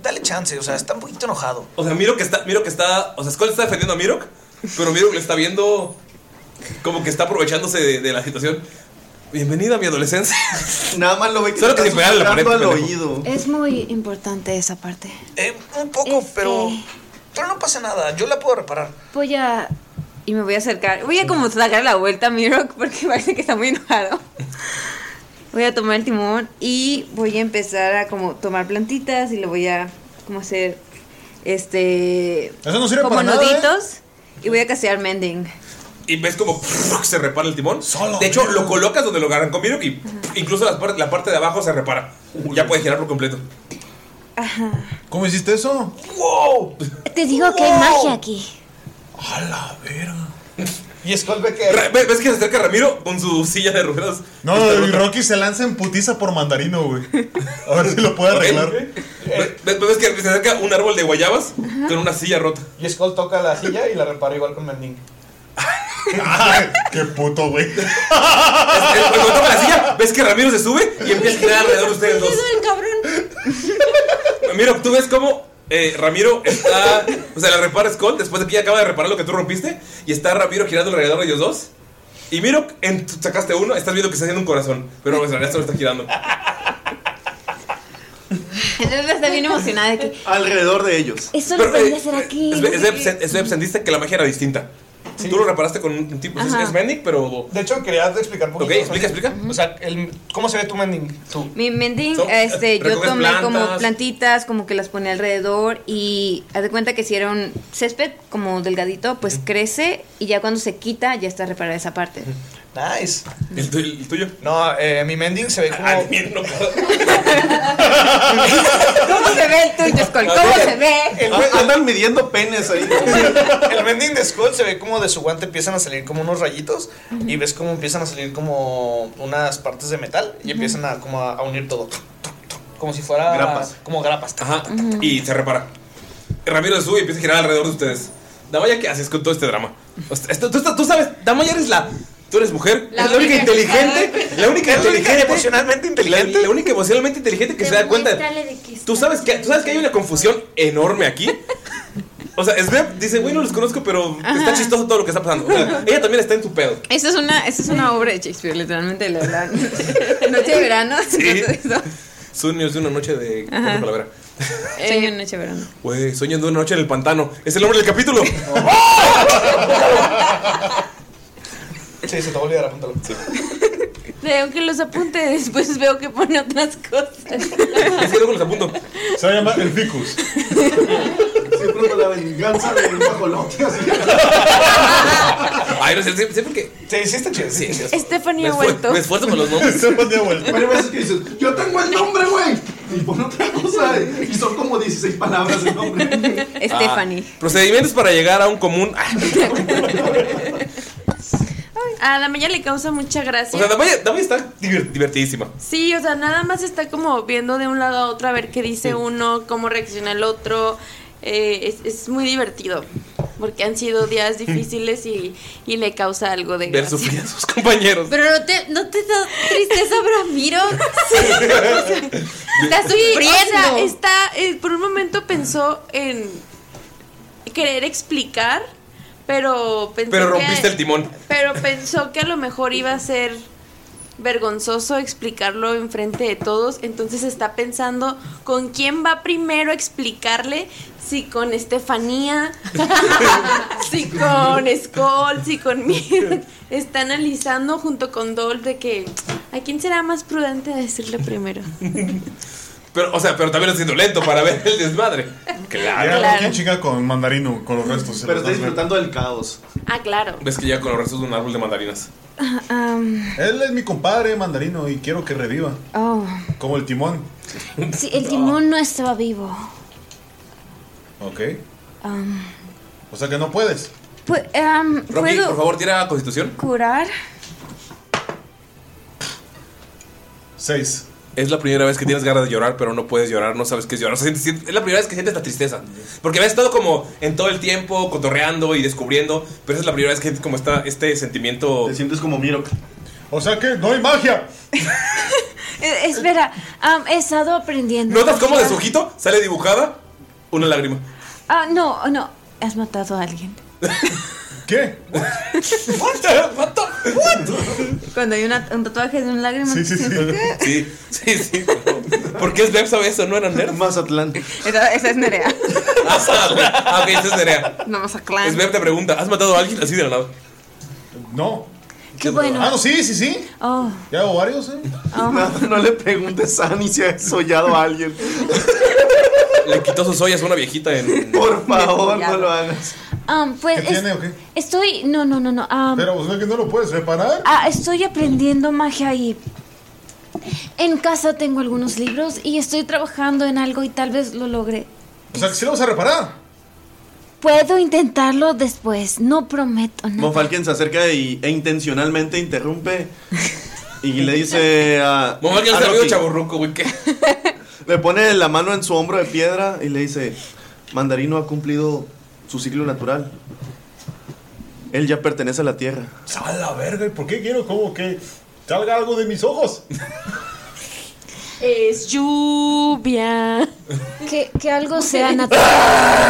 S10: Dale chance, o sea, está un poquito enojado.
S1: O sea, miro que está. Miro que está. O sea, Skull está defendiendo a Mirok. Pero Mirok le está viendo. Como que está aprovechándose de, de la situación. Bienvenida a mi adolescencia.
S3: Nada más lo ve
S1: Solo que le pegaron la pared.
S3: susurrando al
S1: pendejo. Eh,
S7: Es muy importante esa parte. Este,
S10: Un poco, pero. Pero no pasa nada. Yo la puedo reparar.
S8: Voy a. Y me voy a acercar. Voy a como sacar la vuelta a Mirok porque parece que está muy enojado. Voy a tomar el timón y voy a empezar a como tomar plantitas y lo voy a como hacer este.
S4: Eso no sirve
S8: como
S4: para nada,
S1: ¿eh?
S8: nuditos. Y voy a castear mending.
S1: y ves como se repara el timón. De hecho, lo colocas donde lo agarran con vidrio y incluso las par- la, parte de abajo se repara. Ya puedes girar por completo.
S12: Ajá.
S4: ¿Cómo hiciste eso?
S10: ¡Wow!
S12: Te digo que hay
S10: Wow.
S12: magia aquí.
S10: A la verga.
S1: Y Skull ve que. ¿Ves que se acerca Ramiro con su silla de ruedas?
S4: No, y Rocky se lanza en putiza por mandarino, güey. A ver si lo puede arreglar.
S1: ¿Ves, ves que se acerca un árbol de guayabas
S5: Ajá.
S1: con una silla rota?
S5: Y Skull toca la silla y la repara igual con Mending.
S4: ¡Qué puto, güey!
S1: Cuando toca la silla, ves que Ramiro se sube y empieza a girar alrededor de ustedes dos.
S6: el cabrón.
S1: Ramiro, tú ves cómo eh, Ramiro está. O sea, la repara Skull después de que ella acaba de reparar lo que tú rompiste. Y está Ramiro girando alrededor de ellos dos. Y Miro, en- sacaste uno, estás viendo que está haciendo un corazón. Pero pues, en realidad solo está girando.
S7: Entonces está bien emocionada de que.
S1: Alrededor de ellos.
S7: Eso lo
S1: Pero,
S7: podía
S1: eh,
S7: hacer aquí.
S1: Es- es- es- es- Sentiste que la magia era distinta. Tú lo reparaste con un tipo. Es,
S5: Ajá.
S1: es Mendic, pero.
S5: De hecho, quería explicar un poquito.
S1: Ok, explica, explica.
S5: O sea, el- ¿cómo se ve tu Mending? Tú.
S8: Mi mending,
S5: Son-
S8: este, yo
S5: recoges
S8: tomé como
S5: plantas.
S8: plantitas, como que las ponía alrededor y haz de cuenta que si era un césped como delgadito, pues crece y ya cuando se quita ya está reparada esa parte.
S5: Nice.
S1: ¿El, tuyo? Ah,
S5: No, eh, mi Mending se ve como.
S8: ¿Cómo se ve el tuyo, Skull?
S5: ¿Cómo
S8: se
S5: Ah, El
S8: ve?
S5: güey-
S3: Andan midiendo penes ahí.
S5: El bending de Skull se ve como de su guante empiezan a salir como unos rayitos y ves como empiezan a salir como unas partes de metal y empiezan a como a, a unir todo. Como si fuera
S1: Grapas.
S5: como grapas.
S1: Ajá, y se repara. Ramiro se sube y empieza a girar alrededor de ustedes. Damaya, ¿qué haces con todo este drama? O sea, esto- tú, estás- tú sabes, Damaya eres la. Tú eres mujer,
S5: La
S1: eres la única
S5: única-
S1: inteligente, la única
S5: Es la única
S1: inteligente,
S5: emocionalmente inteligente.
S1: la, la única emocionalmente inteligente que se da cuenta.
S12: Muéstrale de qué
S1: Tú sabes que tú sabes que hay una confusión enorme aquí. O sea, Sveb dice, güey, no los conozco, pero está
S8: Ajá.
S1: chistoso todo lo que está pasando. O sea, ella también está en tu pedo.
S8: Esa es una, esa es una obra de Shakespeare, literalmente la verdad. Noche de verano.
S1: Sí. Sueños de una noche de
S8: Ajá.
S1: Corta Calavera.
S8: Sueño de noche de verano.
S1: Güey, sueños de una noche en el pantano. Es el nombre del capítulo.
S5: Oh. Sí, se te va a olvidar, apúntalo.
S6: Veo que los apunte, después veo que pone otras cosas.
S1: Es que luego los apunto.
S4: Se va a llamar el ficus.
S3: Siempre con la venganza de un guajolote. así.
S1: Ay, no sé, sé, sé por qué.
S5: Sí, sí está chido. Sí,
S6: Este Stephanie
S1: Me
S6: ha
S1: esfuer-
S6: vuelto.
S1: Me esfuerzo con los nombres.
S3: Varias veces que dices, yo tengo el nombre, güey. Y pon otra cosa. eh, Y son como 16 palabras el nombre.
S8: Stephanie.
S1: Ah, procedimientos para llegar a un común. Ah,
S6: A la Maya le causa mucha gracia.
S1: o sea, Damaya, Damaya está divert- divertidísima.
S6: Sí, o sea, nada más está como viendo de un lado a otro a ver qué dice uno, cómo reacciona el otro. Eh, es, es muy divertido, porque han sido días difíciles y, y le causa algo de
S1: Ver
S6: gracia.
S1: sufrir a sus compañeros.
S6: Pero no te, no te da tristeza, Bramiro. La estoy
S12: Sufriendo.
S6: o sea, está, eh, por un momento pensó en querer explicar, pero pensó
S1: Pero
S6: que-
S1: rompiste el timón.
S6: pero pensó que a lo mejor iba a ser vergonzoso explicarlo enfrente de todos, entonces está pensando con quién va primero a explicarle, si con Estefanía, si con Skull, si con Mir. Está analizando junto con Dolph de que a quién será más prudente decirle primero.
S1: Pero, o sea, pero también haciendo lento para ver el desmadre.
S4: Llega
S1: Claro.
S6: Claro.
S4: Rocky chinga con mandarino, con los restos.
S3: Pero está
S4: disfrutando
S3: del caos.
S6: Ah, claro.
S1: Ves que ya con los restos de un árbol de mandarinas.
S7: Um,
S4: Él es mi compadre mandarino y quiero que reviva.
S12: Oh.
S4: Como el timón.
S12: Sí, el timón no estaba vivo.
S4: Ok.
S7: Um,
S12: Am,
S4: O sea que no puedes.
S12: pu- am,
S1: Rocky,
S12: ¿Puedo
S1: por favor, tira constitución.
S12: curar?
S4: Seis.
S1: Es la primera vez que tienes ganas de llorar, pero no puedes llorar, no sabes qué es llorar. O sea, sientes- sientes- es la primera vez que sientes la tristeza. Porque habías estado como en todo el tiempo, cotorreando y descubriendo, pero esa es la primera vez que sientes como está este sentimiento. Te
S3: sientes como Miro.
S4: O sea que no hay magia.
S12: Eh, espera,
S7: um,
S12: am, he estado aprendiendo.
S1: ¿Notas cómo de su
S12: confiar.
S1: ojito sale dibujada una lágrima?
S12: Ah,
S7: oh,
S12: no, no. Has matado a alguien.
S4: ¿Qué?
S8: Cuando hay una- un tatuaje de un lágrima.
S1: Sí, sí, sí. Sí, sí, sí. ¿Por qué es Beb sabe eso? ¿No era nerd?
S3: Mazatlán.
S8: Esa, esa es Nerea.
S1: Ah, ok, esa es Nerea.
S8: No más aclarar.
S1: Es Beb te pregunta, ¿has matado a alguien así de la nada?
S4: No.
S12: Qué bueno.
S4: Ah, no, sí, sí, sí.
S12: Oh,
S4: Ya hago varios, ¿eh?
S12: oh.
S3: Ah, No, no le preguntes a Ani si ha soñado a alguien.
S1: Le quitó sus ollas a una viejita en.
S3: Por favor, no lo hagas.
S7: Um, pues
S4: ¿Qué
S7: es-
S4: tiene o qué?
S7: estoy. No, no, no, no. um,
S4: Pero pues, ¿no es que no lo puedes reparar.
S7: ah, estoy aprendiendo magia y. En casa tengo algunos libros y estoy trabajando en algo y tal vez lo logre.
S4: O sea, que sí lo vas a reparar.
S7: Puedo intentarlo después, no prometo nada.
S3: Monfalken se acerca y- e intencionalmente interrumpe y le dice a.
S1: Monfalken es el amigo
S3: chaburruco, güey. Le pone la mano en su hombro de piedra y le dice: Mandarino ha cumplido su ciclo natural. Él ya pertenece a la tierra.
S4: A la verga, ¿y por qué quiero como que salga algo de mis ojos?
S7: Es lluvia. Que, que algo sea natural.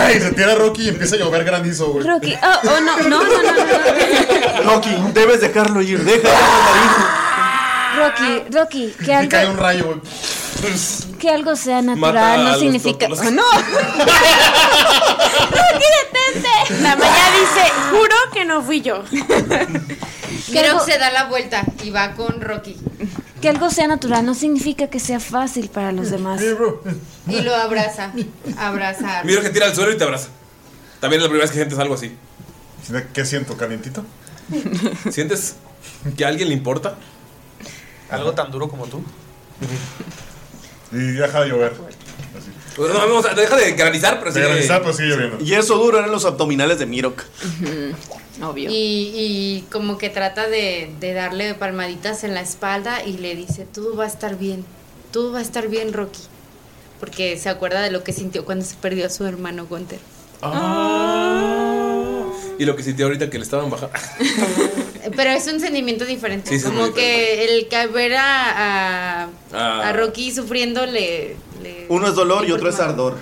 S4: ¡Ay! Se tira Rocky y empieza a llover granizo, güey.
S7: Rocky. Oh, oh, no, no, no, no, no.
S3: Rocky, debes dejarlo ir. Déjalo, mandarino.
S2: Ah.
S7: Rocky, Rocky, que
S3: Me cae
S7: algo,
S3: un rayo, güey.
S7: que algo sea
S3: Mata a
S7: natural no
S3: los
S7: significa.
S3: tóxilos.
S13: Ah,
S7: Oh, no.
S6: ¡Rocky, detente! La Maya dice, juro que no fui yo.
S2: Creo que se da la vuelta y va con Rocky.
S7: Que algo sea natural no significa que sea fácil para los demás.
S2: Y lo abraza. Abraza. a
S1: Miro que tira al suelo y te abraza. También es la primera vez que sientes algo así.
S4: ¿Qué siento, calientito?
S1: ¿Sientes que a alguien le importa?
S5: Algo tan duro como tú.
S4: Y deja de llover.
S1: Pues No, no, o sea, deja de granizar, pero
S4: De
S1: sigue-
S4: granizar, pero sigue lloviendo.
S3: Y eso duro eran los abdominales de Mirok.
S2: Y, y como que trata de, de darle palmaditas en la espalda y le dice, todo va a estar bien, todo va a estar bien, Rocky. Porque se acuerda de lo que sintió cuando se perdió a su hermano Gunther.
S1: Ah. Y lo que sintió ahorita que le estaban bajando.
S2: Pero es un sentimiento diferente.
S1: Sí, sí,
S2: como
S1: muy
S2: que el que ver a, a,
S3: Ah.
S2: a Rocky sufriendo le... le-
S3: Uno es dolor y otro es ardor.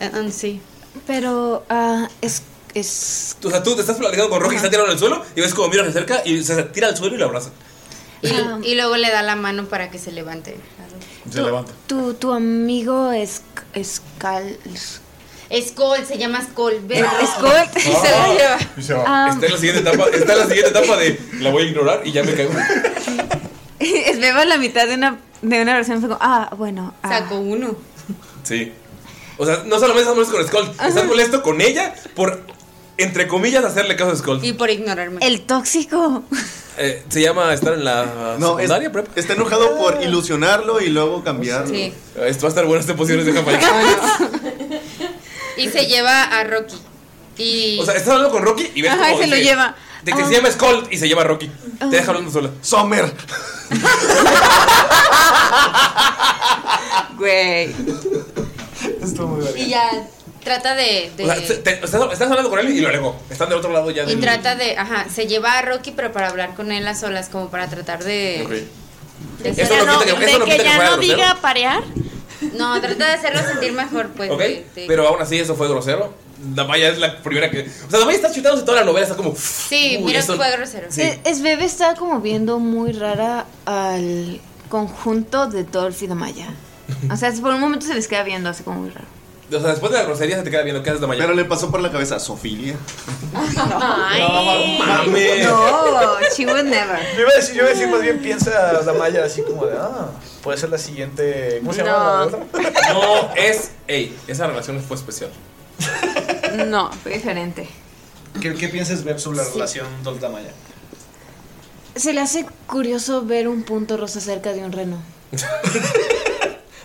S2: Ah, ah, sí.
S13: Pero ah, es, es
S1: O sea, tú te estás platicando con Rocky, está tirado en el suelo y ves como mira se acerca y se tira al suelo y lo abraza.
S2: Y,
S13: ah.
S2: y luego le da la mano para que se levante.
S1: Se levanta.
S13: Tu, tu amigo es, es Cal.
S2: Es Cole, se llama Cole.
S13: Eh, es Cole.
S2: Y se lo lleva.
S4: Y se
S13: va. Ah.
S1: Está en la siguiente etapa, está en la siguiente etapa de la voy a ignorar y ya me caigo.
S13: Esbeba la mitad de una, de una versión. Fue como, ah, bueno. Saco
S2: uno.
S1: Sí. O sea, no solamente estás molesto con Skull, estás molesto con ella por, entre comillas, hacerle caso a Skull.
S2: Y por ignorarme.
S13: El tóxico.
S1: Eh, se llama estar en la
S3: No, es-
S1: secundaria, prep.
S3: Está enojado por ilusionarlo y luego cambiarlo.
S2: Ah. Sí.
S1: Eh, Esto va a estar bueno, estas posiciones de campaña.
S2: Y se lleva a Rocky. Y
S1: O sea, estás hablando con Rocky y ves
S2: Ajá,
S1: cómo
S2: y se lo
S1: dice,
S2: lleva.
S1: De que
S2: Ah.
S1: se llama Skull y se lleva a Rocky.
S2: Ah.
S1: Te deja hablando sola.
S3: Summer.
S13: Güey.
S3: Esto muy
S2: y ya trata de... de-
S1: O sea, se- te- estás, estás hablando con él y lo alejó. Están del otro lado ya.
S2: y
S1: del-
S2: trata de... Ajá, se lleva a Rocky, pero para hablar con él a solas, como para tratar de...
S1: Ok.
S2: de
S1: Eso no quita que- eso no quita que fuera grosero.
S2: parear. No, trata de hacerlo sentir mejor, pues.
S1: Ok,
S2: de- de-
S1: pero aún así eso fue grosero. Damaya es la primera que. O sea, Damaya está chutándose toda la novela, está como.
S2: Sí,
S1: "Uy,
S2: mira,
S1: esto-
S2: fue grosero.
S7: Eh,
S1: Sí.
S13: Es- Esbeba está como viendo muy rara al conjunto de Dolph y Damaya. O sea, por un momento se les queda viendo así como muy raro.
S1: O sea, después de la grosería se te queda viendo qué haces Damaya.
S3: Pero le pasó por la cabeza Sofilia.
S13: Ay.
S1: No mames.
S13: No, Oh, she would never.
S5: Yo iba a decir, yo iba a decir más bien piensa Damaya así como de, ah, puede ser la siguiente. ¿Cómo se llama la
S13: No.
S5: otra?
S1: No es. Ey, esa relación fue especial.
S13: No, fue diferente.
S14: ¿Qué, qué piensas, Beb, sobre la relación Dolph Damaya?
S13: Se le hace curioso ver un punto rosa cerca de un reno.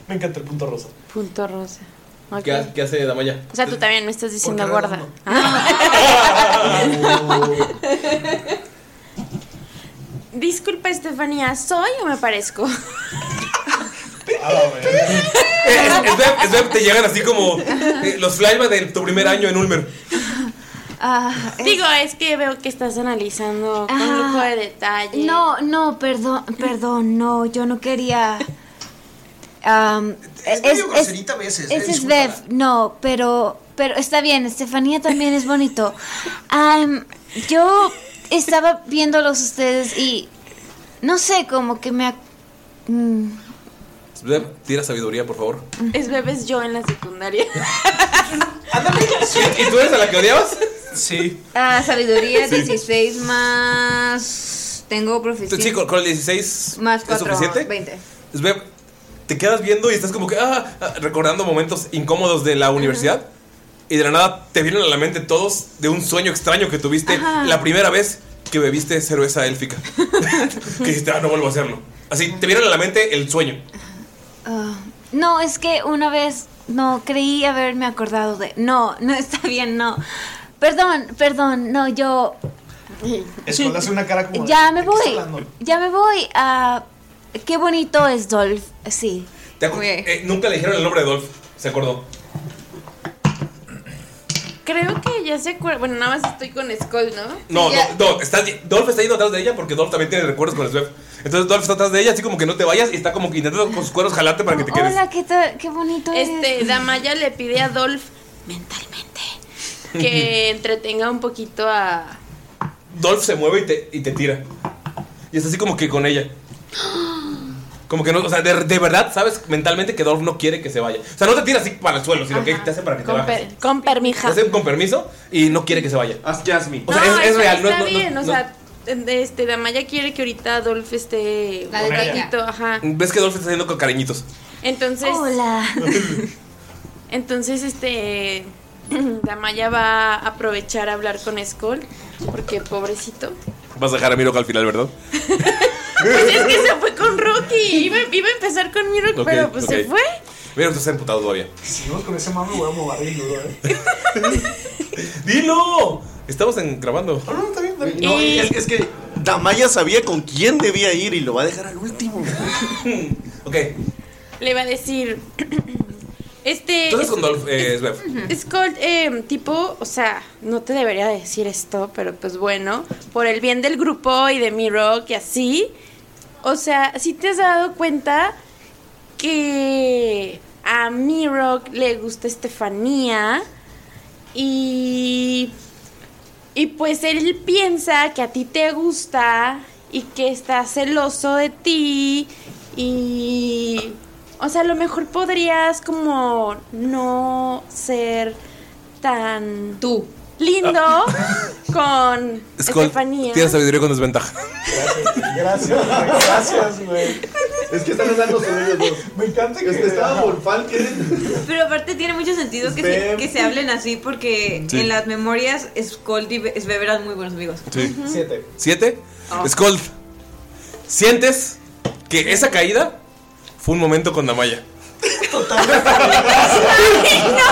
S5: Me encanta el punto rosa.
S13: Punto rosa.
S1: ¿Qué, ha- qué hace Damaya?
S6: O sea, tú también me estás diciendo Ah. gorda.
S1: Ah,
S2: Ah,
S6: Disculpa, Estefanía, ¿soy o me parezco?
S1: Ah, Es, es Beb- es Beb, te llegan así como eh, los flashbacks de tu primer año en Ulmer.
S6: Digo, es que veo que estás analizando con
S7: Ah,
S6: lujo de detalle.
S7: No, no, perdón, perdón, no, yo no quería. Am,
S6: Es medio groserita a veces, eh,
S7: ese es
S6: discúlpala.
S7: Bev, no, pero, pero está bien, Estefanía también es bonito. Am, yo estaba viéndolos ustedes y no sé, como que me... ac- mm,
S1: Beb, tira sabiduría, por favor.
S6: Es bebés yo en la secundaria.
S1: ¿Y, y tú eres a la que odiabas?
S5: Sí.
S13: Ah, sabiduría
S1: Sí.
S13: 16 más. Tengo
S1: Tú,
S13: profesión.
S1: chico, con el 16
S13: Más
S1: es
S13: 4.
S1: suficiente.
S13: 20.
S1: Sveb, te quedas viendo y estás como que ah, ah, recordando momentos incómodos de la universidad. Y de la nada te vienen a la mente todos de un sueño extraño que tuviste
S8: Ajá.
S1: la primera vez que bebiste cerveza élfica. que dijiste, ah, no vuelvo a hacerlo. Así te vienen a la mente el sueño.
S8: Ah, no, es que una vez no creí haberme acordado de. No, no está bien, no. Perdón, perdón, no, yo.
S5: Skull hace una cara como. de,
S8: Ya me
S5: "¿De qué está
S8: voy.
S5: hablando?".
S8: Ya me voy. ah, qué bonito es Dolph. Sí.
S1: ¿Te acu- eh, nunca le dijeron el nombre de Dolph, se acordó.
S6: Creo que ya se acuerda. Bueno, nada más estoy con Skull, ¿no?
S1: No,
S6: Ya-
S1: no, no, está- Dolph está yendo atrás de ella porque Dolph también tiene recuerdos con el Swef. Entonces Dolph está atrás de ella, así como que no te vayas y está como que intentando con sus cueros jalarte para que te quedes.
S6: qué, bonito Este, Damaya le pide a Dolph mentalmente que entretenga un poquito a...
S1: Dolph se mueve y te, y te tira. Y está así como que con ella. Como que no, o sea, de, de verdad sabes mentalmente que Dolph no quiere que se vaya. O sea, no te tira así para el suelo, sino que te hace para que te
S6: Con,
S1: bajes.
S6: per- con permija.
S1: Te hace con permiso y no quiere que se vaya.
S3: Haz Jasmine.
S1: O sea, es, es
S6: eso
S1: real, no
S6: Está
S1: no- no-
S6: bien, o
S1: no-
S6: sea, este, Damaya quiere que ahorita Dolph esté...
S1: de Con ella.
S6: poquito, ajá.
S1: Ves que Dolph está haciendo con cariñitos.
S6: Entonces. Hola. Entonces, este. Damaya va a aprovechar a hablar con Skull. Porque pobrecito.
S1: Vas a dejar a Miroca al final, ¿verdad?
S6: Pues es que se fue con Rocky. Iba, iba a empezar con Miro,
S1: Ok,
S6: pero pues
S1: ok.
S6: se fue.
S1: Mira, tú estás emputado todavía.
S5: Seguimos con ese mame, voy a mover el nudo, eh.
S1: ¡Dilo! Estamos en, grabando.
S3: No, es, es que Damaya sabía con quién debía ir y lo va a dejar al último.
S1: ok.
S6: Le va a decir. Este.
S1: Entonces con Dolph, eh, Svev.
S6: Skull, eh, tipo, o sea, no te debería decir esto, pero pues bueno, por el bien del grupo y de mi rock y así, o sea, si te has dado cuenta que a mi rock le gusta Estefanía y, y pues él piensa que a ti te gusta y que está celoso de ti y o sea, a lo mejor podrías como no ser tan tú lindo
S1: Ah.
S6: con
S1: Skull,
S6: Estefanía.
S1: tienes sabiduría con desventaja.
S5: Gracias, güey. Gracias, güey.
S3: Es que están hablando sobre ellos dos.
S5: Me encanta que.
S3: Este estaba por
S13: Pero aparte tiene mucho sentido que se,
S3: Sveb.
S13: que se hablen así porque
S1: Sí.
S13: en las memorias Skold y Be- Sveb eran muy buenos amigos.
S1: Sí.
S5: Siete.
S1: ¿Siete?
S13: Oh.
S1: Skull, sientes que esa caída fue un momento con Damaya.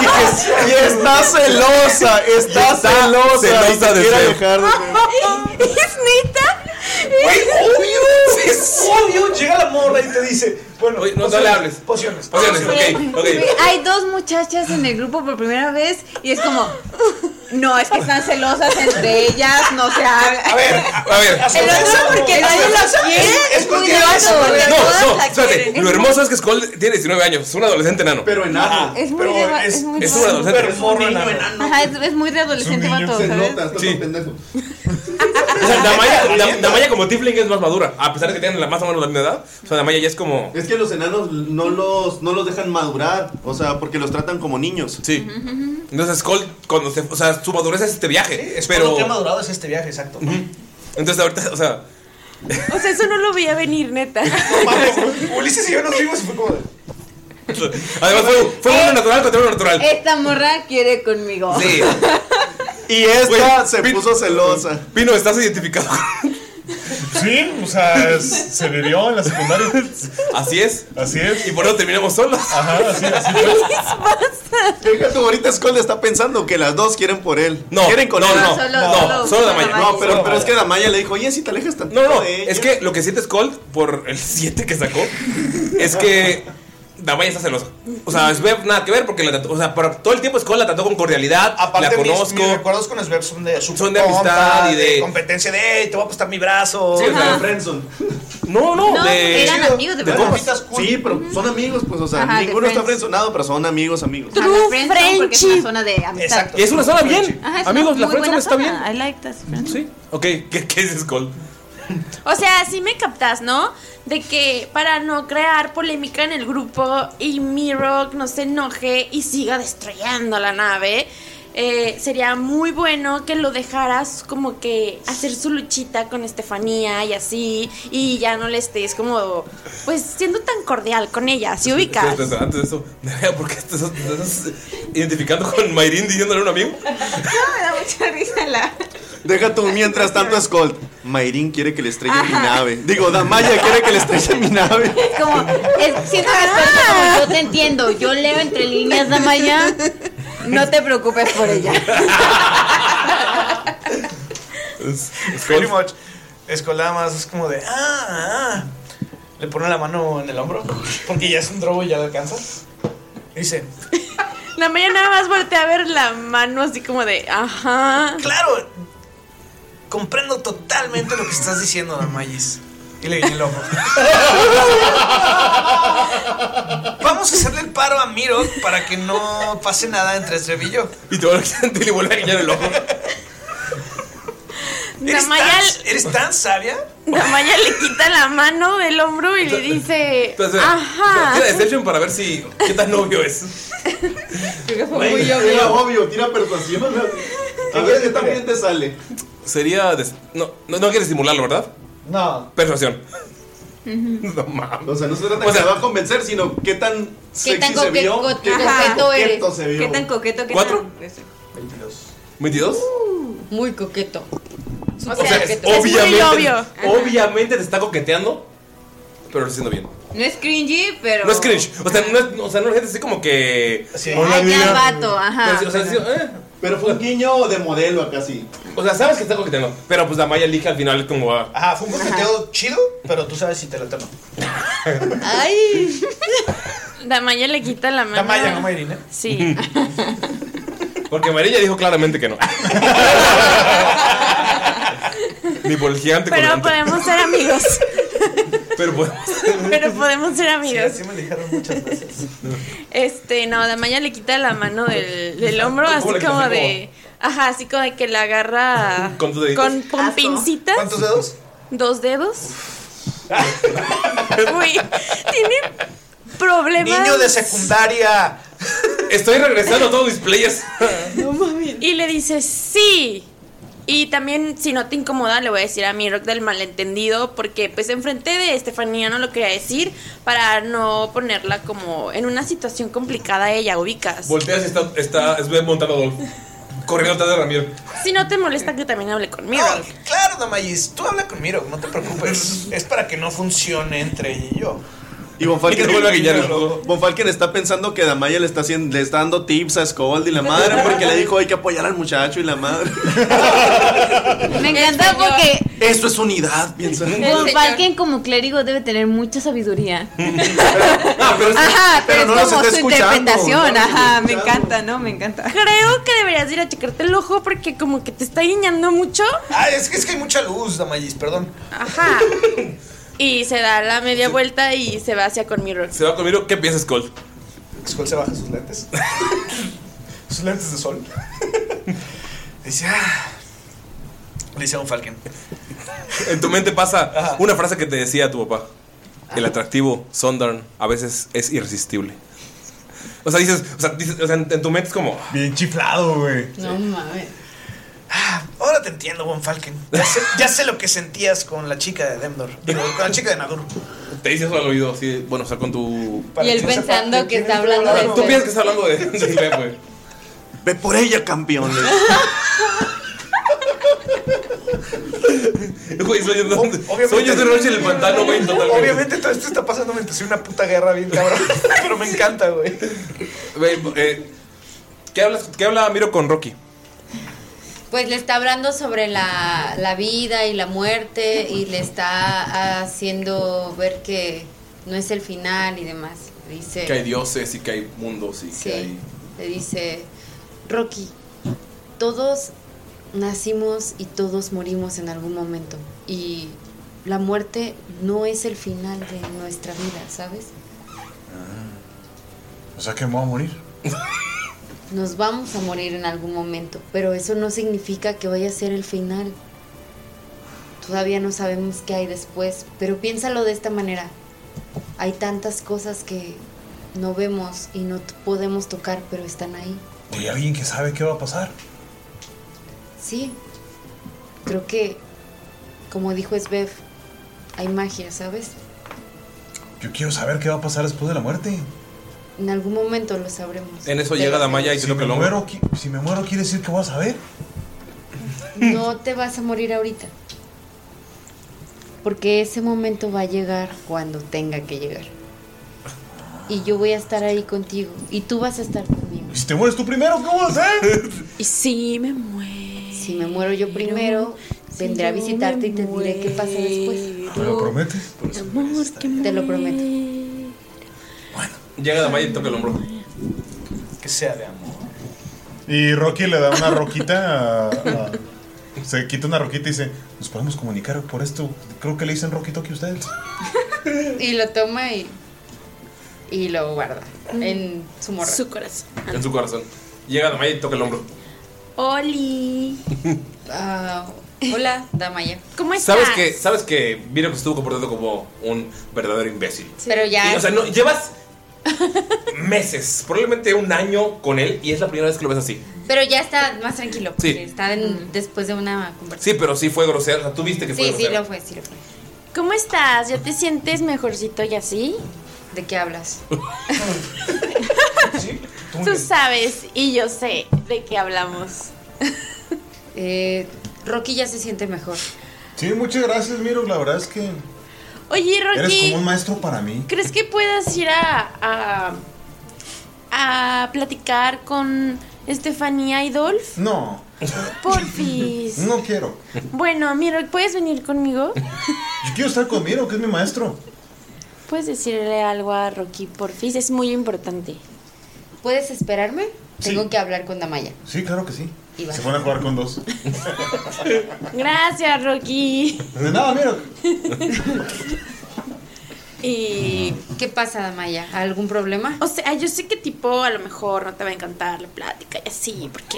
S3: Y, es- y está celosa, está,
S1: Está
S3: celosa.
S1: celosa
S3: y se
S1: de
S3: quiere
S1: Svev.
S3: alejar de Svev.
S13: ¿Es neta?
S5: Güey, obvio, es obvio. Llega la morra y te dice, bueno,
S1: no, no le
S5: pociones,
S1: hables.
S5: Pociones.
S1: Pociones, ok, ok.
S13: Hay dos muchachas en el grupo por primera vez y es como, "Uh, no, es que están celosas entre ellas, no se hablan.
S1: A ver, a ver.
S13: El otro porque nadie lo quiere. Es muy
S1: No,
S13: noble, todas
S1: no,
S13: la
S1: espérate.
S13: quieren.
S1: Lo hermoso es que Skull tiene 19 años. Es un adolescente enano. Pero
S3: enano.
S13: Es muy de- Ah, es muy
S1: Es
S13: de-
S1: un adolescente.
S13: Es un niño Ajá, es, es muy de adolescente vato, ¿sabes?
S1: Sí. O sea, Damaya, Dam- Damaya como Tifling es más madura. A pesar de que tienen la más o menos la misma edad. O sea, Damaya ya es como.
S3: Es que los enanos no los, no los dejan madurar, o sea, porque los tratan como niños.
S1: Sí. Entonces, Skull, cuando se. O sea, su madurez es este viaje.
S5: Es
S1: pero.
S5: lo que ha madurado es este viaje, exacto.
S1: Ujú. Entonces, ahorita, o sea.
S6: O sea, eso no lo veía venir, neta.
S5: Ulises y yo nos vimos y fue como de.
S1: Además, fue, fue uno natural contra uno natural.
S13: Esta morra quiere conmigo.
S1: Sí.
S3: Y esta se puso celosa.
S1: Pino, ¿estás identificado?
S4: Sí, o sea, es- se vivió en la secundaria.
S1: Así es.
S4: Así es.
S1: Y por eso terminamos solos.
S4: Ajá, así, así.
S3: Deja tu ahorita Skull está pensando que las dos quieren por él.
S1: No,
S3: quieren con
S1: no,
S3: él.
S1: no, No, solo- no, solo- solo Damaya. Damaya.
S3: No, pero,
S1: Solo
S3: pero es que
S1: Damaya.
S3: Damaya le dijo, oye, si te alejas tanto.
S1: No, no,
S3: de
S1: es que lo que siente Cold por el 7 que sacó es que Damaya está celosa. O sea, es nada que ver porque la trató- o sea, para todo el tiempo Skull la trató con cordialidad,
S5: Aparte,
S1: la conozco.
S5: Mis, mis recuerdos con Sveb son de super
S1: Son de amistad
S5: compa,
S1: y de-
S5: competencia de, "Ey, te voy a apostar mi brazo.
S1: Sí, o sea, Ajá. no, no,
S13: No,
S1: de-
S13: eran amigos, de verdad.
S3: compas. Sí, pero son amigos, pues, o sea,
S13: Ajá, de
S3: ninguno está
S13: friends.
S3: frenzonado, pero son amigos, amigos.
S13: Ajá, la friendzone, Porque es una zona de amistad.
S3: Exacto. Y es una zona bien.
S13: Ajá, es
S1: Amigos,
S13: una
S1: la
S13: muy buena
S1: friendzone está
S13: zona. I like that friendzone.
S1: Sí. Ok, ¿qué, qué es Skull?
S6: O sea, sí me captas, ¿no? De que para no crear polémica en el grupo y mi rock no se enoje y siga destruyendo la nave, eh, sería muy bueno que lo dejaras como que hacer su luchita con Estefanía y así, y ya no le estés como, pues siendo tan cordial con ella, si ubicas.
S1: Espera, espera, Antes de eso, Nerea, ¿por qué te estás, te estás identificando con Mayrin diciéndole a un amigo?
S13: Ah,
S6: No, me da mucha risa la...
S3: Deja tú, mientras tanto, Skull. Mayrin quiere que le estrelle mi
S8: Ajá.
S3: nave. Digo, Damaya quiere que le estrelle mi nave.
S8: Es como, es- siento respeto,
S13: Ah.
S8: como yo te entiendo. Yo leo entre líneas de Maya. No te preocupes por ella.
S5: Pretty much. Skull nada más es como de. Ah, ah". Le pone la mano en el hombro. Porque ya es un drogo y ya lo alcanza. Y dice:
S6: La mañana nada más voltea a ver la mano así como de, ajá.
S10: Claro. Comprendo totalmente lo que estás diciendo, Damayis. Y le guiñé el ojo. Vamos a hacerle el paro a Miro para que no pase nada entre Sreb y yo.
S1: Y te van a quitar y le vuelve a guiñar el ojo.
S10: ¿Eres
S6: Damaya-
S10: tan, eres tan sabia?
S6: Damaya le quita la mano del hombro y le dice,
S1: Entonces,
S6: ajá.
S1: Tira Deception para ver si. ¿Qué tan novio es?
S3: Güey, Era obvio, tira persuasión. A ver qué también te sale.
S1: Sería. des- No, no, no quieres simularlo, ¿verdad?
S5: No.
S1: Persuasión. No mames.
S3: O sea, no se trata que la va a convencer, sino qué tan sexy
S13: tan
S3: se
S13: coque-
S3: vio.
S13: co-
S3: qué tan
S13: ajá.
S3: coqueto
S13: eres?
S3: se vio.
S13: ¿Qué tan coqueto? Qué
S1: ¿Cuatro?
S13: tan- eso.
S1: ¿22?
S3: Uh.
S2: Muy coqueto.
S1: O sea, es- obviamente, obviamente te está coqueteando, pero lo está haciendo bien.
S13: No es cringy, pero.
S1: No es cringe. O sea, no es, o sea, no es gente así como que. Hola,
S13: Ay, ya
S1: amiga.
S13: vato, ajá.
S1: Pero, sí, o sea, sí, eh.
S3: Pero fue un guiño de modelo acá sí.
S1: O sea, sabes que está coqueteando, pero pues la Maya elige al final como va.
S5: Ajá, fue un coqueteo chido, pero tú sabes si te lo tomo.
S6: Ay. Damaya le quita la mano.
S5: Damaya, no Mayrin, ¿eh?
S6: Sí.
S1: Porque María dijo claramente que no. Ni por el gigante con
S6: Pero
S1: el ante-
S6: podemos ser amigos.
S1: Pero podemos.
S6: Pero podemos ser amigos.
S5: Sí, así me dijeron muchas veces.
S6: Este, no, Damaya le quita la mano del, del hombro,
S5: ¿Cómo
S6: así
S5: le quita?
S6: como
S5: ¿Cómo?
S6: de. Ajá, así como de que la agarra.
S1: Con tus deditos.
S6: Con, con pincitas.
S5: ¿Cuántos dedos?
S6: Dos dedos. Uy, tiene problemas.
S10: Niño de secundaria.
S1: Estoy regresando a todos mis players.
S6: Y le dice sí. Y también, si no te incomoda, le voy a decir a mi rock del malentendido, porque pues enfrente de Estefanía no lo quería decir, para no ponerla como en una situación complicada ella, ubicas.
S1: Volteas y está, está es montando a Dolph. Corriendo atrás de Ramiro.
S6: Si no te molesta que también hable conmigo.
S5: Claro, Damayis, tú habla con Miro, no te preocupes. es para que no funcione entre ella y yo.
S3: Y Von
S5: Y
S3: Falken,
S5: te vuelve a guiñar el
S3: Von Falken está pensando que Damaya le está, haciendo, le está dando tips a Scold y la madre porque le dijo hay que apoyar al muchacho y la madre.
S8: Me encanta porque
S3: Esto es unidad, piensa.
S8: Von Falken como clérigo debe tener mucha sabiduría.
S13: Ajá, pero,
S3: Pero no
S13: es
S3: nos
S13: como
S3: está
S13: su
S3: escuchando,
S13: interpretación.
S3: no nos está
S13: Ajá, me encanta, ¿no? Me encanta.
S6: Creo que deberías ir a checarte el ojo porque como que te está guiñando mucho.
S5: Ah, es que, es que hay mucha luz, Damayis, perdón.
S6: Ajá. Y se da la media vuelta y se va hacia con mi rock.
S1: Se va conmigo. ¿Qué piensas, Cole?
S5: Skull se baja sus lentes. sus lentes de sol. dice, ah. Le dice a un Falken.
S1: En tu mente pasa una frase que te decía tu papá. El atractivo Sondarn a veces es irresistible. O sea, dices, o sea, dices- o sea, en, en tu mente es como... "Ah".
S4: Bien chiflado, güey.
S5: No
S2: mames.
S5: Ah, Ahora te entiendo, Von Falken. Ya sé, ya sé lo que sentías con la chica de Demdor. Digo, con la chica de Nadur.
S1: Te dices al oído, así, bueno, o sea, con tu...
S2: Y él pensando que está hablando
S1: O sea, Tú
S2: de
S1: piensas que está hablando de... de Slep, güey.
S3: Ve por ella, campeón.
S1: Güey, soy yo, soy yo de noche en el pantano, güey, totalmente.
S5: Obviamente todo esto está pasando mientras hay una puta guerra bien cabrón. Pero me encanta, güey.
S1: Güey, eh, ¿qué, hablas, ¿Qué habla Miro con Rocky?
S2: Pues le está hablando sobre la, la vida y la muerte y le está haciendo ver que no es el final y demás. Le dice,
S1: Que hay dioses y que hay mundos y que hay...
S2: le dice, Rocky, todos nacimos y todos morimos en algún momento. Y la muerte no es el final de nuestra vida, ¿sabes?
S10: Ah,
S4: O sea que me voy a morir.
S2: Nos vamos a morir en algún momento, pero eso no significa que vaya a ser el final. Todavía no sabemos qué hay después, pero piénsalo de esta manera. Hay tantas cosas que no vemos y no t- podemos tocar, pero están ahí.
S10: ¿Hay alguien que sabe qué va a pasar?
S2: Sí. Creo que, como dijo Svev, hay magia, ¿sabes?
S10: Yo quiero saber qué va a pasar después de la muerte.
S2: En algún momento lo sabremos.
S1: En eso llega Damaya y
S10: si
S1: creo que
S10: me
S1: lo
S10: muero, qui- Si me muero, quiere decir que voy a saber.
S6: Mm.
S2: No te vas a morir ahorita. Porque ese momento va a llegar cuando tenga que llegar. Y yo voy a estar ahí contigo. Y tú vas a estar conmigo.
S10: Si te mueres tú primero, ¿qué voy a hacer?
S2: Y si me muero. Si me muero yo primero, vendré a
S6: yo me
S2: visitarte y te diré qué pasa después.
S10: ¿Me lo prometes?
S2: Te lo prometo.
S1: Llega Damaya y toca el hombro.
S5: Que sea de amor.
S4: Y Rocky le da una roquita. a- a- se quita una roquita y dice: Nos podemos comunicar por esto. Creo que le dicen Rocky Toki a ustedes.
S2: Y lo toma y, y lo guarda en su morra.
S6: Su corazón.
S1: En su corazón. Llega Damaya y toca el hombro.
S6: Oli.
S2: Ah, hola, Damaya.
S6: ¿Cómo estás?
S1: Sabes que, sabes que Viro que estuvo comportando como un verdadero imbécil.
S2: Pero ya.
S1: Y, o sea, no, llevas meses, probablemente un año con él y es la primera vez que lo ves así.
S2: Pero ya está más tranquilo.
S1: Sí.
S2: porque Está en- después de una conversación.
S1: Sí, pero sí fue grosero. O sea, tú viste que fue
S6: Sí, sí,
S1: grosero.
S6: lo
S2: fue, sí lo fue.
S6: ¿Cómo estás? ¿Ya te sientes mejorcito y así?
S2: ¿De qué hablas?
S6: Tú sabes y yo sé de qué hablamos.
S2: Eh, Rocky ya se siente mejor.
S4: Sí, muchas gracias, Miro. La verdad es que
S6: Oye,
S4: eres como un
S6: Rocky,
S4: maestro para mí.
S6: ¿crees que puedas ir a, a, a platicar con Estefanía y Dolph?
S4: No,
S6: Porfis.
S4: no quiero.
S6: Bueno, mira, ¿puedes venir conmigo?
S4: Yo quiero estar con Miro, que es mi maestro.
S6: ¿Puedes decirle algo a Rocky, porfis? Es muy importante.
S2: ¿Puedes esperarme? Tengo que hablar con Damaya.
S4: Sí, claro que sí.
S2: Y va.
S4: Se van a jugar con dos.
S6: Gracias, Rocky.
S4: De nada, Miro.
S6: Y...
S2: ¿Qué pasa, Damaya? ¿Algún problema?
S6: O sea, yo sé que tipo a lo mejor no te va a encantar la plática y así, porque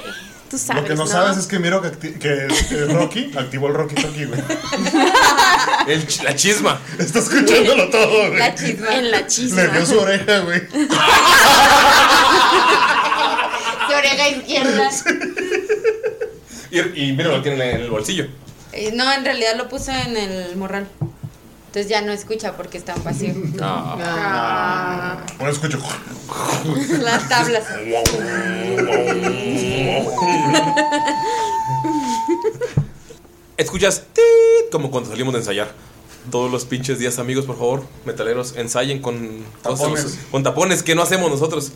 S6: tú sabes,
S4: Lo que no, sabes es que Miro que, acti- que, eh, Rocky activó el Rocky Toki, güey.
S1: El ch- la chisma.
S4: Está escuchándolo todo, güey.
S6: En la chisma.
S4: Le dio su oreja, güey.
S2: De oreja izquierda.
S1: Y, y mira, lo tiene en el bolsillo.
S2: Eh, No, en realidad lo puso en el morral. Entonces ya no escucha porque está en vacío. Ah.
S4: Bueno, escucho.
S2: Las tablas.
S1: Escuchas "Tit", como cuando salimos de ensayar. Todos los pinches días, amigos, por favor, metaleros, ensayen con todos
S4: Tapones.
S1: los- con tapones que no hacemos nosotros.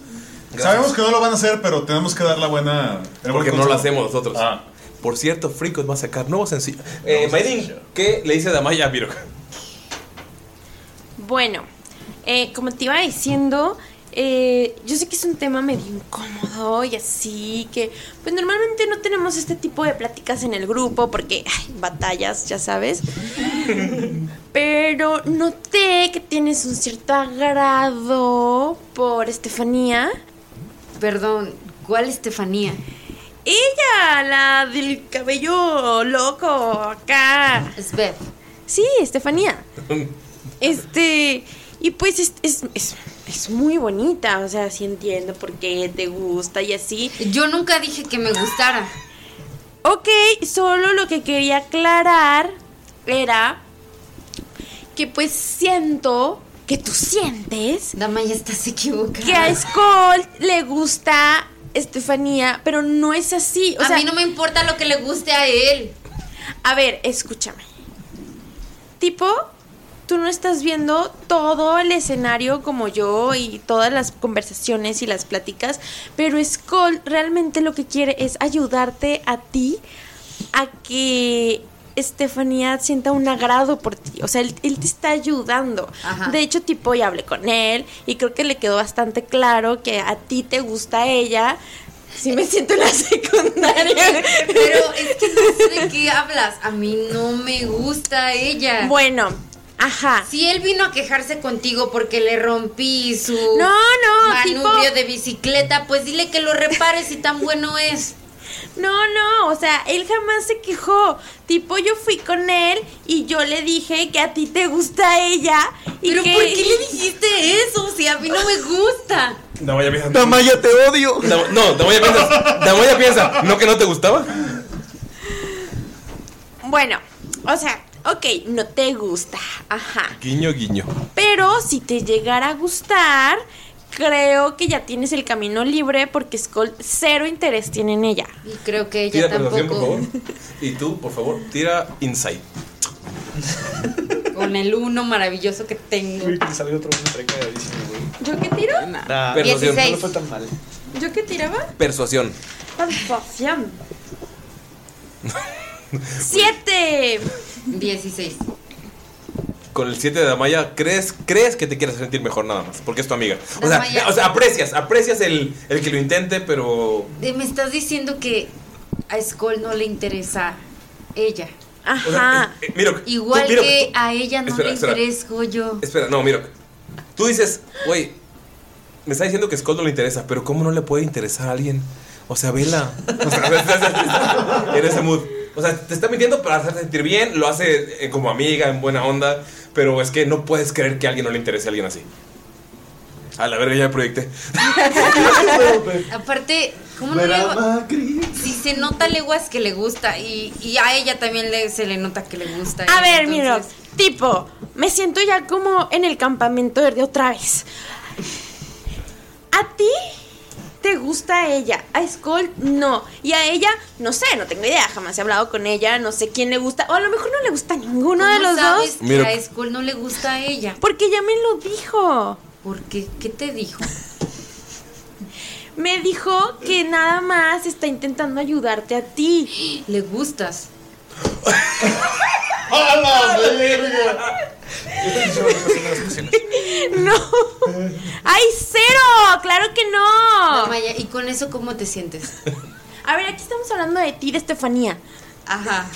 S4: Sabemos que no lo van a hacer, pero tenemos que dar la buena. el buen
S1: Porque no
S4: consejo. Ah.
S1: lo hacemos nosotros. Por cierto, Freakos va a sacar nuevo sencillo. Eh, Mayrin, ¿qué le dice Damaya a Viro?
S6: Bueno, eh, como te iba diciendo, eh, yo sé que es un tema medio incómodo y así, que pues normalmente no tenemos este tipo de pláticas en el grupo porque ay, batallas, ya sabes. Pero noté que tienes un cierto agrado por Estefanía.
S2: Perdón, ¿cuál Estefanía?
S6: Ella, la del cabello loco acá.
S2: Svev.
S6: Sí, Estefanía. Este, y pues es, es, es- es muy bonita, o sea, sí entiendo por qué te gusta y así.
S2: Yo nunca dije que me gustara.
S6: Ok, solo lo que quería aclarar era que pues siento que tú sientes...
S2: Dama, ya estás equivocada.
S6: Que a Skull le gusta Estefanía, pero no es así. O
S2: A
S6: sea,
S2: mí no me importa lo que le guste a él.
S6: A ver, escúchame. Tipo, tú no estás viendo todo el escenario como yo y todas las conversaciones y las pláticas, pero Skull realmente lo que quiere es ayudarte a ti a que Estefanía sienta un agrado por ti. O sea, él, él te está ayudando.
S2: Ajá.
S6: De hecho, tipo, ya hablé con él y creo que le quedó bastante claro que a ti te gusta ella. Si me siento en la secundaria.
S2: Pero es que no sé de qué hablas. A mí no me gusta ella.
S6: Bueno, ajá.
S2: Si él vino a quejarse contigo porque le rompí su
S6: No, no, tipo-
S2: manubrio de bicicleta, pues dile que lo repare si tan bueno es.
S6: No, no, o sea, él jamás se quejó. Tipo, yo fui con él y yo le dije que a ti te gusta ella. Y
S2: Pero
S6: que...
S2: ¿por qué le dijiste eso? Si a mí no me gusta.
S1: Damaya piensa.
S3: Damaya, te odio.
S1: no, Damaya piensa. Damaya piensa. ¿No que no te gustaba?
S6: Bueno, o sea, ok, no te gusta. Ajá.
S1: Guiño, guiño.
S6: Pero si te llegara a gustar, creo que ya tienes el camino libre porque Skull cero interés tiene en ella. Y creo que
S1: Tira persuasión, por favor. Y tú, por favor, tira insight.
S2: Con el uno maravilloso que tengo.
S5: salió otro uno recagadísimo, güey.
S6: ¿Yo qué tiro?
S1: Nah. Persuasión.
S5: No fue tan mal.
S6: ¿Yo qué tiraba?
S1: Persuasión.
S6: Persuasión. ¡Siete! Dieciséis.
S1: Con el 7 de Damaya, crees, crees que te quieres sentir mejor nada más, porque es tu amiga. O sea,
S2: Damaya-
S1: o sea, aprecias, aprecias el, el que lo intente, pero
S2: Eh, Me estás diciendo que a Skull no le interesa ella.
S1: O sea, eh, eh, Miro, tú-
S2: Igual
S1: Miro,
S2: que
S1: tú-
S2: a ella no
S1: Espera,
S2: le
S1: espera.
S2: intereso yo.
S1: espera, no, Miro. Tú dices, güey, me está diciendo que Skull no le interesa, pero ¿cómo no le puede interesar a alguien? O sea, vela. O sea, estás- estás en ese mood. O sea, te está mintiendo para hacerte sentir bien, lo hace eh, como amiga, en buena onda, pero es que no puedes creer que a alguien no le interese a alguien así. A la verga ya me proyecté.
S2: Aparte, ¿cómo no le va- Si se nota a leguas que le gusta y, y a ella también le- se le nota que le gusta.
S6: A ver, miro,
S2: mira
S6: tipo, me siento ya como en el campamento de otra vez. A ti te gusta ella, a Skull no. Y a ella, no sé, no tengo idea, jamás he hablado con ella, no sé quién le gusta. O a lo mejor no le gusta a ninguno de los
S2: sabes
S6: dos.
S2: que
S1: Miro.
S2: a Skull no le gusta a ella?
S6: Porque ya me lo dijo.
S2: ¿Por qué? ¿Qué te dijo?
S6: Me dijo que nada más está intentando ayudarte a ti.
S2: Le gustas.
S6: ¡A
S4: la
S6: No. ¡Ay, cero! ¡Claro que no!
S2: Maya, ¿y con eso cómo te sientes?
S6: Ah. A ver, aquí estamos hablando de ti, de Estefanía.
S2: Ajá.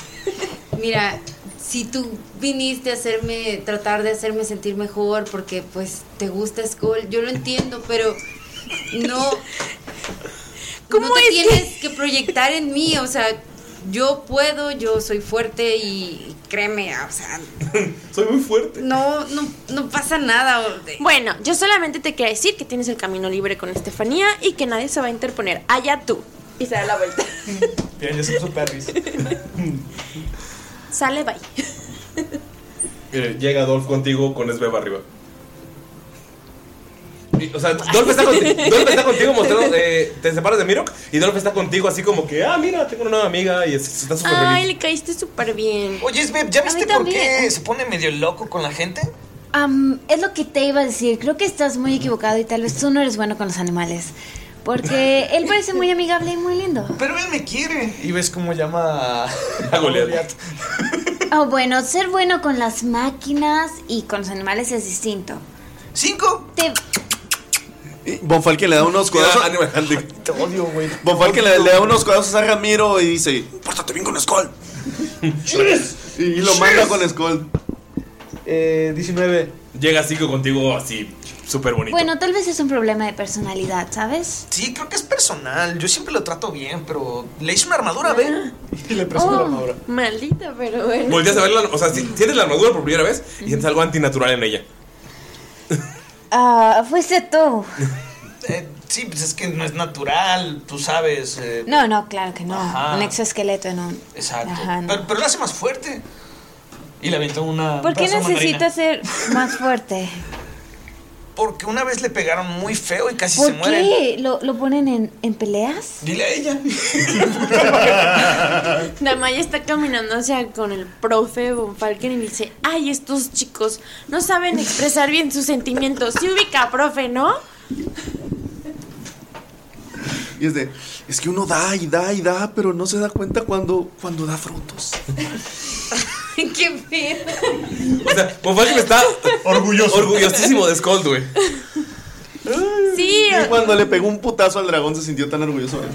S2: Mira, si tú viniste a hacerme, tratar de hacerme sentir mejor porque pues te gusta Skull, yo lo entiendo, pero no, no te tienes que proyectar en mí, o sea, yo puedo, yo soy fuerte y créeme, o sea,
S1: soy muy fuerte.
S2: No, no, no pasa nada.
S6: Bueno, yo solamente te quería decir que tienes el camino libre con Estefanía y que nadie se va a interponer. Allá tú. Y se da la vuelta.
S5: Bien, ya se puso perris.
S6: Sale, bye.
S1: Mire, Eh, llega Dolph contigo con Sveva arriba. Y, O sea, Dolph está, conti- Dolph está contigo mostrando. eh, te separas de Mirok y Dolph está contigo así como que, ah, mira, tengo una nueva amiga y es- está súper
S6: Ay,
S1: feliz.
S6: le caíste súper bien.
S10: Oye, Sveb, ¿ya viste por qué
S12: también.
S10: se pone medio loco con la gente?
S12: Am, es lo que te iba a decir. Creo que estás muy equivocado y tal vez tú no eres bueno con los animales. Porque él parece muy amigable y muy lindo.
S10: Pero él me quiere.
S5: Y ves cómo llama a, a Goliath.
S12: Oh, bueno, ser bueno con las máquinas y con los animales es distinto.
S10: ¡Cinco!
S12: Te,
S3: Bonfalque le da unos codazos.
S5: Te odio, güey.
S3: Bonfalque le, le da unos codazos a Ramiro y dice: Pórtate bien con Skull. y, y lo manda con Skull.
S5: Eh, 19.
S1: Llega Zico contigo así, súper bonito.
S12: bueno, tal vez es un problema de personalidad, ¿sabes?
S10: Sí, creo que es personal. Yo siempre lo trato bien, pero le hice una
S7: Ah.
S10: armadura, ve.
S5: Y le
S12: presto
S10: una
S7: Oh.
S12: la
S10: armadura.
S6: Maldita, pero bueno.
S1: Volteas a verla, o sea, si- sientes la armadura por primera vez y sientes algo antinatural en ella.
S12: Ah, fuiste tú.
S10: Sí, pues es que no es natural, tú sabes. eh,
S7: No, no, claro que no.
S10: Ajá.
S7: Un exoesqueleto en un.
S10: Exacto.
S7: Ajá, no.
S10: Pero, pero lo hace más fuerte. Y le aventó
S5: Ah,
S10: una.
S7: ¿Por qué
S10: pedazo de mandarina.
S12: ser
S7: necesita
S12: más fuerte?
S10: Porque una vez le pegaron muy feo y casi se
S12: ¿Por
S10: mueren.
S12: qué? ¿Lo, lo ponen en, en peleas?
S10: Dile a ella.
S6: Damaya está caminando hacia con el profe Von Falken y dice, ay, estos chicos no saben expresar bien sus sentimientos. Sí ubica, profe, ¿no?
S3: Y es de: Es que uno da y da y da, pero no se da cuenta cuando, cuando da frutos.
S2: Qué feo.
S1: O sea, Bonfalken está orgulloso. Orgullosísimo de Skull, güey.
S6: Sí.
S3: Y cuando le pegó un putazo al dragón se sintió tan orgulloso. de él.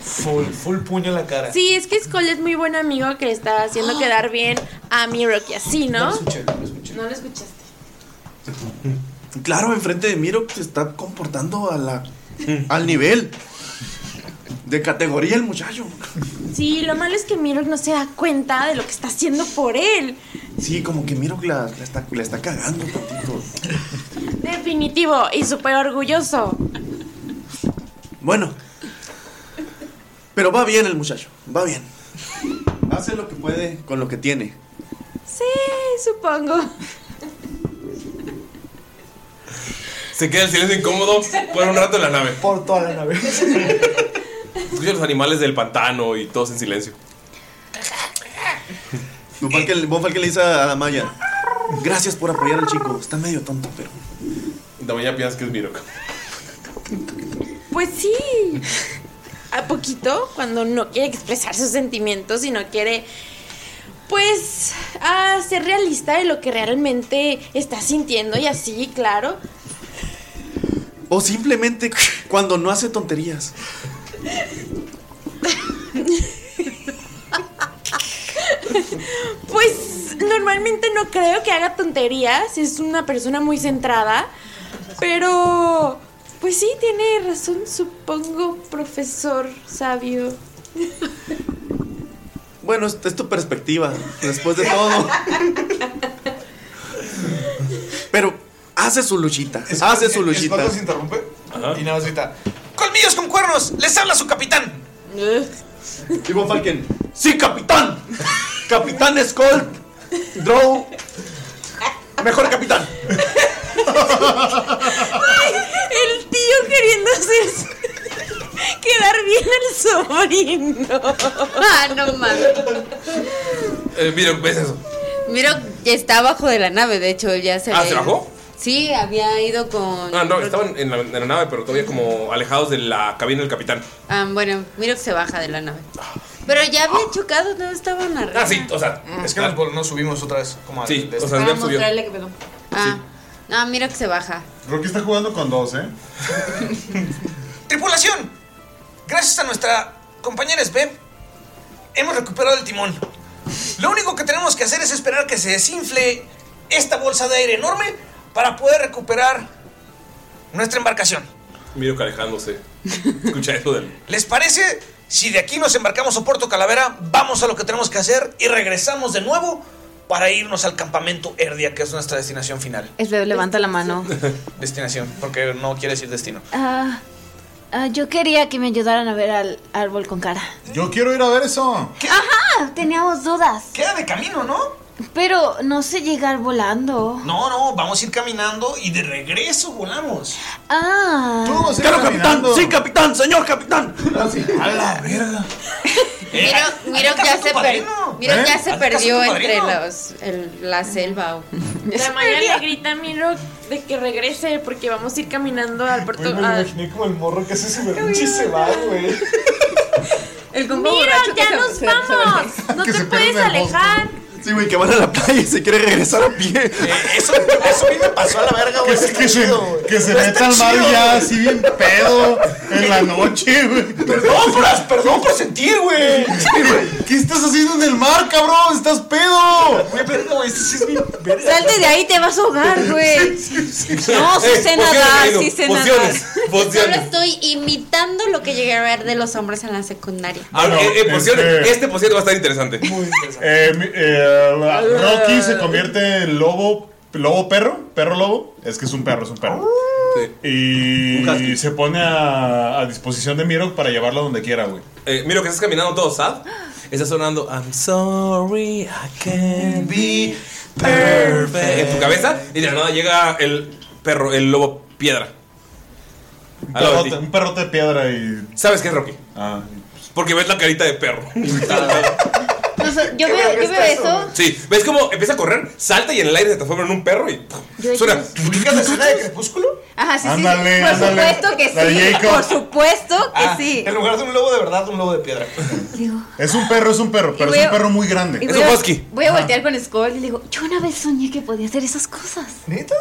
S5: Full, full puño en la cara.
S6: Sí, es que Skull es muy buen amigo que le está haciendo quedar bien a Mirok y así, ¿no? No lo escuchaste.
S3: Claro, enfrente de Miro se está comportando a la, al nivel. De categoría el muchacho.
S6: Sí, lo malo es que Mirok no se da cuenta de lo que está haciendo por él.
S3: Sí, como que Miro la, la está, la está cagando tantito.
S6: De Definitivo y súper orgulloso.
S3: Bueno. Pero va bien el muchacho, va bien. Hace lo que puede con lo que tiene.
S6: Sí, supongo.
S1: Se queda el silencio incómodo por un rato en la nave.
S15: Por toda la nave.
S1: Escucha los animales del pantano y todos en silencio.
S3: Von Falken- Von Falken le dice a Damaya, gracias por apoyar al chico, está medio tonto, pero...
S1: Damaya piensas que es Mirok.
S6: Pues sí. A poquito, cuando no quiere expresar sus sentimientos y no quiere, pues, ah, ser realista de lo que realmente está sintiendo y así, claro.
S3: O simplemente cuando no hace tonterías.
S6: Pues normalmente no creo que haga tonterías, es una persona muy centrada, pero pues sí, tiene razón, supongo, profesor sabio.
S3: Bueno, es, es tu perspectiva, después Pues de todo. Pero hace su luchita, hace su luchita.
S15: Escolta se interrumpe y nada más grita.
S5: ¡Colmillos con cuernos! ¡Les habla su capitán!
S3: Y Von Falken, ¡sí, capitán! ¡Capitán Skull! ¡Drow! ¡Mejor capitán!
S6: Ay, el tío queriendo hacer quedar bien al sobrino.
S2: Ah, no mames.
S1: Eh, Mirok, ¿ves eso?
S2: Miro, ya está abajo de la nave, de hecho, ya se
S1: Ah,
S2: ve.
S1: ¿se bajó?
S2: Sí, había ido con...
S1: Ah, no, estaban en la, en la nave, pero todavía como alejados de la cabina del capitán.
S2: Ah, bueno, Miro se baja de la nave. Pero ya había chocado, no estaban arriba.
S1: Ah, sí, o sea.
S15: Es que nos, vol- nos subimos otra vez. Como
S1: Sí,
S15: al-
S1: o sea, Snap subió.
S2: que pedo. Ah, no, Miro se baja.
S4: Rocky está jugando con dos, ¿eh?
S5: ¡Tripulación! Gracias a nuestra compañera Sveb, hemos recuperado el timón. Lo único que tenemos que hacer es esperar que se desinfle esta bolsa de aire enorme para poder recuperar nuestra embarcación.
S1: Mirok alejándose. Escucha eso del.
S5: ¿Les parece? Si de aquí nos embarcamos a Puerto Calavera, vamos a lo que tenemos que hacer y regresamos de nuevo para irnos al campamento Erdia, que es nuestra destinación final.
S7: Es bebé, levanta la mano.
S15: Destinación, porque no quiere decir destino.
S7: Ah, ah, yo quería que me ayudaran a ver al árbol con cara.
S4: Yo quiero ir a ver eso.
S7: Ajá, teníamos dudas.
S5: Queda de camino, ¿no?
S7: Pero no sé llegar volando.
S5: No, no, vamos a ir caminando y de regreso volamos.
S7: Ah.
S3: ¡Claro, capitán! ¡Sí, capitán! ¡Señor capitán!
S5: ¡A la verga!
S2: Miro, Miro ya se perdió. Miro
S3: ¿Eh?
S2: ya se
S3: Haz caso a tu
S2: perdió entre
S3: padrino.
S2: los el- la selva. o-
S6: La mañana le grita a Miro de que regrese porque vamos a ir caminando al
S13: Ah.
S6: puerto.
S15: Güey, me lo
S6: al-
S15: imaginé como el morro que hace su berrinche y se va, güey.
S6: El
S15: combo borracho que
S6: ya
S15: se-
S6: nos
S15: se-
S6: vamos. No te puedes alejar.
S3: Sí, güey, que van a la playa y se quiere regresar a pie.
S5: Eh, eso, eso a mí me pasó a la verga,
S3: güey.
S4: Que se, que se meta al mar ya así bien pedo en la noche, güey.
S5: Perdón, por- perdón por sentir, güey.
S4: ¿Qué estás haciendo en el mar, cabrón? ¡Estás pedo!
S5: Güey, verga, güey, este sí es mi verga.
S13: Salte de ahí, te vas a ahogar, güey. No, sí
S1: Eh,
S13: sé
S1: pociones,
S13: nadar,
S1: querido,
S13: sí sé
S1: pociones,
S2: Solo
S1: Pociones.
S2: estoy imitando lo que llegué a ver de los hombres en la secundaria.
S1: Ah,
S4: No,
S1: eh, eh, pociones.
S4: este-
S1: Este poción va a estar interesante.
S4: Eh, mi- eh,
S5: Ah.
S4: la- Rocky se convierte en lobo, lobo perro, perro lobo. Es que es un perro, es un perro. Y, y se pone a, a disposición de Miro para llevarlo donde quiera, güey.
S1: Eh, Miro, que estás caminando todo sad. Está sonando I'm sorry I can't
S5: Eh.
S1: be perfect en tu cabeza y de la nada llega el perro, el lobo piedra.
S4: Un
S1: Al lado de
S4: perrote,
S1: ti.
S4: un perrote de piedra y.
S1: ¿Sabes qué es Rocky?
S4: Ah.
S1: Porque ves la carita de perro.
S7: O sea, yo veo, yo veo
S5: Este,
S7: eso.
S1: Sí, ves cómo empieza a correr, salta y en el aire se transforma en un perro y ¡pum!
S7: Yo he
S1: suena.
S7: hecho
S5: ¿Ubicas la escena de Crepúsculo?
S13: Ajá, sí,
S1: Ándale,
S13: sí. Por
S1: ándale.
S13: supuesto que
S1: La de
S13: sí.
S1: Jacob.
S13: Por supuesto que
S5: Ah,
S13: sí.
S5: En lugar de un lobo de verdad, un lobo de piedra.
S4: Es un perro, es un perro, pero
S7: voy
S4: es
S7: a-
S4: un perro muy grande.
S7: y voy a- Voy a voltear con Skull y le digo, yo una vez soñé que podía hacer esas cosas.
S5: ¿Neta?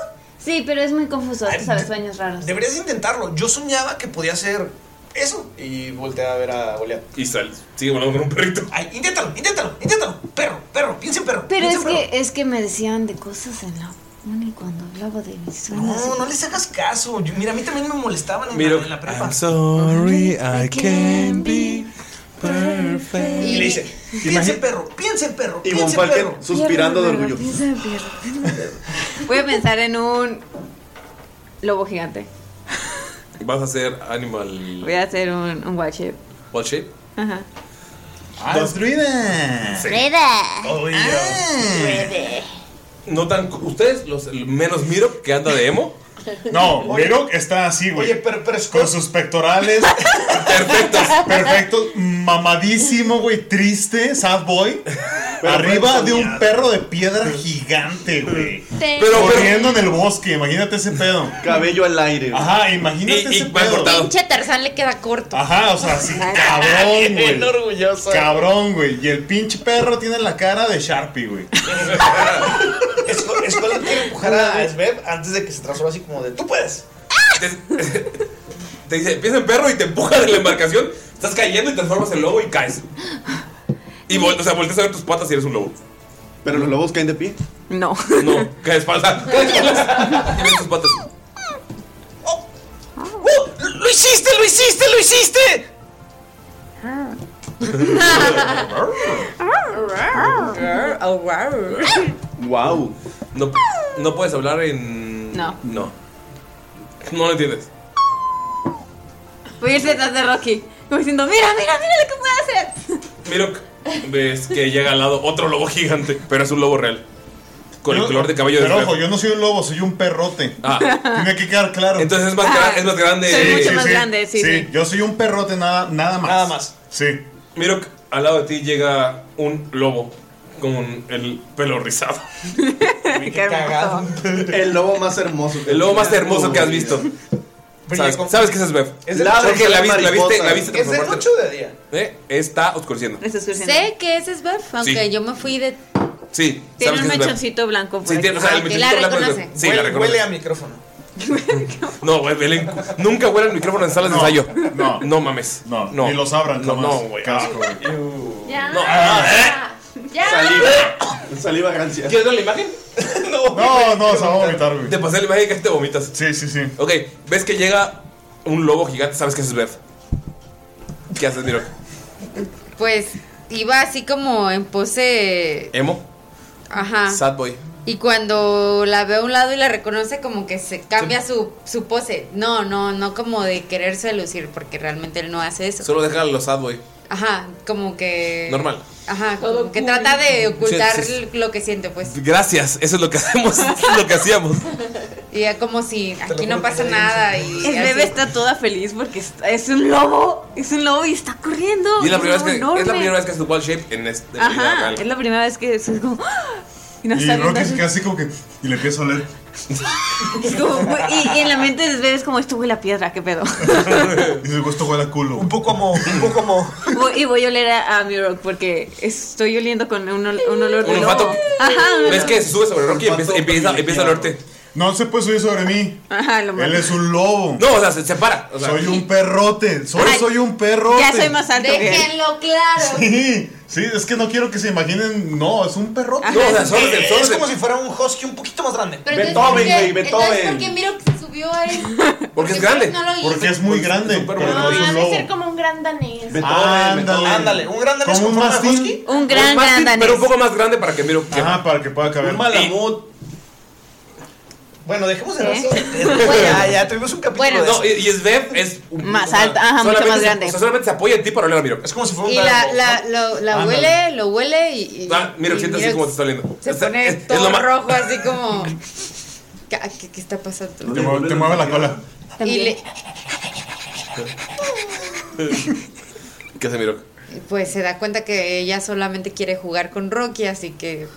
S7: Sí, pero es muy confuso, tú sabes, sueños raros.
S5: Deberías intentarlo. Yo soñaba que podía hacer eso. Y volteé a ver a Goliath.
S1: Y sale, sigue volando con un perrito.
S5: Ay, inténtalo, inténtalo, inténtalo. Perro, perro, piensa en perro.
S7: Pero
S5: piensa
S7: es
S5: en
S7: que, es que me decían de cosas en la uni cuando hablaba de mis
S5: perro.
S7: sueños.
S5: No, no les hagas caso. Yo- mira, a mí también me molestaban en,
S1: Miro,
S5: la, en la prepa.
S1: I'm sorry I can't be perfect.
S5: Y le dice, piensa en perro, piensa en perro,
S3: Y Von
S5: piensa en
S3: Falken
S5: perro.
S3: suspirando de orgullo.
S13: Voy a pensar en un. lobo gigante.
S1: Vas a hacer Animal.
S13: Voy a hacer un, un wild shape.
S1: Wild Shape.
S13: Ajá.
S4: Ah,
S1: Dos
S13: Sí.
S1: ¿Notan ustedes los el menos Miro que anda de emo?
S4: No, Mirok está así, Ah, güey. Oye,
S10: pero,
S4: Con sus pectorales.
S1: perfectos.
S4: Perfectos. Mamadísimo, güey. Triste, sad boy. arriba de un perro de piedra gigante, güey.
S1: Pero- pero-
S4: corriendo en el bosque. Imagínate ese pedo. Cabello al aire. Ajá, imagínate ese pedo.
S2: Pinche Tarzán le queda corto.
S4: Ajá, o sea, sí, cabrón, güey.
S2: Bien orgulloso.
S4: Cabrón, güey. Y el pinche perro tiene la cara de Sharpie, güey.
S10: Escuela quiere empujar a Sveb antes de que se transforme así como de tú puedes.
S1: Te dice, empieza el perro y te empuja de la embarcación. Estás cayendo y transformas en lobo y caes. Y vol- o sea, volteas a ver tus patas y eres un lobo.
S3: Pero los lobos caen de pie.
S13: No.
S1: No, caes espalda. Caes espalda. Y ves tus patas.
S10: ¡Oh! ¡Lo hiciste! ¡Lo hiciste! ¡Lo hiciste!
S1: Oh, Wow. No, no puedes hablar en.
S13: No.
S1: No. No lo entiendes.
S13: Voy a ir detrás de Rocky. Como diciendo, mira, mira, mira lo que puedo hacer.
S1: Mirok, ves que llega al lado otro lobo gigante, pero es un lobo real. Con el
S4: Yo-
S1: color de cabello de Ah.
S4: Pero
S1: Shrek.
S4: ojo, yo no soy un lobo, soy un perrote. Tiene que quedar claro.
S1: Entonces es más, gra- es más grande.
S4: Yo soy un perrote nada, nada más. Nada
S10: más.
S4: Sí.
S1: Mirok, al lado de ti llega un lobo con el pelo rizado.
S3: El lobo más hermoso.
S1: El lobo más hermoso que has visto. ¿Sabes, sabes qué es Svev?
S3: Es de noche.
S1: Porque la viste, la viste, la viste
S3: Es de
S1: transformarte.
S10: noche o de día?
S1: ¿Eh? Está oscureciendo.
S2: Sé que ese es Buff, aunque
S1: Sí.
S2: yo me fui de.
S1: Sí,
S2: Tiene un
S1: sabes que es Svev.
S2: mechoncito
S13: blanco
S1: Sí, tiene, o sea, el
S2: Ah, que la
S1: micrófono blanco es
S2: reconoce.
S1: Svev. Sí, la
S10: Huele-
S1: reconoce.
S10: Huele a micrófono.
S1: No, güey, huele- nunca huele el micrófono en salas de ensayo. No, no mames. No, no.
S4: Ni los abran,
S1: No,
S4: jamás.
S1: no, güey.
S4: Casco, güey.
S6: Ya.
S2: Ya.
S1: Saliva rancia. ¿Quieres ver la imagen? no,
S4: no, no, se va a vomitar, güey.
S1: Te pasé la imagen y casi te vomitas.
S4: Sí, sí, sí.
S1: Ok, ves que llega un lobo gigante, sabes que es Svev. ¿Qué haces, Miro?
S2: Pues iba así como en pose.
S1: ¿Emo?
S13: Ah.
S2: Ajá.
S1: Sad boy.
S2: Y cuando la ve a un lado y la reconoce, como que se cambia su, su pose. No, no, no como de quererse lucir, porque realmente él no hace eso.
S1: Solo deja a los sad boy.
S2: Ajá, como
S13: Eh.
S2: que.
S1: Normal.
S2: Ajá, como que trata de ocultar
S1: Sí, sí,
S2: lo que siente, pues.
S1: Gracias, eso es lo que hacemos, es lo que hacíamos.
S2: Y ya como si aquí
S13: juro
S2: no
S13: que
S2: pasa
S13: no
S2: nada. Y
S13: El bebé está toda feliz porque es, es un lobo. Es un lobo y está corriendo.
S1: Y es la
S13: un
S1: primera vez
S13: lobo enorme.
S1: que es la primera vez que haces wild shape en este en vida
S13: Ajá,
S1: real.
S13: es la primera vez que es como. ¡ah! Y no
S4: y
S13: está viendo
S4: Rocky
S13: así.
S4: casi como que. Y le empieza a oler.
S13: Es como, güey, y, y en la mente de bebé es como, esto huele a piedra, qué pedo.
S4: Y dice, esto huele a culo. Un
S10: poco como. Un poco como.
S13: Voy- y voy a oler a, a mi rock porque estoy oliendo con un, ol- un olor de
S1: Un
S13: lobo.
S1: olfato.
S13: Ajá, un
S1: ¿Ves
S13: olor-
S1: que se sube sobre Rocky y empieza, empieza, empieza a olerte?
S4: No se puede subir sobre mí.
S13: Ajá, lo
S4: Él
S13: mato.
S4: es un lobo.
S1: No, o sea, se separa.
S4: soy un perrote. Solo
S13: Ay,
S4: soy un perrote.
S13: Ya soy más alto que él.
S2: Déjenlo claro.
S4: Sí, sí, es que no quiero que se imaginen. No, es un perrote.
S10: Ajá, No, o sea, es- solo es-
S4: es,
S10: es solo es-
S4: como
S10: si fuera un husky un poquito más grande.
S2: Pero entonces, ¿por qué- Entonces, ¿por qué miro que se subió a él?
S1: Porque es
S2: grande. no lo hizo.
S4: Porque es muy grande. Pero no es un
S6: Debe
S4: lobo.
S6: ser como un gran danés.
S4: Ándale. Ándale, un gran danés. Como Ah, un mastín.
S13: Un
S1: gran
S6: gran danés.
S1: Pero un poco más grande para que Miro.
S4: Ajá, para que pueda caber.
S1: Un
S4: malamut.
S10: Bueno, dejemos de
S13: ¿Eh?
S10: razón.
S5: Este,
S10: Ya, ya, tuvimos un capítulo
S13: Bueno.
S10: de
S1: No, y, y Svev es un-
S13: Más
S1: o sea,
S13: alta, ajá, mucho
S1: solamente
S13: más
S1: se-
S13: grande.
S1: o sea, solamente se apoya en ti para oler a Miro. Es
S10: como si fuera
S2: Y la, la, lo, la
S1: Ándale.
S2: huele, lo huele y. y-
S1: Ah, Miro,
S2: y
S1: siente así
S2: Miro
S1: como te está oliendo.
S2: Se pone
S1: es, es
S2: todo
S1: lo más.
S2: rojo, así como. ¿Qué, ah, qué- qué está pasando?
S4: Te mueve, te mueve la cola.
S2: Y le,
S1: ¿Qué hace Miro?
S2: pues se da cuenta que ella solamente quiere jugar con Rocky, así que.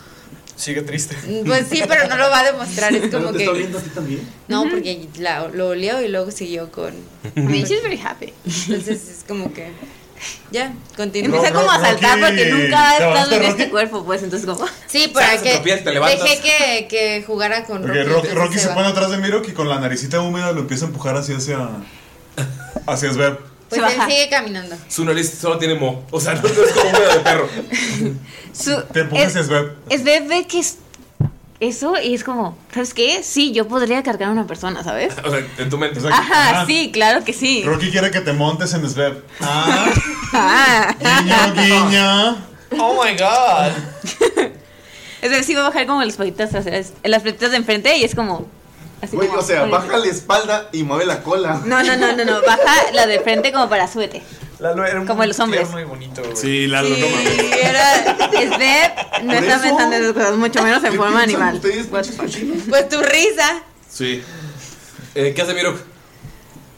S10: Sigue triste.
S2: Pues sí, pero no lo va a demostrar. Es como
S3: te está
S2: que.
S3: oliendo a ti también?
S2: No, porque la- lo olió y luego siguió con.
S13: she's very happy.
S2: Entonces es como que. Ya, continúa.
S13: Empieza como a saltar porque nunca ha
S2: ¿Te
S13: estado en
S2: abrazaste,
S13: este cuerpo, pues entonces como.
S2: Sí, para
S4: Sacas
S2: que
S4: tu pie, te levantas.
S2: dejé que, que jugara con
S4: Porque
S2: Rocky.
S4: Rocky,
S2: entonces
S4: Rocky se
S2: va.
S4: pone atrás de Mirok y con la naricita húmeda lo empieza a empujar hacia hacia. hacia Sveb.
S2: Pues él sigue caminando.
S1: Su nariz solo tiene mo. O sea, no, no es como un dedo de perro.
S13: Su-
S4: Te empuja hacia Sveb.
S13: Es bebé que es. Eso y es como, ¿sabes qué? Sí, yo podría cargar a una persona, ¿sabes?
S1: O sea, en tu mente.
S13: Ajá, sí, claro que sí.
S4: Rocky quiere que te montes en Sveb.
S13: Ah.
S4: Guiño, guiño.
S10: Oh my god.
S13: Es decir, sí va a bajar como las patitas, o sea, es- las patitas de enfrente y es como, Así
S3: Güey,
S13: como
S3: o sea,
S13: por el-
S3: baja la espalda y mueve la cola.
S13: No, no, no, no, no, baja la de frente como para súbete. como los hombres.
S3: muy bonito,
S1: Sí, Lalo, no mames.
S13: Era, es ver, no
S1: Por
S13: está
S1: eso.
S13: pensando en esas cosas, mucho menos en forma animal.
S2: Pues tu risa.
S1: Sí. Eh, ¿Qué hace Mirok?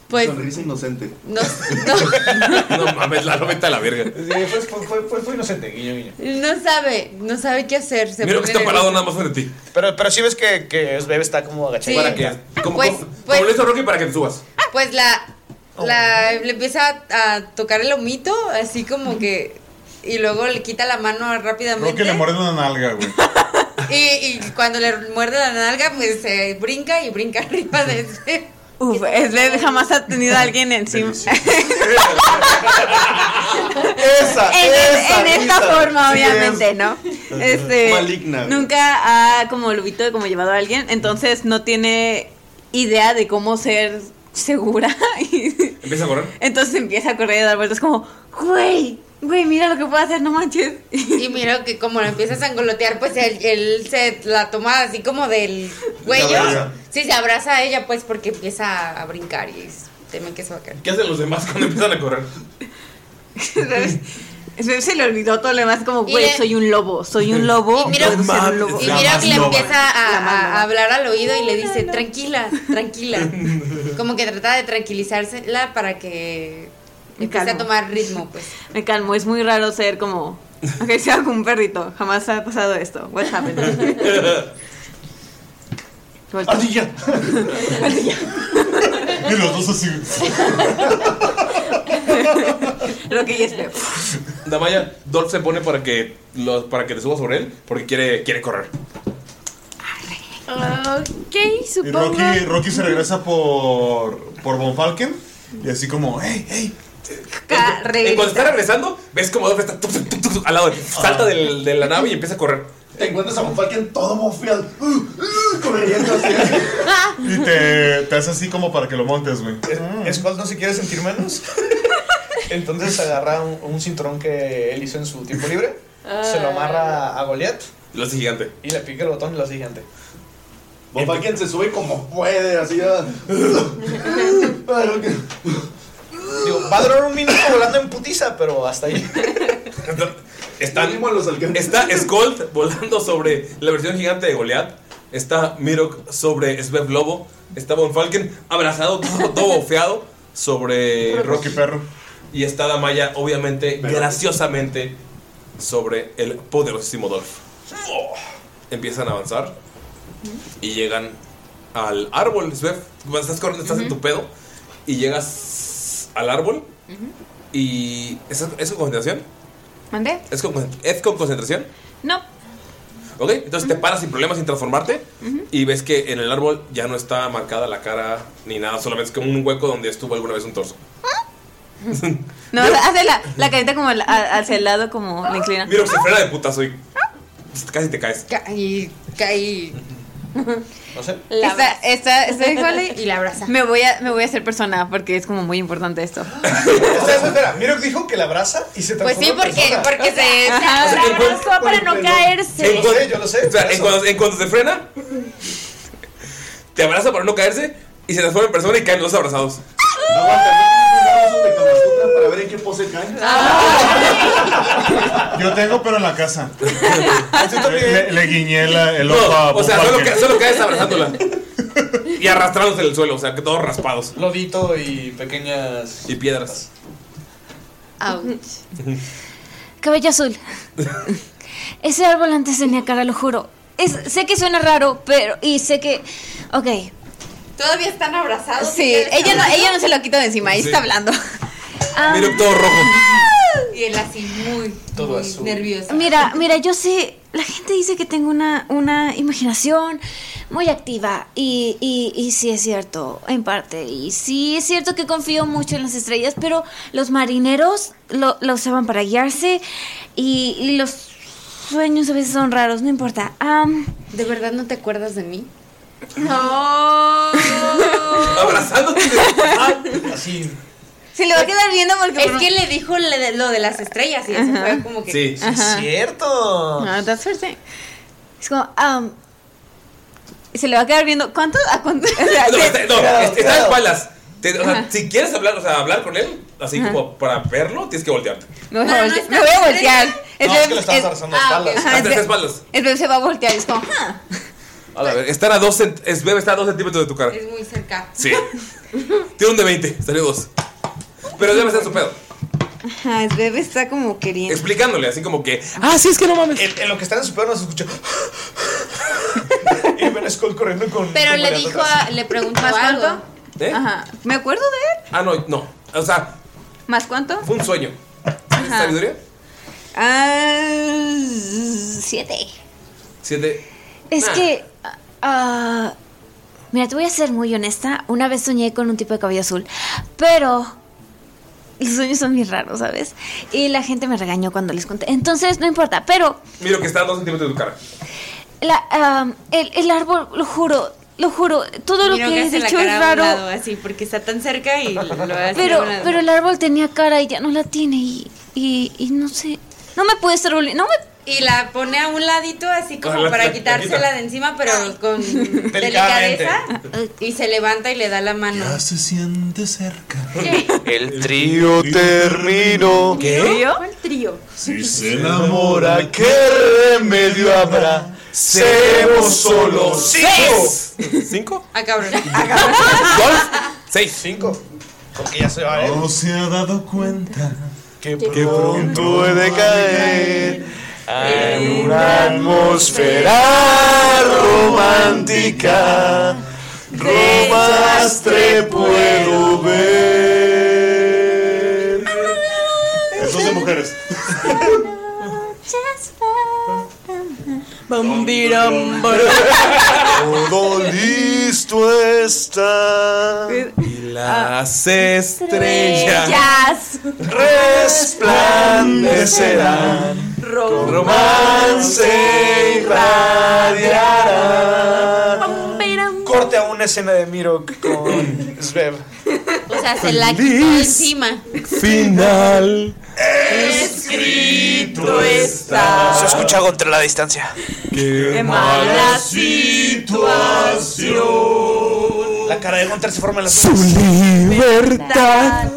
S2: Pues.
S3: Sonrisa inocente.
S2: No,
S1: No mames, Lalo, vete a la verga.
S5: fue, fue, fue, fue, fue inocente, guiño, guiño.
S2: no sabe, no sabe qué hacer. se
S1: Mirok
S2: pone
S1: está
S2: nervioso.
S1: parado nada más frente a ti.
S5: Pero, pero sí ves que, que Sveb está como agachado.
S2: Sí.
S1: Para que. Como,
S2: Pues-
S1: como- como lo hizo Rocky para que te subas.
S2: Pues la, la le empieza a, a tocar el lomito, así como que. Y luego le quita la mano
S4: Creo
S2: rápidamente.
S4: que le muerde una nalga, güey.
S2: Y, y cuando le muerde la nalga, pues se brinca y brinca arriba de ese.
S13: Uf, es ver, jamás ha tenido a alguien encima.
S3: Esa,
S13: en, e-
S3: esa
S13: en esta
S3: risa.
S13: forma,
S3: Sí,
S13: obviamente, ¿no? Este,
S3: Maligna.
S13: Nunca ha como lubito de como llevado a alguien, entonces no tiene idea de cómo ser segura. y
S1: Empieza a correr.
S13: entonces empieza a correr y a dar vueltas como, güey, güey, mira lo que puedo hacer, no manches.
S2: Y mira que como lo empiezas a angolotear, pues él, él se la toma así como del cuello.
S1: abraza.
S2: Sí, se abraza a ella, pues, porque empieza a brincar y es- teme que se va a caer.
S1: ¿Qué hacen los demás cuando empiezan a correr?
S13: Se se le olvidó todo lo demás, como,
S2: Y
S13: güey,
S2: le-
S13: soy un lobo, soy un lobo.
S2: Y mira,
S13: puedo ser un
S2: y
S13: lobo".
S2: mira que le empieza a, a- a hablar al oído y le dice, tranquila, tranquila. Como que trata de tranquilizársela para que
S13: Me
S2: empiece a
S13: calmo.
S2: tomar ritmo, pues.
S13: Me calmo, es muy raro ser como, aunque sea como un perrito, jamás ha pasado esto. What happened?
S1: Ah,
S3: Ardilla.
S4: Y los dos así.
S13: Lo que ya es peor.
S1: Damaya, Dolph se pone para que, lo- para que te subas sobre él porque quiere, quiere correr.
S6: Ok,
S4: Y
S6: supongo.
S4: Rocky, Rocky se regresa por, por Von Falken y así como, hey, hey.
S13: Ah,
S1: Y cuando está regresando, ves como Dolph está tuc, tuc, tuc, tuc, tuc, al lado. de- Salta del- de la nave y empieza a correr.
S3: Te encuentras a Von Falken todo mofiado. Uh, uh, corriendo así.
S4: Y te, te hace así como para que lo montes, güey.
S5: Skull no se quiere sentir menos. Entonces agarra un, un cinturón que él hizo en su tiempo libre, se lo amarra a Goliath
S1: Lo hace gigante.
S5: y le pica el botón y lo hace gigante.
S1: Pues,
S3: Von Falken se sube como puede, así. ah.
S5: Digo, va a durar un minuto volando en putiza, pero hasta ahí.
S1: Están, está Skold volando sobre la versión gigante de Goliath. Está Mirok sobre Svev Lobo. Está Von Falken abrazado, todo, todo bofeado sobre Rocky
S4: Perro.
S1: Y está Damaya, obviamente, graciosamente, sobre el poderosísimo Dolph. Oh. Empiezan a avanzar y llegan al árbol. Svev, cuando estás corriendo, estás en tu pedo. Y llegas al árbol y. ¿Es, es con concentración?
S13: ¿Mandé?
S1: ¿Es con, es con concentración?
S13: No.
S1: Ok, entonces te paras sin problemas, sin transformarte. Y ves que en el árbol ya no está marcada la cara ni nada, solamente es como un hueco donde estuvo alguna vez un torso.
S13: No, o sea, hace la, la carita como al- a- hacia el lado, como
S4: Ah,
S13: la inclina.
S1: Miro que se frena de putazo y casi te caes.
S2: Caí, caí.
S5: No sé.
S13: Esta, esta, esta,
S2: Y la abraza.
S13: Me voy, a, me voy a hacer persona porque es como muy importante esto.
S5: Espera, espera, Mirok dijo que la abraza y se
S13: Pues
S5: transforma
S13: sí,
S5: en
S13: porque-
S5: persona.
S13: porque se-
S1: Ajá. O sea, que fue-
S13: para no caerse.
S1: En cuanto- o sea, en, cuanto, en cuanto se frena, te abraza para no caerse y se transforma en persona y caen los dos abrazados.
S3: Para ver en qué pose cae.
S13: Ah.
S4: Yo tengo, pero en la casa.
S1: Ah,
S4: Le, le- le guiñé la- el ojo a
S1: o
S4: Von
S1: sea, solo,
S4: Falken.
S1: ca- solo caes abrazándola y arrastrándose en el suelo, o sea, que todos raspados.
S5: Lodito y pequeñas.
S1: Y piedras.
S7: Cabello azul. Ese árbol antes tenía cara, lo juro. Es- sé que suena raro, pero. Y sé que. Ok.
S2: Todavía están abrazados.
S13: Sí, ella no, ella no se lo quita de encima, ella
S7: Sí.
S13: está hablando. Ah.
S1: Miro todo rojo.
S2: Y él así muy, muy nervioso.
S7: Mira, mira, yo sé. La gente dice que tengo una, una imaginación muy activa. Y, y, y sí es cierto, en parte. Y sí es cierto que confío mucho en las estrellas, pero los marineros lo, lo usaban para guiarse. Y, y los sueños a veces son raros, no importa. Am,
S2: ¿De verdad no te acuerdas de mí?
S13: No.
S1: Abrazándote.
S5: Así.
S13: Se le va a quedar viendo porque.
S2: Es que le dijo le de- lo de las estrellas y eso fue como que.
S1: Sí.
S5: cierto.
S13: Ah, No, that's her thing.
S7: Es como, am,
S13: um, Y se le va a quedar viendo. ¿Cuánto? ¿A cuánto? O sea,
S1: No,
S13: de-
S1: está, no, este,
S13: Cuidado,
S1: está de
S13: cuidado.
S1: espaldas. Te- o sea,
S13: Ajá.
S1: si quieres hablar, o sea, hablar con él, así
S13: Ajá.
S1: como para verlo, tienes que voltearte.
S13: Me voy a voltear. me voy a voltear. El bebé- el- ah, ok. Ajá,
S1: Ah,
S13: el
S1: te- te
S13: bebé-
S1: espaldas.
S13: El bebé se va a voltear y es como. "Ah".
S1: A la verga, Están a dos cent- es Bebe está a dos centímetros de tu cara.
S2: Es muy cerca.
S1: Sí. Tiene un de 20, salió dos. Pero Bebe está en su pedo.
S13: Ajá, el bebé está como queriendo.
S1: Explicándole, así como que.
S13: Ah, sí, es que no mames.
S5: En, en lo que están en su pedo no se escucha. y ven a Skull corriendo con.
S2: Pero
S5: con
S2: le
S5: Mariana
S2: dijo,
S5: atrás.
S2: a- le preguntó
S13: ¿Más
S2: algo.
S13: cuánto?
S1: ¿Eh?
S13: Ajá. ¿Me acuerdo de él?
S1: Ah, no, no. O sea,
S13: ¿Más cuánto?
S1: fue un sueño.
S13: Ajá.
S1: ¿Sabiduría?
S13: Ah,
S7: eh,
S13: siete.
S1: Siete.
S7: Es
S1: Nah.
S7: que. ah, mira, te voy a ser muy honesta. Una vez soñé con un tipo de cabello azul, pero. Los sueños son bien raros, ¿sabes? Y la gente me regañó cuando les conté. Entonces, no importa, pero
S1: Mira que está a dos centímetros de tu cara.
S7: la, am, el, el árbol, lo juro, lo juro, todo lo
S2: Miro
S7: que he
S2: hace la
S7: dicho
S2: cara
S7: es
S2: a un
S7: raro.
S2: lado, así, porque está tan cerca y lo hace a
S7: Pero,
S2: un lado.
S7: pero el árbol tenía cara y ya no la tiene y, y, y no sé, no me pude estar volviendo, no me...
S2: Y la pone a un ladito así como
S7: Ah, la-
S2: para
S7: la-
S2: quitársela
S7: la-
S2: de encima, pero con delicadeza. Y se levanta y le da la mano.
S3: Ya se siente cerca.
S4: El trío terminó.
S2: ¿Cuál trío?
S3: Si
S4: se enamora, ¿qué remedio habrá? Seremos solo
S1: ¡Seis! ¿Cinco?
S2: Ah, cabrón.
S1: Seis.
S5: Cinco. Porque ya se va a ver.
S3: No se ha dado cuenta
S5: que
S4: pronto he de caer en una atmósfera romántica. Romance puedo ver.
S3: Eso es de mujeres.
S4: Todo listo está.
S2: Ah,
S1: Las estrellas.
S4: resplandecerán.
S5: Romance
S4: irradiará.
S5: Corte a una escena de Mirok con Svev.
S2: O sea, se la quitó encima.
S1: Final.
S5: Escrito
S2: está.
S16: Se escucha contra la distancia.
S1: Qué
S5: mala
S16: situación. La cara de Gunter se forma en las
S4: Su libertad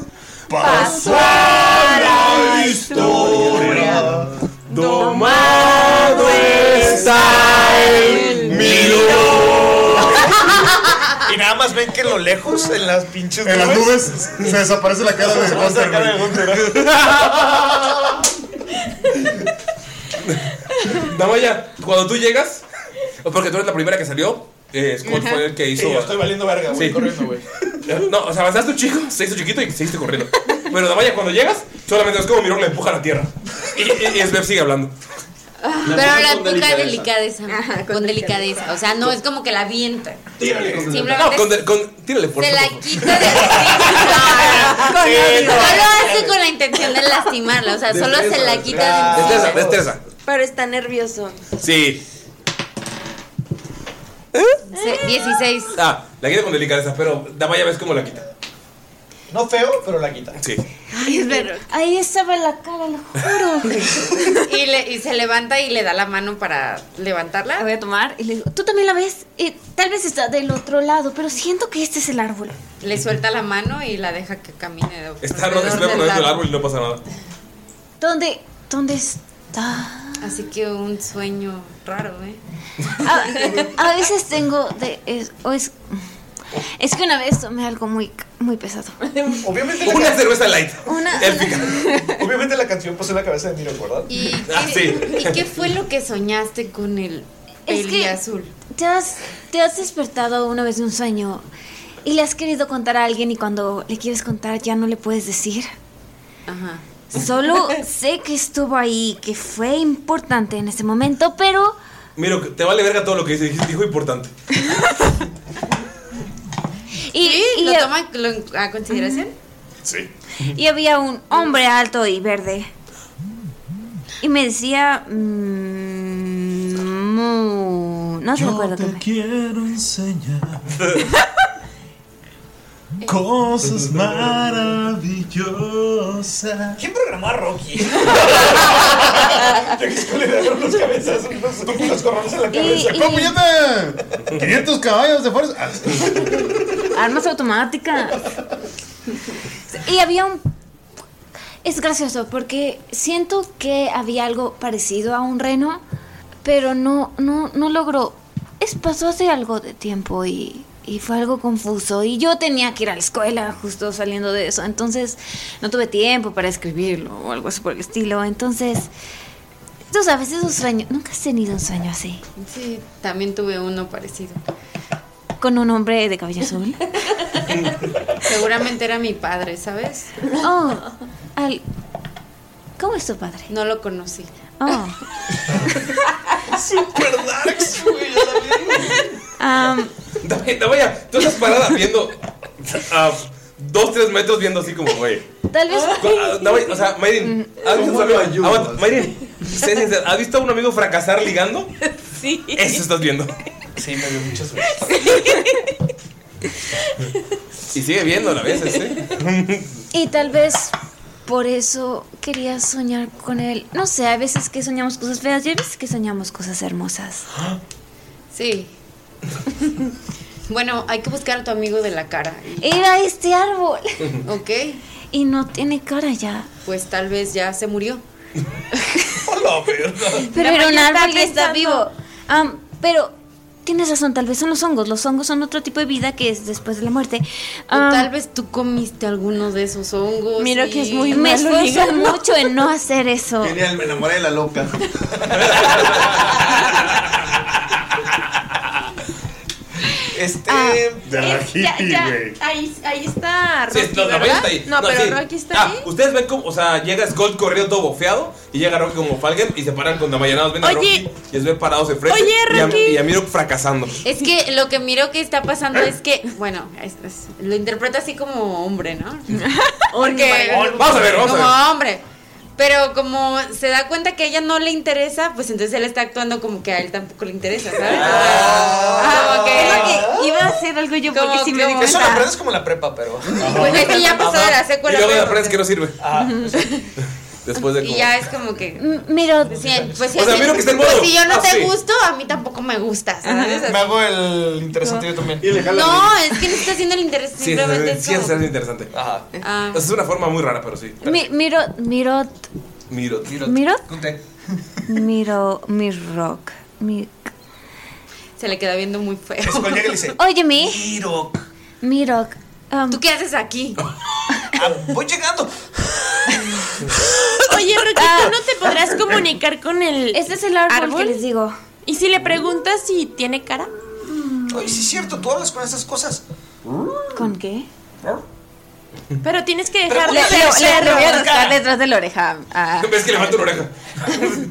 S16: pasó
S4: la historia. Domado está el
S5: Y nada más ven que en lo lejos, en las pinches
S3: En las nubes se desaparece la cara de
S5: Desaparece la cara de
S3: Gunter.
S1: Damaya, cuando tú llegas, porque tú eres la primera que salió, eh, Scott fue el que hizo.
S5: Sí, yo estoy valiendo verga, güey,
S1: Sí.
S5: corriendo, güey.
S1: No, o sea, avanzaste un chico, se hizo chiquito y seguiste corriendo. Pero Damaya, cuando llegas, solamente es como Mirón le empuja a la tierra. Y, y, y Svev sigue hablando.
S2: Pero la
S1: con
S2: toca
S1: delicadeza.
S2: delicadeza. con, delicadeza. O sea, no es como que la avienta.
S1: Tírale.
S2: con
S1: No, con, de- con- tírale por
S2: Se
S1: favor.
S2: la quita de encima.
S1: Con
S2: Sí,
S1: odio.
S2: no lo hace con la intención de lastimarla. O sea, solo se
S1: Destreza,
S2: la quita de
S1: Destreza,
S2: encima.
S1: destreza.
S17: Pero está nervioso.
S1: Sí.
S2: Se- 16.
S1: Ah, la quita con delicadeza, pero Damaya ves cómo la quita.
S5: No feo, pero la quita.
S1: Sí.
S7: Ay, es ver- ahí estaba la cara, lo juro.
S2: Y, le- y se levanta y le da la mano para levantarla.
S7: La voy a tomar y le digo, tú también la ves, Eh, tal vez está del otro lado, pero siento que este es el árbol.
S2: Le suelta la mano y la deja que camine. de-
S1: Está
S2: alrededor
S1: Ron
S2: del
S1: Svev dentro del
S2: árbol.
S1: árbol y no pasa nada.
S7: ¿Dónde, dónde está?
S2: Así que un sueño raro, ¿eh?
S7: A, a veces tengo de es, o es es que una vez tomé algo muy muy pesado.
S5: Obviamente
S1: Una cerveza light.
S7: Una-
S5: Obviamente la canción puso en la cabeza de Mirok, ¿verdad?
S2: ¿Y
S5: Ah, sí.
S2: ¿Y qué fue lo que soñaste con el
S7: Es
S2: peli
S7: que-
S2: azul?
S7: ¿Te has te has despertado una vez de un sueño y le has querido contar a alguien y cuando le quieres contar ya no le puedes decir?
S2: Ajá.
S7: Solo sé que estuvo ahí, que fue importante en ese momento, pero
S1: Miro, te vale verga todo lo que dice. Dijo- Dijo importante.
S7: y, y-
S2: ¿Lo toman lo- a consideración?
S1: Sí.
S7: y había un hombre alto y verde y me decía mm, mu- no se me acuerdo qué
S3: Te quiero enseñar cosas maravillosas.
S5: ¿Quién programó a Rocky? Yo le dieron los cabezas, los, los corrones en la cabeza.
S4: ¡Propillete! 500 caballos de fuerza. Ah,
S7: Armas automáticas. Y había un... Es gracioso porque siento que había algo parecido a un reno, pero no, no, no logró. Es, pasó hace algo de tiempo y, y fue algo confuso. Y yo tenía que ir a la escuela justo saliendo de eso. Entonces no tuve tiempo para escribirlo o algo así por el estilo. Entonces, tú sabes, es un sueño. Nunca has tenido un sueño así.
S2: Sí, también tuve uno parecido.
S7: Con un hombre de cabello azul.
S2: Seguramente era mi padre, ¿sabes?
S7: Oh, al- ¿Cómo es tu padre?
S2: No lo conocí.
S7: Oh.
S2: Super darks, güey.
S7: Am,
S1: Dame- dame ya, tú estás parada viendo a dos, tres metros viendo así como, güey.
S7: tal vez.
S1: Cu- ah, Dame, o sea,
S2: Mm.
S1: Mayrin, ¿has visto, a un amigo- aguanta, Mayrin, sé sincera, ¿has visto a un amigo fracasar ligando?
S7: Sí.
S1: Eso estás viendo.
S5: Sí, me vio muchas
S1: veces. Y sigue viéndolo a veces, ¿eh?
S7: Y tal vez por eso quería soñar con él. No sé, hay veces que soñamos cosas feas y hay veces que soñamos cosas hermosas.
S2: Sí. Bueno, hay que buscar a tu amigo de la cara.
S7: Era este árbol.
S2: Ok.
S7: Y no tiene cara ya.
S2: Pues tal vez ya se murió.
S7: Pero era un árbol que está vivo. Am, pero tienes razón, tal vez son los hongos. Los hongos son otro tipo de vida que es después de la muerte.
S2: O tal
S7: vez tú comiste alguno de esos hongos.
S2: Mira que es muy
S7: Me
S2: malo
S7: esfuerzo
S2: ligando.
S7: mucho en no hacer eso.
S3: Genial, me enamoré de la loca.
S5: Este.
S4: de la hippie,
S6: Ah, Ya,
S1: güey.
S6: ahí, ahí está
S1: Sí,
S6: Rocky,
S1: no, no,
S6: ¿verdad?
S1: está ahí.
S6: No, pero
S1: sí.
S6: Rocky está
S1: Ah,
S6: ahí.
S1: Ustedes ven como, o sea, llega Skull corriendo todo bofeado y llega Rocky como Falgen y se paran con Damaya. Nada más ven a
S2: Oye.
S1: Rocky y les ven parados de frente.
S2: Oye,
S1: y a-
S2: Rocky.
S1: Y a, Miro fracasando.
S2: Es que lo que miro que está pasando es que, bueno, es- es- lo interpreto así como hombre, ¿no? Porque,
S1: Hombre. Vamos a ver, vamos a
S2: como
S1: ver.
S2: hombre. Pero como se da cuenta que a ella no le interesa, pues entonces él está actuando como que a él tampoco le interesa, ¿sabes? Ah, ok.
S7: Creo que iba a hacer algo yo
S2: Como-
S7: porque si me di
S2: como-
S7: cuenta.
S5: Eso lo aprendes como en la prepa, pero.
S2: Pues es que ya pasó de la
S1: Y
S2: secuela.
S1: luego
S2: pero-
S1: aprendes que no sirve. Después de
S2: Y
S1: como.
S2: ya es como que.
S7: Miro.
S2: pues, si
S1: O sea,
S2: así-
S1: miro que está en modo
S2: pues, si yo no
S1: así.
S2: te gusto, a mí tampoco me gustas, ¿sabes?
S5: Me hago el interesante yo también.
S2: No, es que este no está haciendo el interés.
S1: Sí, es,
S2: Simplemente es
S1: sí, es,
S2: como.
S1: es interesante. Ajá.
S2: Ah.
S1: Es una forma muy rara, pero sí.
S7: Mi- miro, miro,
S1: Miro.
S7: miro,
S1: Conté.
S7: miro, mi rock. Mi...
S2: Se le queda viendo muy feo.
S7: Oye, mi.
S5: Miro.
S7: Miro.
S2: ¿Tú qué haces aquí?
S5: Ah, voy llegando.
S6: Oye, Rocky,
S4: Ah.
S6: ¿tú no te podrás comunicar con el
S7: Este es el árbol,
S6: árbol?
S7: que les digo.
S6: ¿Y si le preguntas si tiene cara?
S5: Oye, sí es cierto, tú hablas con esas cosas.
S7: ¿Con qué?
S6: Pero tienes que
S7: Le,
S6: dejarle
S7: le, le- le voy a rascar
S6: cara.
S7: detrás de la oreja. Ah.
S1: ¿Ves que le falta una oreja?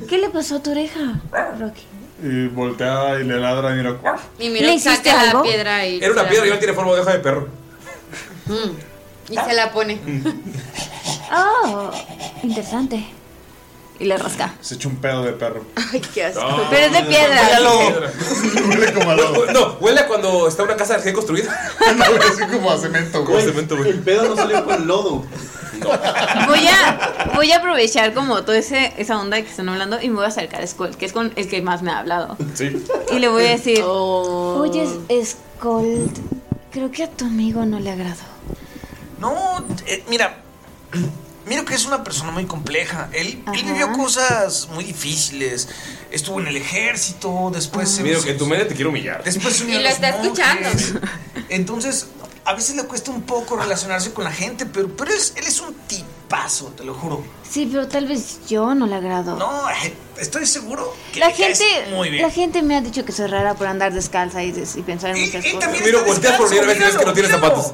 S7: ¿Qué le pasó a tu oreja, Rocky?
S4: Y voltea y le ladra a Miro.
S2: Y
S7: ¿Le
S2: mira,
S7: hiciste
S2: saca
S7: algo?
S2: la piedra
S5: Eh.
S2: y.
S1: Era
S2: se
S1: una
S2: la-
S1: piedra y no tiene forma de oreja de perro.
S2: Mm, Y se la pone.
S7: Oh, interesante. Y le rasca.
S4: Se echa un pedo de perro.
S7: Ay, qué asco. Pero es de
S2: Ah.
S7: piedra.
S4: Huele como a lobo.
S1: No, huele a cuando está una casa recién construida.
S4: No, así como a cemento,
S1: Como a cemento, güey.
S3: El pedo no salió con lodo.
S13: Voy a, voy a aprovechar como toda ese, esa onda que están hablando y me voy a acercar a Skull, que es con el que más me ha hablado.
S1: Sí.
S13: Y le voy a decir,
S2: Oh.
S7: Oye, Scold, creo que a tu amigo no le agradó.
S5: No, eh, mira. Miro que es una persona muy compleja. Él, él vivió cosas muy difíciles. Estuvo en el ejército, después se-
S1: Miro que en tu mente te quiero humillar.
S5: Después se unió
S2: Y
S5: a
S2: lo
S5: los
S2: está escuchando.
S5: monjes. Entonces, a veces le cuesta un poco relacionarse con la gente, pero, pero es- él es un tipazo, te lo juro.
S7: Sí, pero tal vez yo no le agrado.
S5: No, eh, estoy seguro que
S7: La
S5: le caes
S7: gente,
S5: muy bien.
S7: la gente me ha dicho que soy rara por andar descalza y, des- y pensar en muchas cosas.
S1: Miro, volteas por primera vez y ves que no tiene zapatos.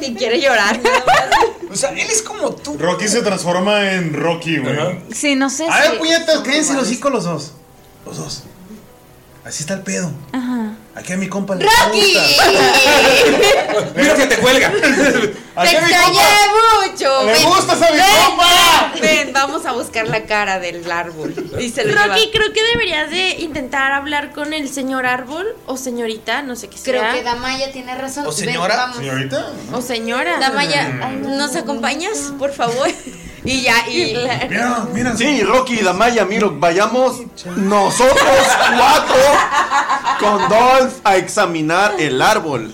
S7: Y quiere llorar.
S5: O sea, él es como tú.
S4: Rocky se transforma en Rocky, güey.
S7: Sí, no sé.
S4: A ver,
S7: si-
S18: puñetas, cállense los hocico los dos. Los dos. Así está el pedo.
S7: Ajá.
S18: Aquí a mi compa le
S2: ¡Rocky!
S18: gusta.
S1: Mira que te cuelga.
S2: ¡Te extrañé mucho!
S18: ¡Le gusta esa
S2: ven,
S18: bicopa!
S2: Ven, vamos a buscar la cara del árbol. Y se lo lleva.
S6: Rocky, creo que deberías de intentar hablar con el señor árbol o señorita, no sé qué sea.
S2: Creo que Damaya tiene razón.
S6: ¿O señora?
S2: Ven, vamos.
S4: Señorita.
S7: Mm.
S6: O señora.
S2: Damaya, ¿nos acompañas, por favor?
S19: Y ya, y.
S3: Mira, mira. Sí, Rocky y Damaya, miro, vayamos nosotros cuatro con Dolph a examinar el árbol.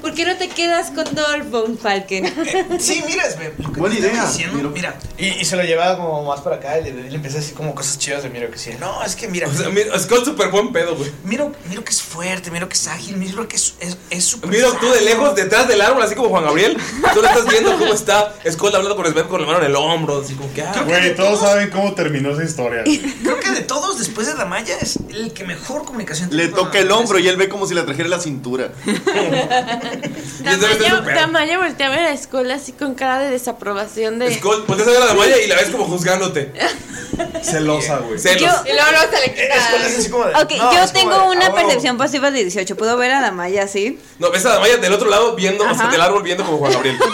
S19: ¿Por qué no te quedas con Dolph Von Falken?
S7: Eh, Sí, mira, es ver.
S3: Buena idea.
S7: mira. Y, y se lo llevaba como más para acá y le, le empieza a decir como cosas chidas de Miro que sí. No, es que mira.
S1: O sea, mira, Skull súper buen pedo, güey.
S5: Miro, miro que es fuerte, miro que es ágil, miro que es, es, es súper
S1: Miro tú de
S5: sano.
S1: lejos, detrás del árbol, así como Juan Gabriel. Tú lo estás viendo cómo está Skull hablando con Sven con la mano en el hombro, así como que. ah,
S4: Güey, todos saben cómo terminó esa historia.
S5: Creo que de todos, después de Damaya, es el que mejor comunicación
S3: Le toca el hombro y él ve como si le trajera la cintura.
S6: Tamaya, Tamaya voltea a ver a escuela así con cara de desaprobación de.
S1: Skull, volteas a ver a Damaya y pues, la ves como juzgándote. Celosa, güey. Celos.
S6: Yo-
S2: Y luego luego se le
S1: Eh,
S2: quita.
S13: Ok, yo tengo
S1: "Ah,
S13: una percepción pasiva de 18. ¿Puedo ver a Damaya así?
S1: No, ves a Damaya del otro lado viendo, o sea,
S13: Ajá.
S1: del árbol viendo como Juan Gabriel.
S13: Pues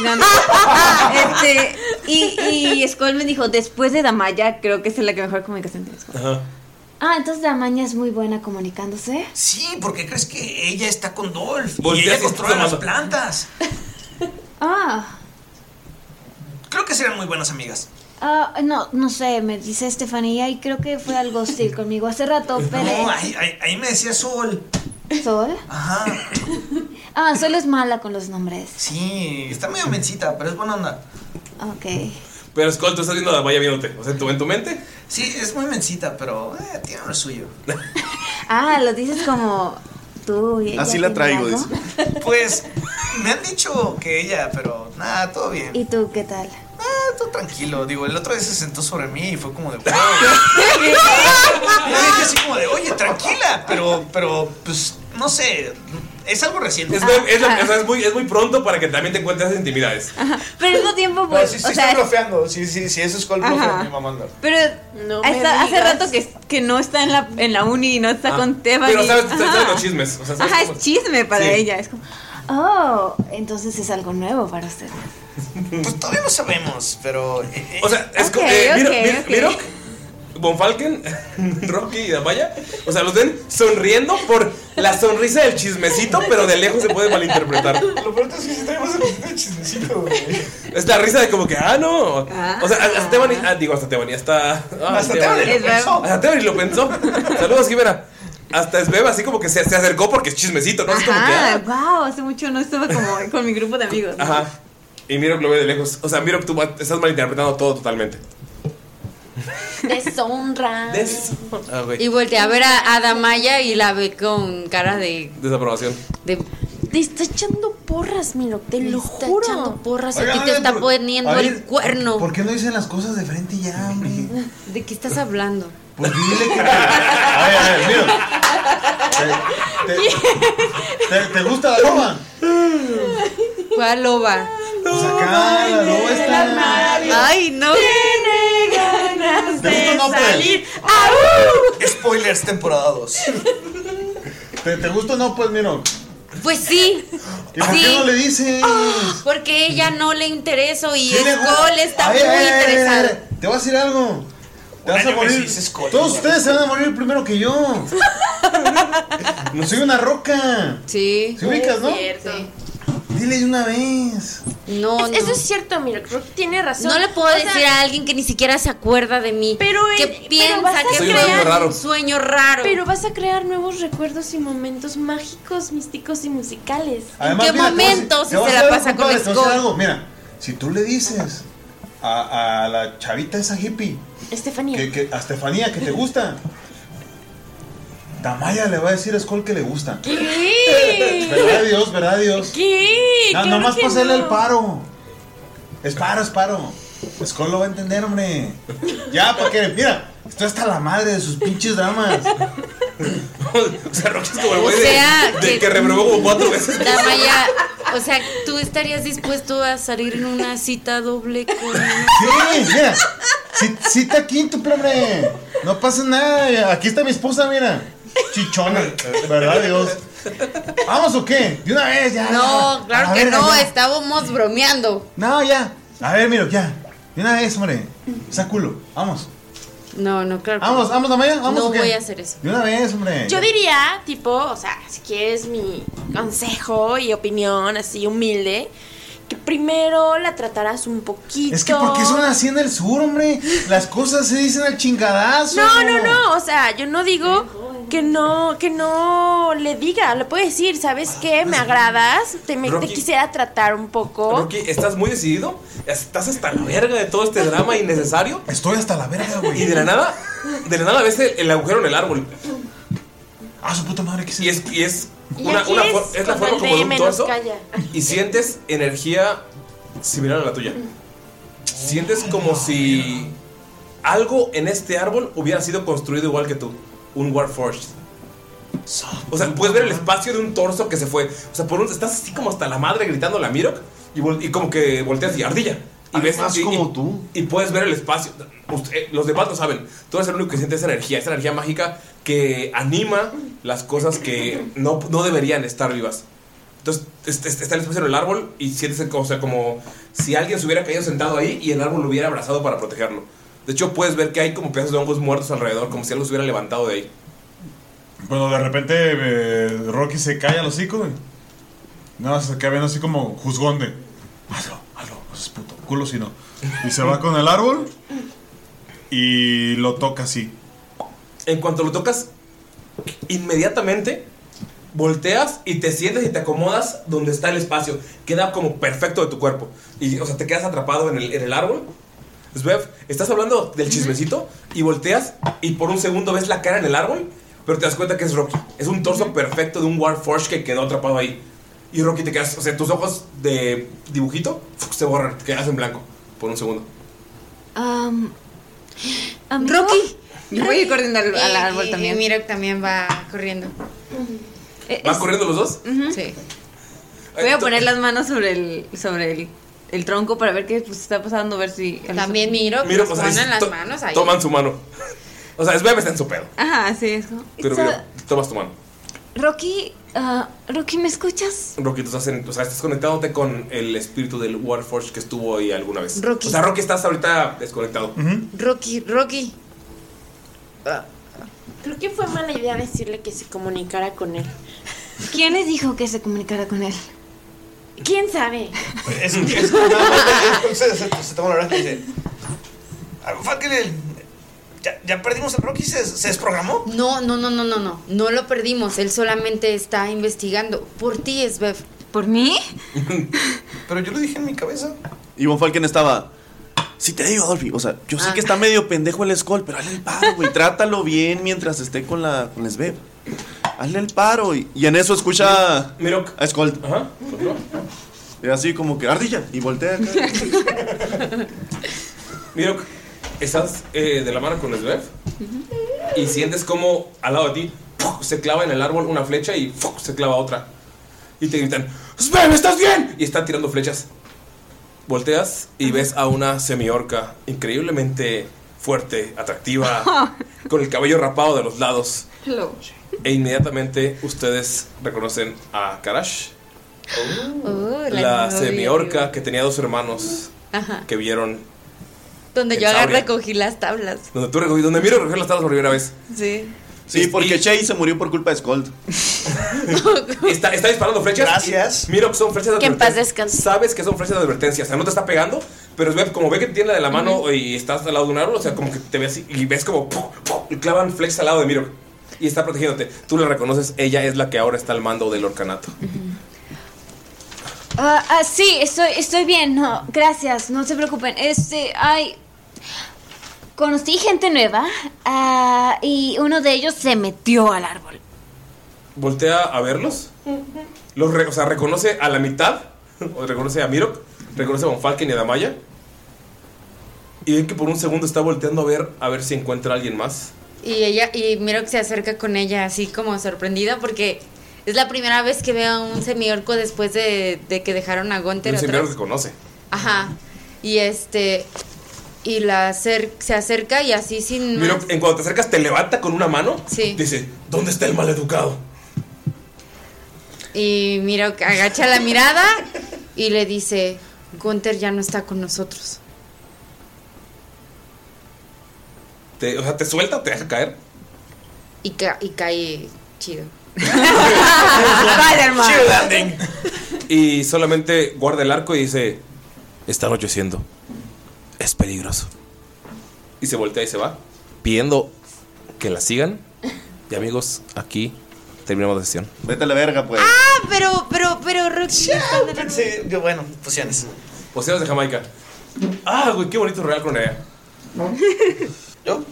S13: Este, y, y Skull me dijo, después de Damaya, creo que es la que mejor comunicación tiene.
S1: Ajá.
S13: Ah, entonces Damaya es muy buena comunicándose.
S5: Sí, porque crees que ella está con Dolph y
S1: Volteas
S5: ella
S1: y
S5: controla
S1: estás
S5: las plantas.
S13: Ah,
S5: Creo que serán muy buenas amigas.
S13: ah, no, no sé, me dice Estefanía y creo que fue algo hostil conmigo hace rato,
S5: No,
S1: Pues
S13: pero...
S5: ahí, ahí- ahí me decía Sol.
S13: ¿Sol?
S5: Ajá.
S13: Ah, Sol es mala con los nombres.
S5: Sí, está medio mencita, pero es buena onda.
S13: Ok.
S1: Pero Skull, tú estás viendo a Damaya viéndote. O sea, en tu, en tu mente.
S5: Sí, es muy mencita, pero eh, tiene lo suyo.
S13: Ah, lo dices como tú. y ella
S5: Así la
S13: tiene
S5: traigo,
S13: algo.
S5: Pues me han dicho que ella, pero nada, todo bien.
S13: ¿Y tú qué tal?
S5: Ah, todo tranquilo. Digo, el otro día se sentó sobre mí y fue como de wow. Le dije así como de, oye, tranquila, pero, pero, pues, no sé, es algo reciente.
S1: Es, es la- o sea, es muy, es muy pronto para que también te encuentres esas intimidades.
S13: Pero al mismo tiempo, pues.
S7: sí, sí,
S13: o
S7: está
S13: sea,
S7: bloqueando. Sí, sí, sí, eso es call blofeo,
S13: Ajá.
S7: mi mamá. anda.
S13: pero hasta- hace
S20: digas.
S13: rato que, que no está en la, en la uni y no está
S1: Ah,
S13: con Teba.
S1: Pero
S13: ni-
S1: sabes, sabes
S13: Ajá.
S1: los chismes. O sea, sabes
S13: Ajá,
S1: cómo-
S13: es chisme para
S1: Sí.
S13: ella. Es como, oh, entonces es algo nuevo para usted.
S5: Pues todavía no sabemos, pero. eh,
S1: O sea, es como.
S13: Ok,
S1: Eh, mira,
S13: ok,
S1: mira,
S13: ok.
S1: mira, Von Falken, Rocky y Damaya. O sea, los ven sonriendo por la sonrisa del chismecito, pero de lejos se puede malinterpretar.
S7: Lo peor es que sí tenemos el chismecito, güey.
S1: Es la risa de como que, ah, no. O sea, hasta Tebani. Ah, digo, hasta Tebani. Hasta. ah,
S7: Hasta Tebani lo Es verdad. pensó.
S1: Hasta Tebani lo pensó. Saludos, Jimena. Hasta Sveb, así como que se, se acercó porque es chismecito, ¿no? Es como que.
S13: Ajá,
S1: ah,
S13: wow, hace mucho no estaba como con mi grupo de amigos. ¿no?
S1: Ajá. Y Miro lo ve de lejos. O sea, Miro, tú estás malinterpretando todo totalmente.
S2: Deshonra.
S1: Ah, güey.
S2: Y voltea a ver a, a Damaya y la ve con cara de.
S1: Desaprobación.
S2: Te está echando porras, miro, te lo juro. Está echando porras,
S21: Oigan,
S2: a ti te
S21: oigan,
S2: está
S21: por-
S2: poniendo
S21: oigan,
S2: el cuerno.
S21: ¿Por qué no dicen las cosas de frente y ya, hombre?
S2: ¿De qué estás hablando?
S4: Pues
S21: Ay, ay, ay, mira.
S4: ¿Te, te- te gusta la loba?
S2: ¿Cuál loba?
S4: Pues acá, la loba está.
S2: Ay, no.
S6: Tiene ganas de salir.
S5: Ah,
S13: Ah, uh.
S7: Spoilers, temporada 2.
S4: ¿Te, te gusta o no, pues, Miro?
S2: Pues sí.
S4: ¿Y por
S2: Sí. Ah.
S4: qué no le dices?
S2: Porque ella no le interesó y
S4: ¿Qué le gu-
S2: Skull está
S4: A
S2: muy
S4: ver, a ver, a ver,
S2: interesado.
S4: a ver, Te voy a decir algo. Te vas a
S7: año que
S4: morir.
S7: sí se esconde,
S4: Todos
S7: güey.
S4: ustedes se van a morir primero que yo. No soy una roca.
S2: Sí.
S4: ¿Se ubicas, no?
S6: Sí.
S4: Dile de una vez.
S2: No,
S6: Es-
S2: no.
S6: Eso es cierto, mira, creo que tiene razón.
S2: No le puedo
S6: O sea,
S2: decir a alguien que ni siquiera se acuerda de mí. Pero que
S6: pero vas
S2: piensa
S6: a
S2: que
S6: Soy
S2: soy
S6: un crear- sueño raro.
S2: un sueño raro.
S6: Pero vas a crear nuevos recuerdos y momentos mágicos, místicos y musicales.
S4: Además, mira, te voy a decir- te voy a hacer algo, compadre, te voy a hacer algo. Mira, si tú le dices a, a la chavita esa hippie,
S6: Estefanía.
S4: que, que- a Estefanía, que te gusta, Damaya le va a decir a Skull que le gusta.
S6: ¿Qué?
S4: ¿Verdad Dios? ¿Verdad Dios?
S6: ¿Qué?
S4: No,
S6: Claro
S4: nomás
S6: que
S4: para hacerle
S6: no.
S4: el paro. Es paro, es paro. Skull lo va a entender, hombre. Ya, porque, mira, esto está la madre de sus pinches dramas.
S1: o sea, Rocky es como el
S2: O
S1: güey de-
S2: sea,
S1: de,
S2: que-
S1: que reprobó como cuatro veces.
S2: Damaya, o sea, ¿tú estarías dispuesto a salir en una cita doble con...
S4: Sí, mira. ci- Cita quíntuple, hombre. No pasa nada. Aquí está mi esposa, mira. Chichona. ¿Verdad, Dios? ¿Vamos o qué? De una vez, ya.
S2: No,
S4: ya. A
S2: claro
S4: la
S2: que
S4: verga,
S2: no,
S4: ya.
S2: estábamos bromeando.
S4: No, ya. A ver, mira, ya. De una vez, hombre. Sáculo. Vamos.
S2: No, no, claro. que
S4: Vamos,
S2: no.
S4: vamos, Damaya. Vamos
S2: No
S4: o qué?
S2: voy a hacer eso.
S4: De una vez, hombre.
S6: Yo diría, tipo, o sea, si quieres mi consejo y opinión así humilde, que primero la tratarás un poquito.
S22: Es que porque son así en el sur, hombre. Las cosas se dicen al chingadazo.
S6: No, no, no, o sea, yo no digo que no, que no le diga, le puedo decir, ¿sabes qué?
S4: Pues,
S6: Me agradas, te, me- te
S1: Rocky.
S6: quisiera tratar un poco.
S1: Rocky, ¿estás muy decidido? ¿Estás hasta la verga de todo este drama innecesario?
S22: Estoy hasta la verga, güey.
S1: Y de la nada, de la nada ves el, el agujero en el árbol.
S22: Ah, su puta madre, ¿qué es
S1: Y es, y es,
S6: Y
S1: una,
S6: aquí
S1: una
S6: es
S1: for- es la
S6: cuando
S1: forma
S6: el
S1: como de un
S6: DM nos
S1: torso.
S6: calla.
S1: Y sientes energía similar a la tuya. Sientes como si algo en este árbol hubiera sido construido igual que tú. Un Warforged. O sea, puedes ver el espacio de un torso que se fue. O sea, por un, estás así como hasta la madre gritando la Mirok y, vol- y como que volteas y ardilla. Y ves
S22: Además,
S1: y-
S22: como
S1: y- Y puedes ver el espacio. Usted- eh, los demás lo saben. Tú eres el único que siente esa energía, esa energía mágica que anima las cosas que no, no deberían estar vivas. Entonces este- este- está el espacio en el árbol y sientes el- o sea, como si alguien se hubiera caído sentado ahí y el árbol lo hubiera abrazado para protegerlo. De hecho, puedes ver que hay como pedazos de hongos muertos alrededor, como si algo se hubiera levantado de ahí.
S4: Cuando de repente eh, Rocky se cae al hocico, güey. Nada más se queda viendo así como juzgón de. Hazlo, hazlo, no seas puto. Culo si no. Y se va con el árbol y lo toca así.
S1: En cuanto lo tocas, inmediatamente volteas y te sientes y te acomodas donde está el espacio. Queda como perfecto de tu cuerpo. Y, o sea, te quedas atrapado en el, en el árbol. Svev, estás hablando del chismecito y volteas y por un segundo ves la cara en el árbol, pero te das cuenta que es Rocky. Es un torso perfecto de un Warforge que quedó atrapado ahí. Y Rocky te quedas, o sea, tus ojos de dibujito ¡fuc! se borran, te quedas en blanco por un segundo.
S13: Um,
S7: Am, amigo,
S2: Rocky.
S7: Yo voy a ir corriendo al- al
S2: Y-
S7: árbol
S2: y-
S7: también.
S2: Y Mirok también va corriendo.
S13: Eh,
S1: ¿Van corriendo los dos?
S2: Sí.
S7: Voy a poner las manos sobre el, sobre el, el tronco para ver qué pues, está pasando, a ver si.
S2: También miro,
S1: Miro, pues, ahí sí, to- Toman su mano. O sea, Svev está en su pedo.
S7: Ajá, sí, es como-
S1: Pero
S7: So,
S1: mira, tomas tu mano.
S7: Rocky, ah, Rocky, ¿me escuchas?
S1: Rocky, tú estás, en- o sea, estás conectándote con el espíritu del Warforge que estuvo ahí alguna vez.
S2: Rocky.
S1: O sea, Rocky, estás ahorita desconectado.
S2: Rocky, Rocky.
S6: Creo que fue mala idea decirle que se comunicara con él.
S7: ¿Quién les dijo que se comunicara con él?
S6: ¿Quién sabe?
S5: Es, es como nada más, es- se, se- se toma la oreja y dice: "Ah, fuck, el- ya, ya perdimos el Rocky, se, se desprogramó.
S2: No, no, no, no, no, no. No lo perdimos. Él solamente está investigando. Por ti, Svev.
S7: ¿Por mí?
S5: Pero yo lo dije en mi cabeza.
S3: Y Von Falken estaba. Si te digo, Adolfi, o sea, yo sé que está medio pendejo el Skull, pero hazle el paro, güey. trátalo bien mientras esté con la con Sveb. Hazle el paro. Y, y en eso escucha a Skull.
S1: Ajá.
S3: Y así como que ardilla. Y voltea acá.
S1: Miro, estás eh, de la mano con Svev y sientes como al lado de ti ¡puf! se clava en el árbol una flecha y ¡fuf! se clava otra. Y te gritan, Svev, ¿estás bien? Y están tirando flechas. Volteas y ves a una semiorca increíblemente fuerte, atractiva,
S7: Ah.
S1: con el cabello rapado de los lados.
S7: Hello.
S1: E inmediatamente ustedes reconocen a Karash,
S2: Oh,
S1: la
S2: novia.
S1: semiorca que tenía dos hermanos
S2: Ajá.
S1: que vieron
S2: Donde
S1: El
S2: yo agarré,
S1: saurio.
S2: recogí las tablas.
S1: Donde tú recogí, donde miro recoger las tablas por primera vez.
S2: Sí.
S3: Sí, porque Chase se murió por culpa de Skull.
S1: Está, está disparando flechas. Gracias. Miro que son flechas de
S6: Que en paz
S1: advertencia. Sabes que son flechas de advertencia. O sea, no te está pegando, pero ve- como ve que te tiene la de la mano y estás al lado de un árbol, o sea, como que te ves y ves como ¡pum! ¡pum! y clavan flechas al lado de Miro. Y está protegiéndote. Tú la reconoces, ella es la que ahora está al mando del orcanato.
S7: Ah, ah, sí, estoy, estoy bien, no, gracias, no se preocupen. Este, ay. Conocí gente nueva ah, y uno de ellos se metió al árbol.
S1: Voltea a verlos. Los re- o sea, reconoce a la mitad. O reconoce a Mirok. Reconoce a Von Falken y a Damaya. Y ven que por un segundo está volteando a ver a ver si encuentra a alguien más.
S2: Y ella, y Mirok se acerca con ella así como sorprendida porque es la primera vez que veo a un semiorco después de, de que dejaron a Gunter
S1: Un señor que
S2: atrás.
S1: conoce.
S2: Ajá. Y este y la acer- se acerca y así sin más.
S1: Mirok, en cuanto te acercas, te levanta con una mano.
S2: Sí.
S1: Dice: ¿Dónde está el maleducado?
S2: Y Mirok agacha la mirada y le dice, Gunter ya no está con nosotros.
S1: Te, o sea, te suelta, te deja caer.
S2: Y, ca- y cae chido.
S1: Spider-Man.
S2: Chido
S1: landing. y solamente guarda el arco y dice, está anocheciendo. Es peligroso. Y se voltea y se va, pidiendo que la sigan. Y amigos, aquí terminamos la sesión.
S3: Vete a la verga, pues.
S23: Ah, pero, pero, pero, Rocky.
S5: Pensé, yo, bueno, pociones.
S1: Pociones de Jamaica. Ah, güey, qué bonito real con ella.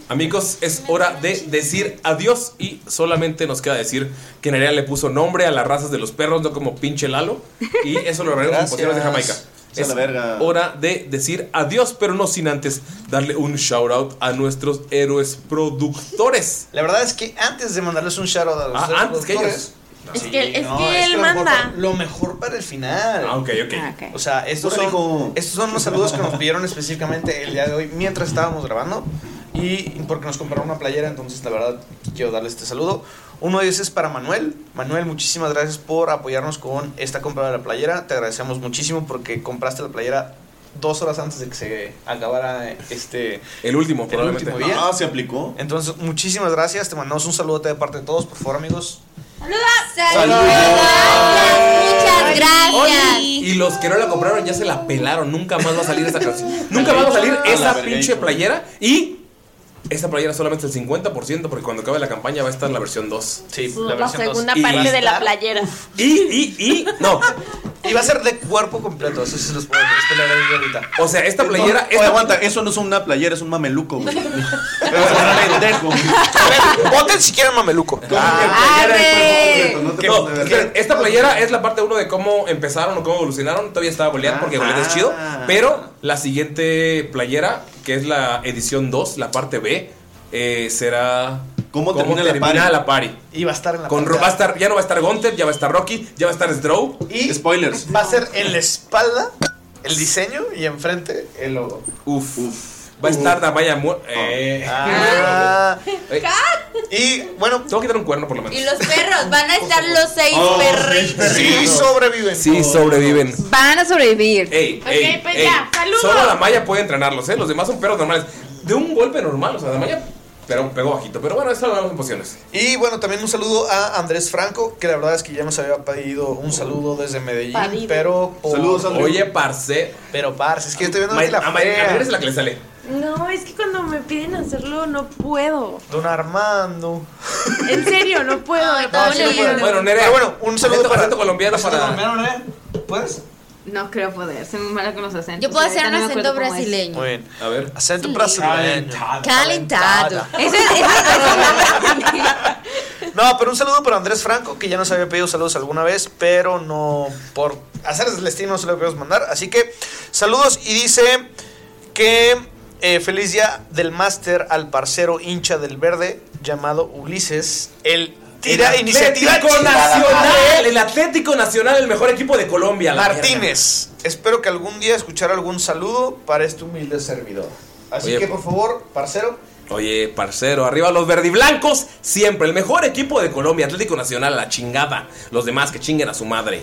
S1: Amigos, es hora de decir adiós y solamente nos queda decir que Nerea le puso nombre a las razas de los perros, no como pinche Lalo. Y eso lo haremos con
S3: Gracias.
S1: pociones de Jamaica.
S3: Sea la verga.
S1: hora de decir adiós, pero no sin antes darle un shout out a nuestros héroes productores.
S5: La verdad es que antes de mandarles un shout out a los
S1: Ah,
S5: tres
S1: antes que
S5: productores-
S23: Es que- es que él
S5: lo mejor
S23: manda.
S5: para- lo mejor para el final.
S1: Ah, ok, ok.
S23: Ah, ok.
S5: O sea, estos son, estos son los saludos que nos pidieron específicamente el día de hoy mientras estábamos grabando. Y porque nos compraron una playera, entonces la verdad quiero darle este saludo. Uno de ellos es para Manuel. Manuel, muchísimas gracias por apoyarnos con esta compra de la playera. Te agradecemos muchísimo porque compraste la playera dos horas antes de que se acabara este
S1: el último probablemente. Ah,
S5: se aplicó entonces muchísimas gracias te mandamos un saludote de parte de todos por favor amigos
S23: Muchas gracias.
S1: Y los que no la compraron ya se la pelaron. Nunca más va a salir esa canción. Nunca más va a salir
S23: A la
S1: esa
S23: verga,
S1: pinche
S23: hijo.
S1: playera. Y esa playera solamente el 50% porque cuando acabe la campaña va a estar la versión 2. Sí,
S6: La, segunda parte de la playera.
S1: Y, y, y, no.
S5: Y va a ser de cuerpo completo, eso sí se los puedo decir. esto lo agradezco ahorita.
S1: O sea, esta
S3: playera. aguanta, eso no es una playera, es un mameluco, güey. Pendejo.
S5: Voten si quieren mameluco.
S1: Ah, No, esperen, esta playera es la parte 1 de cómo empezaron o cómo evolucionaron. Todavía estaba Bolead porque Bolead es chido. Pero la siguiente playera, que es la edición 2, la parte B, eh, será. ¿Cómo,
S3: termina la party?
S1: la party?
S5: Y va a estar en la
S1: Con Ro- va a estar, ya no va a estar Gunther, ya va a estar Rocky, ya va a estar Stroh.
S5: Y
S1: spoilers.
S5: Va a ser en la espalda el diseño y enfrente el logo.
S1: Uf. Va a estar Damaya Mu- eh.
S5: Ah.
S1: Eh.
S5: Y bueno,
S1: tengo que dar un cuerno por lo menos.
S23: Y los perros, van a estar los seis
S1: Oh,
S23: perritos.
S1: Sí,
S5: sobreviven.
S1: Sí, sobreviven.
S13: Van a sobrevivir.
S1: Ey, ey,
S23: pues
S1: ey.
S23: ya, saludos.
S1: Solo la Maya puede entrenarlos, ¿eh? Los demás son perros normales. De un golpe normal, o sea, la Maya pero pegó bajito. Pero bueno, eso lo hablamos en pociones.
S5: Y bueno, también un saludo a Andrés Franco, que la verdad es que ya nos había pedido un saludo desde Medellín,
S1: Pedido.
S5: pero por-
S1: Saludos, Andrés. Oye, parce.
S5: Pero parce, es que yo estoy viendo
S1: Ma-
S5: aquí la
S1: a Ma- a
S5: fea.
S1: Mayra es la que le sale.
S6: No, es que cuando me piden hacerlo no puedo.
S5: Don Armando. Ah,
S6: En serio, no puedo. me pongo nerviosa.
S1: Bueno, Nerea.
S5: Pero bueno, un saludo para
S1: colombiano
S5: para ¿Puedes?
S13: No creo poder, soy muy mala con los acentos.
S23: Yo puedo hacer
S13: Ahorita
S23: un
S13: no me acuerdo
S23: acento
S13: cómo es.
S23: brasileño.
S5: Muy bien.
S1: A ver.
S5: Acento brasileño.
S23: Calentado.
S13: Ese
S5: No, pero un saludo para Andrés Franco, que ya nos había pedido saludos alguna vez, pero no por hacer el destino no se lo podemos mandar. Así que saludos y dice que eh, feliz día del máster al parcero hincha del verde llamado Ulises. El tira
S1: El
S5: iniciativa
S1: Atlético
S5: chingada
S1: Nacional.
S5: madre.
S1: El Atlético Nacional, el mejor equipo de Colombia. la mierda.
S5: Martínez, espero que algún día escuchar algún saludo para este humilde servidor. Así
S1: Oye,
S5: que por favor, parcero,
S1: Oye, parcero, arriba los verdiblancos. Siempre el mejor equipo de Colombia. Atlético Nacional, la chingada. Los demás que chinguen a su madre.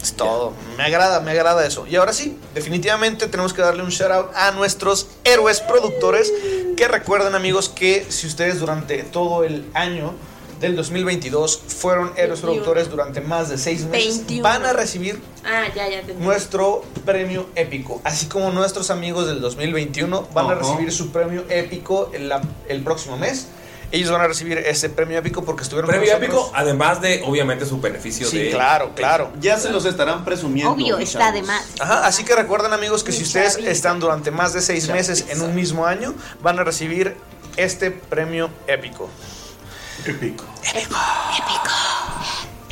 S5: Es todo. Me agrada, me agrada eso. Y ahora sí, definitivamente tenemos que darle un shout out a nuestros héroes productores. Que recuerden, amigos, que si ustedes durante todo el año del 2022 fueron héroes productores durante más de seis meses,
S6: 21.
S5: van a recibir
S6: Ah, ya, ya te entendí.
S5: nuestro premio épico. Así como nuestros amigos del 2021 van a
S3: Ajá.
S5: recibir su premio épico el, la- el próximo mes. Ellos van a recibir ese premio épico porque estuvieron
S1: Premio
S5: con nosotros.
S1: épico, además de, obviamente, su beneficio
S5: Sí,
S1: de.
S5: claro, claro.
S3: Ya se los estarán presumiendo.
S8: Obvio,
S3: mis
S8: está de
S3: chavos.
S8: más.
S5: Ajá, así que recuerden amigos que si ustedes están durante más de seis meses en un mismo año, van a recibir este premio épico. Épico.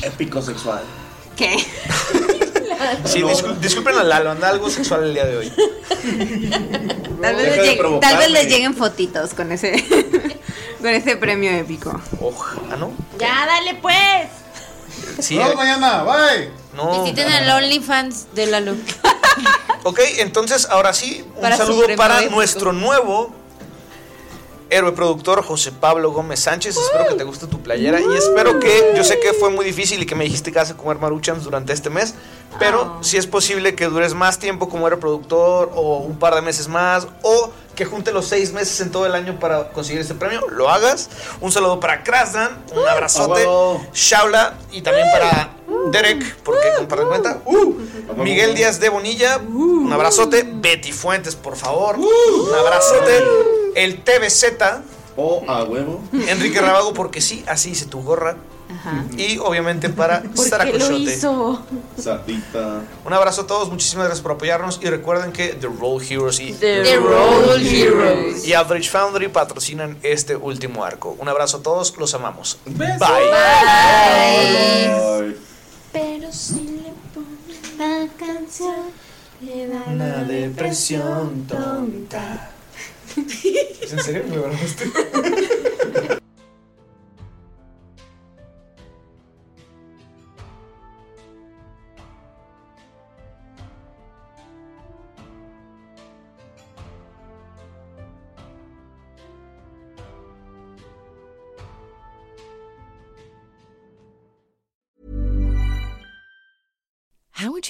S3: Épico sexual.
S13: ¿Qué?
S5: Sí, discul- disculpen a Lalo, anda algo sexual el día de hoy.
S13: Tal
S5: Deja
S13: vez, les
S5: de
S13: lleguen, tal vez les
S5: provocarme.
S13: lleguen fotitos con ese, con ese premio épico.
S5: Ojalá, ¿no?
S6: Ya, dale pues.
S5: Sí,
S9: Nos
S5: eh.
S9: vemos mañana, bye.
S5: No.
S23: Visiten el OnlyFans de la luz.
S5: Ok, entonces ahora sí, un
S23: Para su
S5: saludo
S23: premio
S5: para
S23: épico.
S5: nuestro nuevo héroe productor José Pablo Gómez Sánchez. Espero que te guste tu playera y espero que, yo sé que fue muy difícil y que me dijiste que vas a comer maruchans durante este mes, pero si es posible que dures más tiempo como héroe productor o un par de meses más o que junte los seis meses en todo el año para conseguir este premio, lo hagas. Un saludo para Krasdan, un abrazote, Shaula y también para
S10: Derek, porque comparten cuenta. Miguel Díaz de Bonilla,
S6: Uh.
S10: un abrazote. Betty Fuentes, por favor, un abrazote. El TVZ.
S3: O a huevo.
S10: Enrique Rabago, porque sí, así hice tu gorra. Y obviamente para Sara Cochote.
S6: hizo?
S3: Sapita.
S10: Un abrazo a todos, muchísimas gracias por apoyarnos y recuerden que The Roll Heroes y
S6: The The Roll Roll Heroes.
S10: y Average Foundry patrocinan este último arco. Un abrazo a todos, los amamos. Bye.
S6: Pero si le ponen la canción, le da
S5: Una depresión tonta. ¿Es en serio? ¿Me grabaste?
S24: How would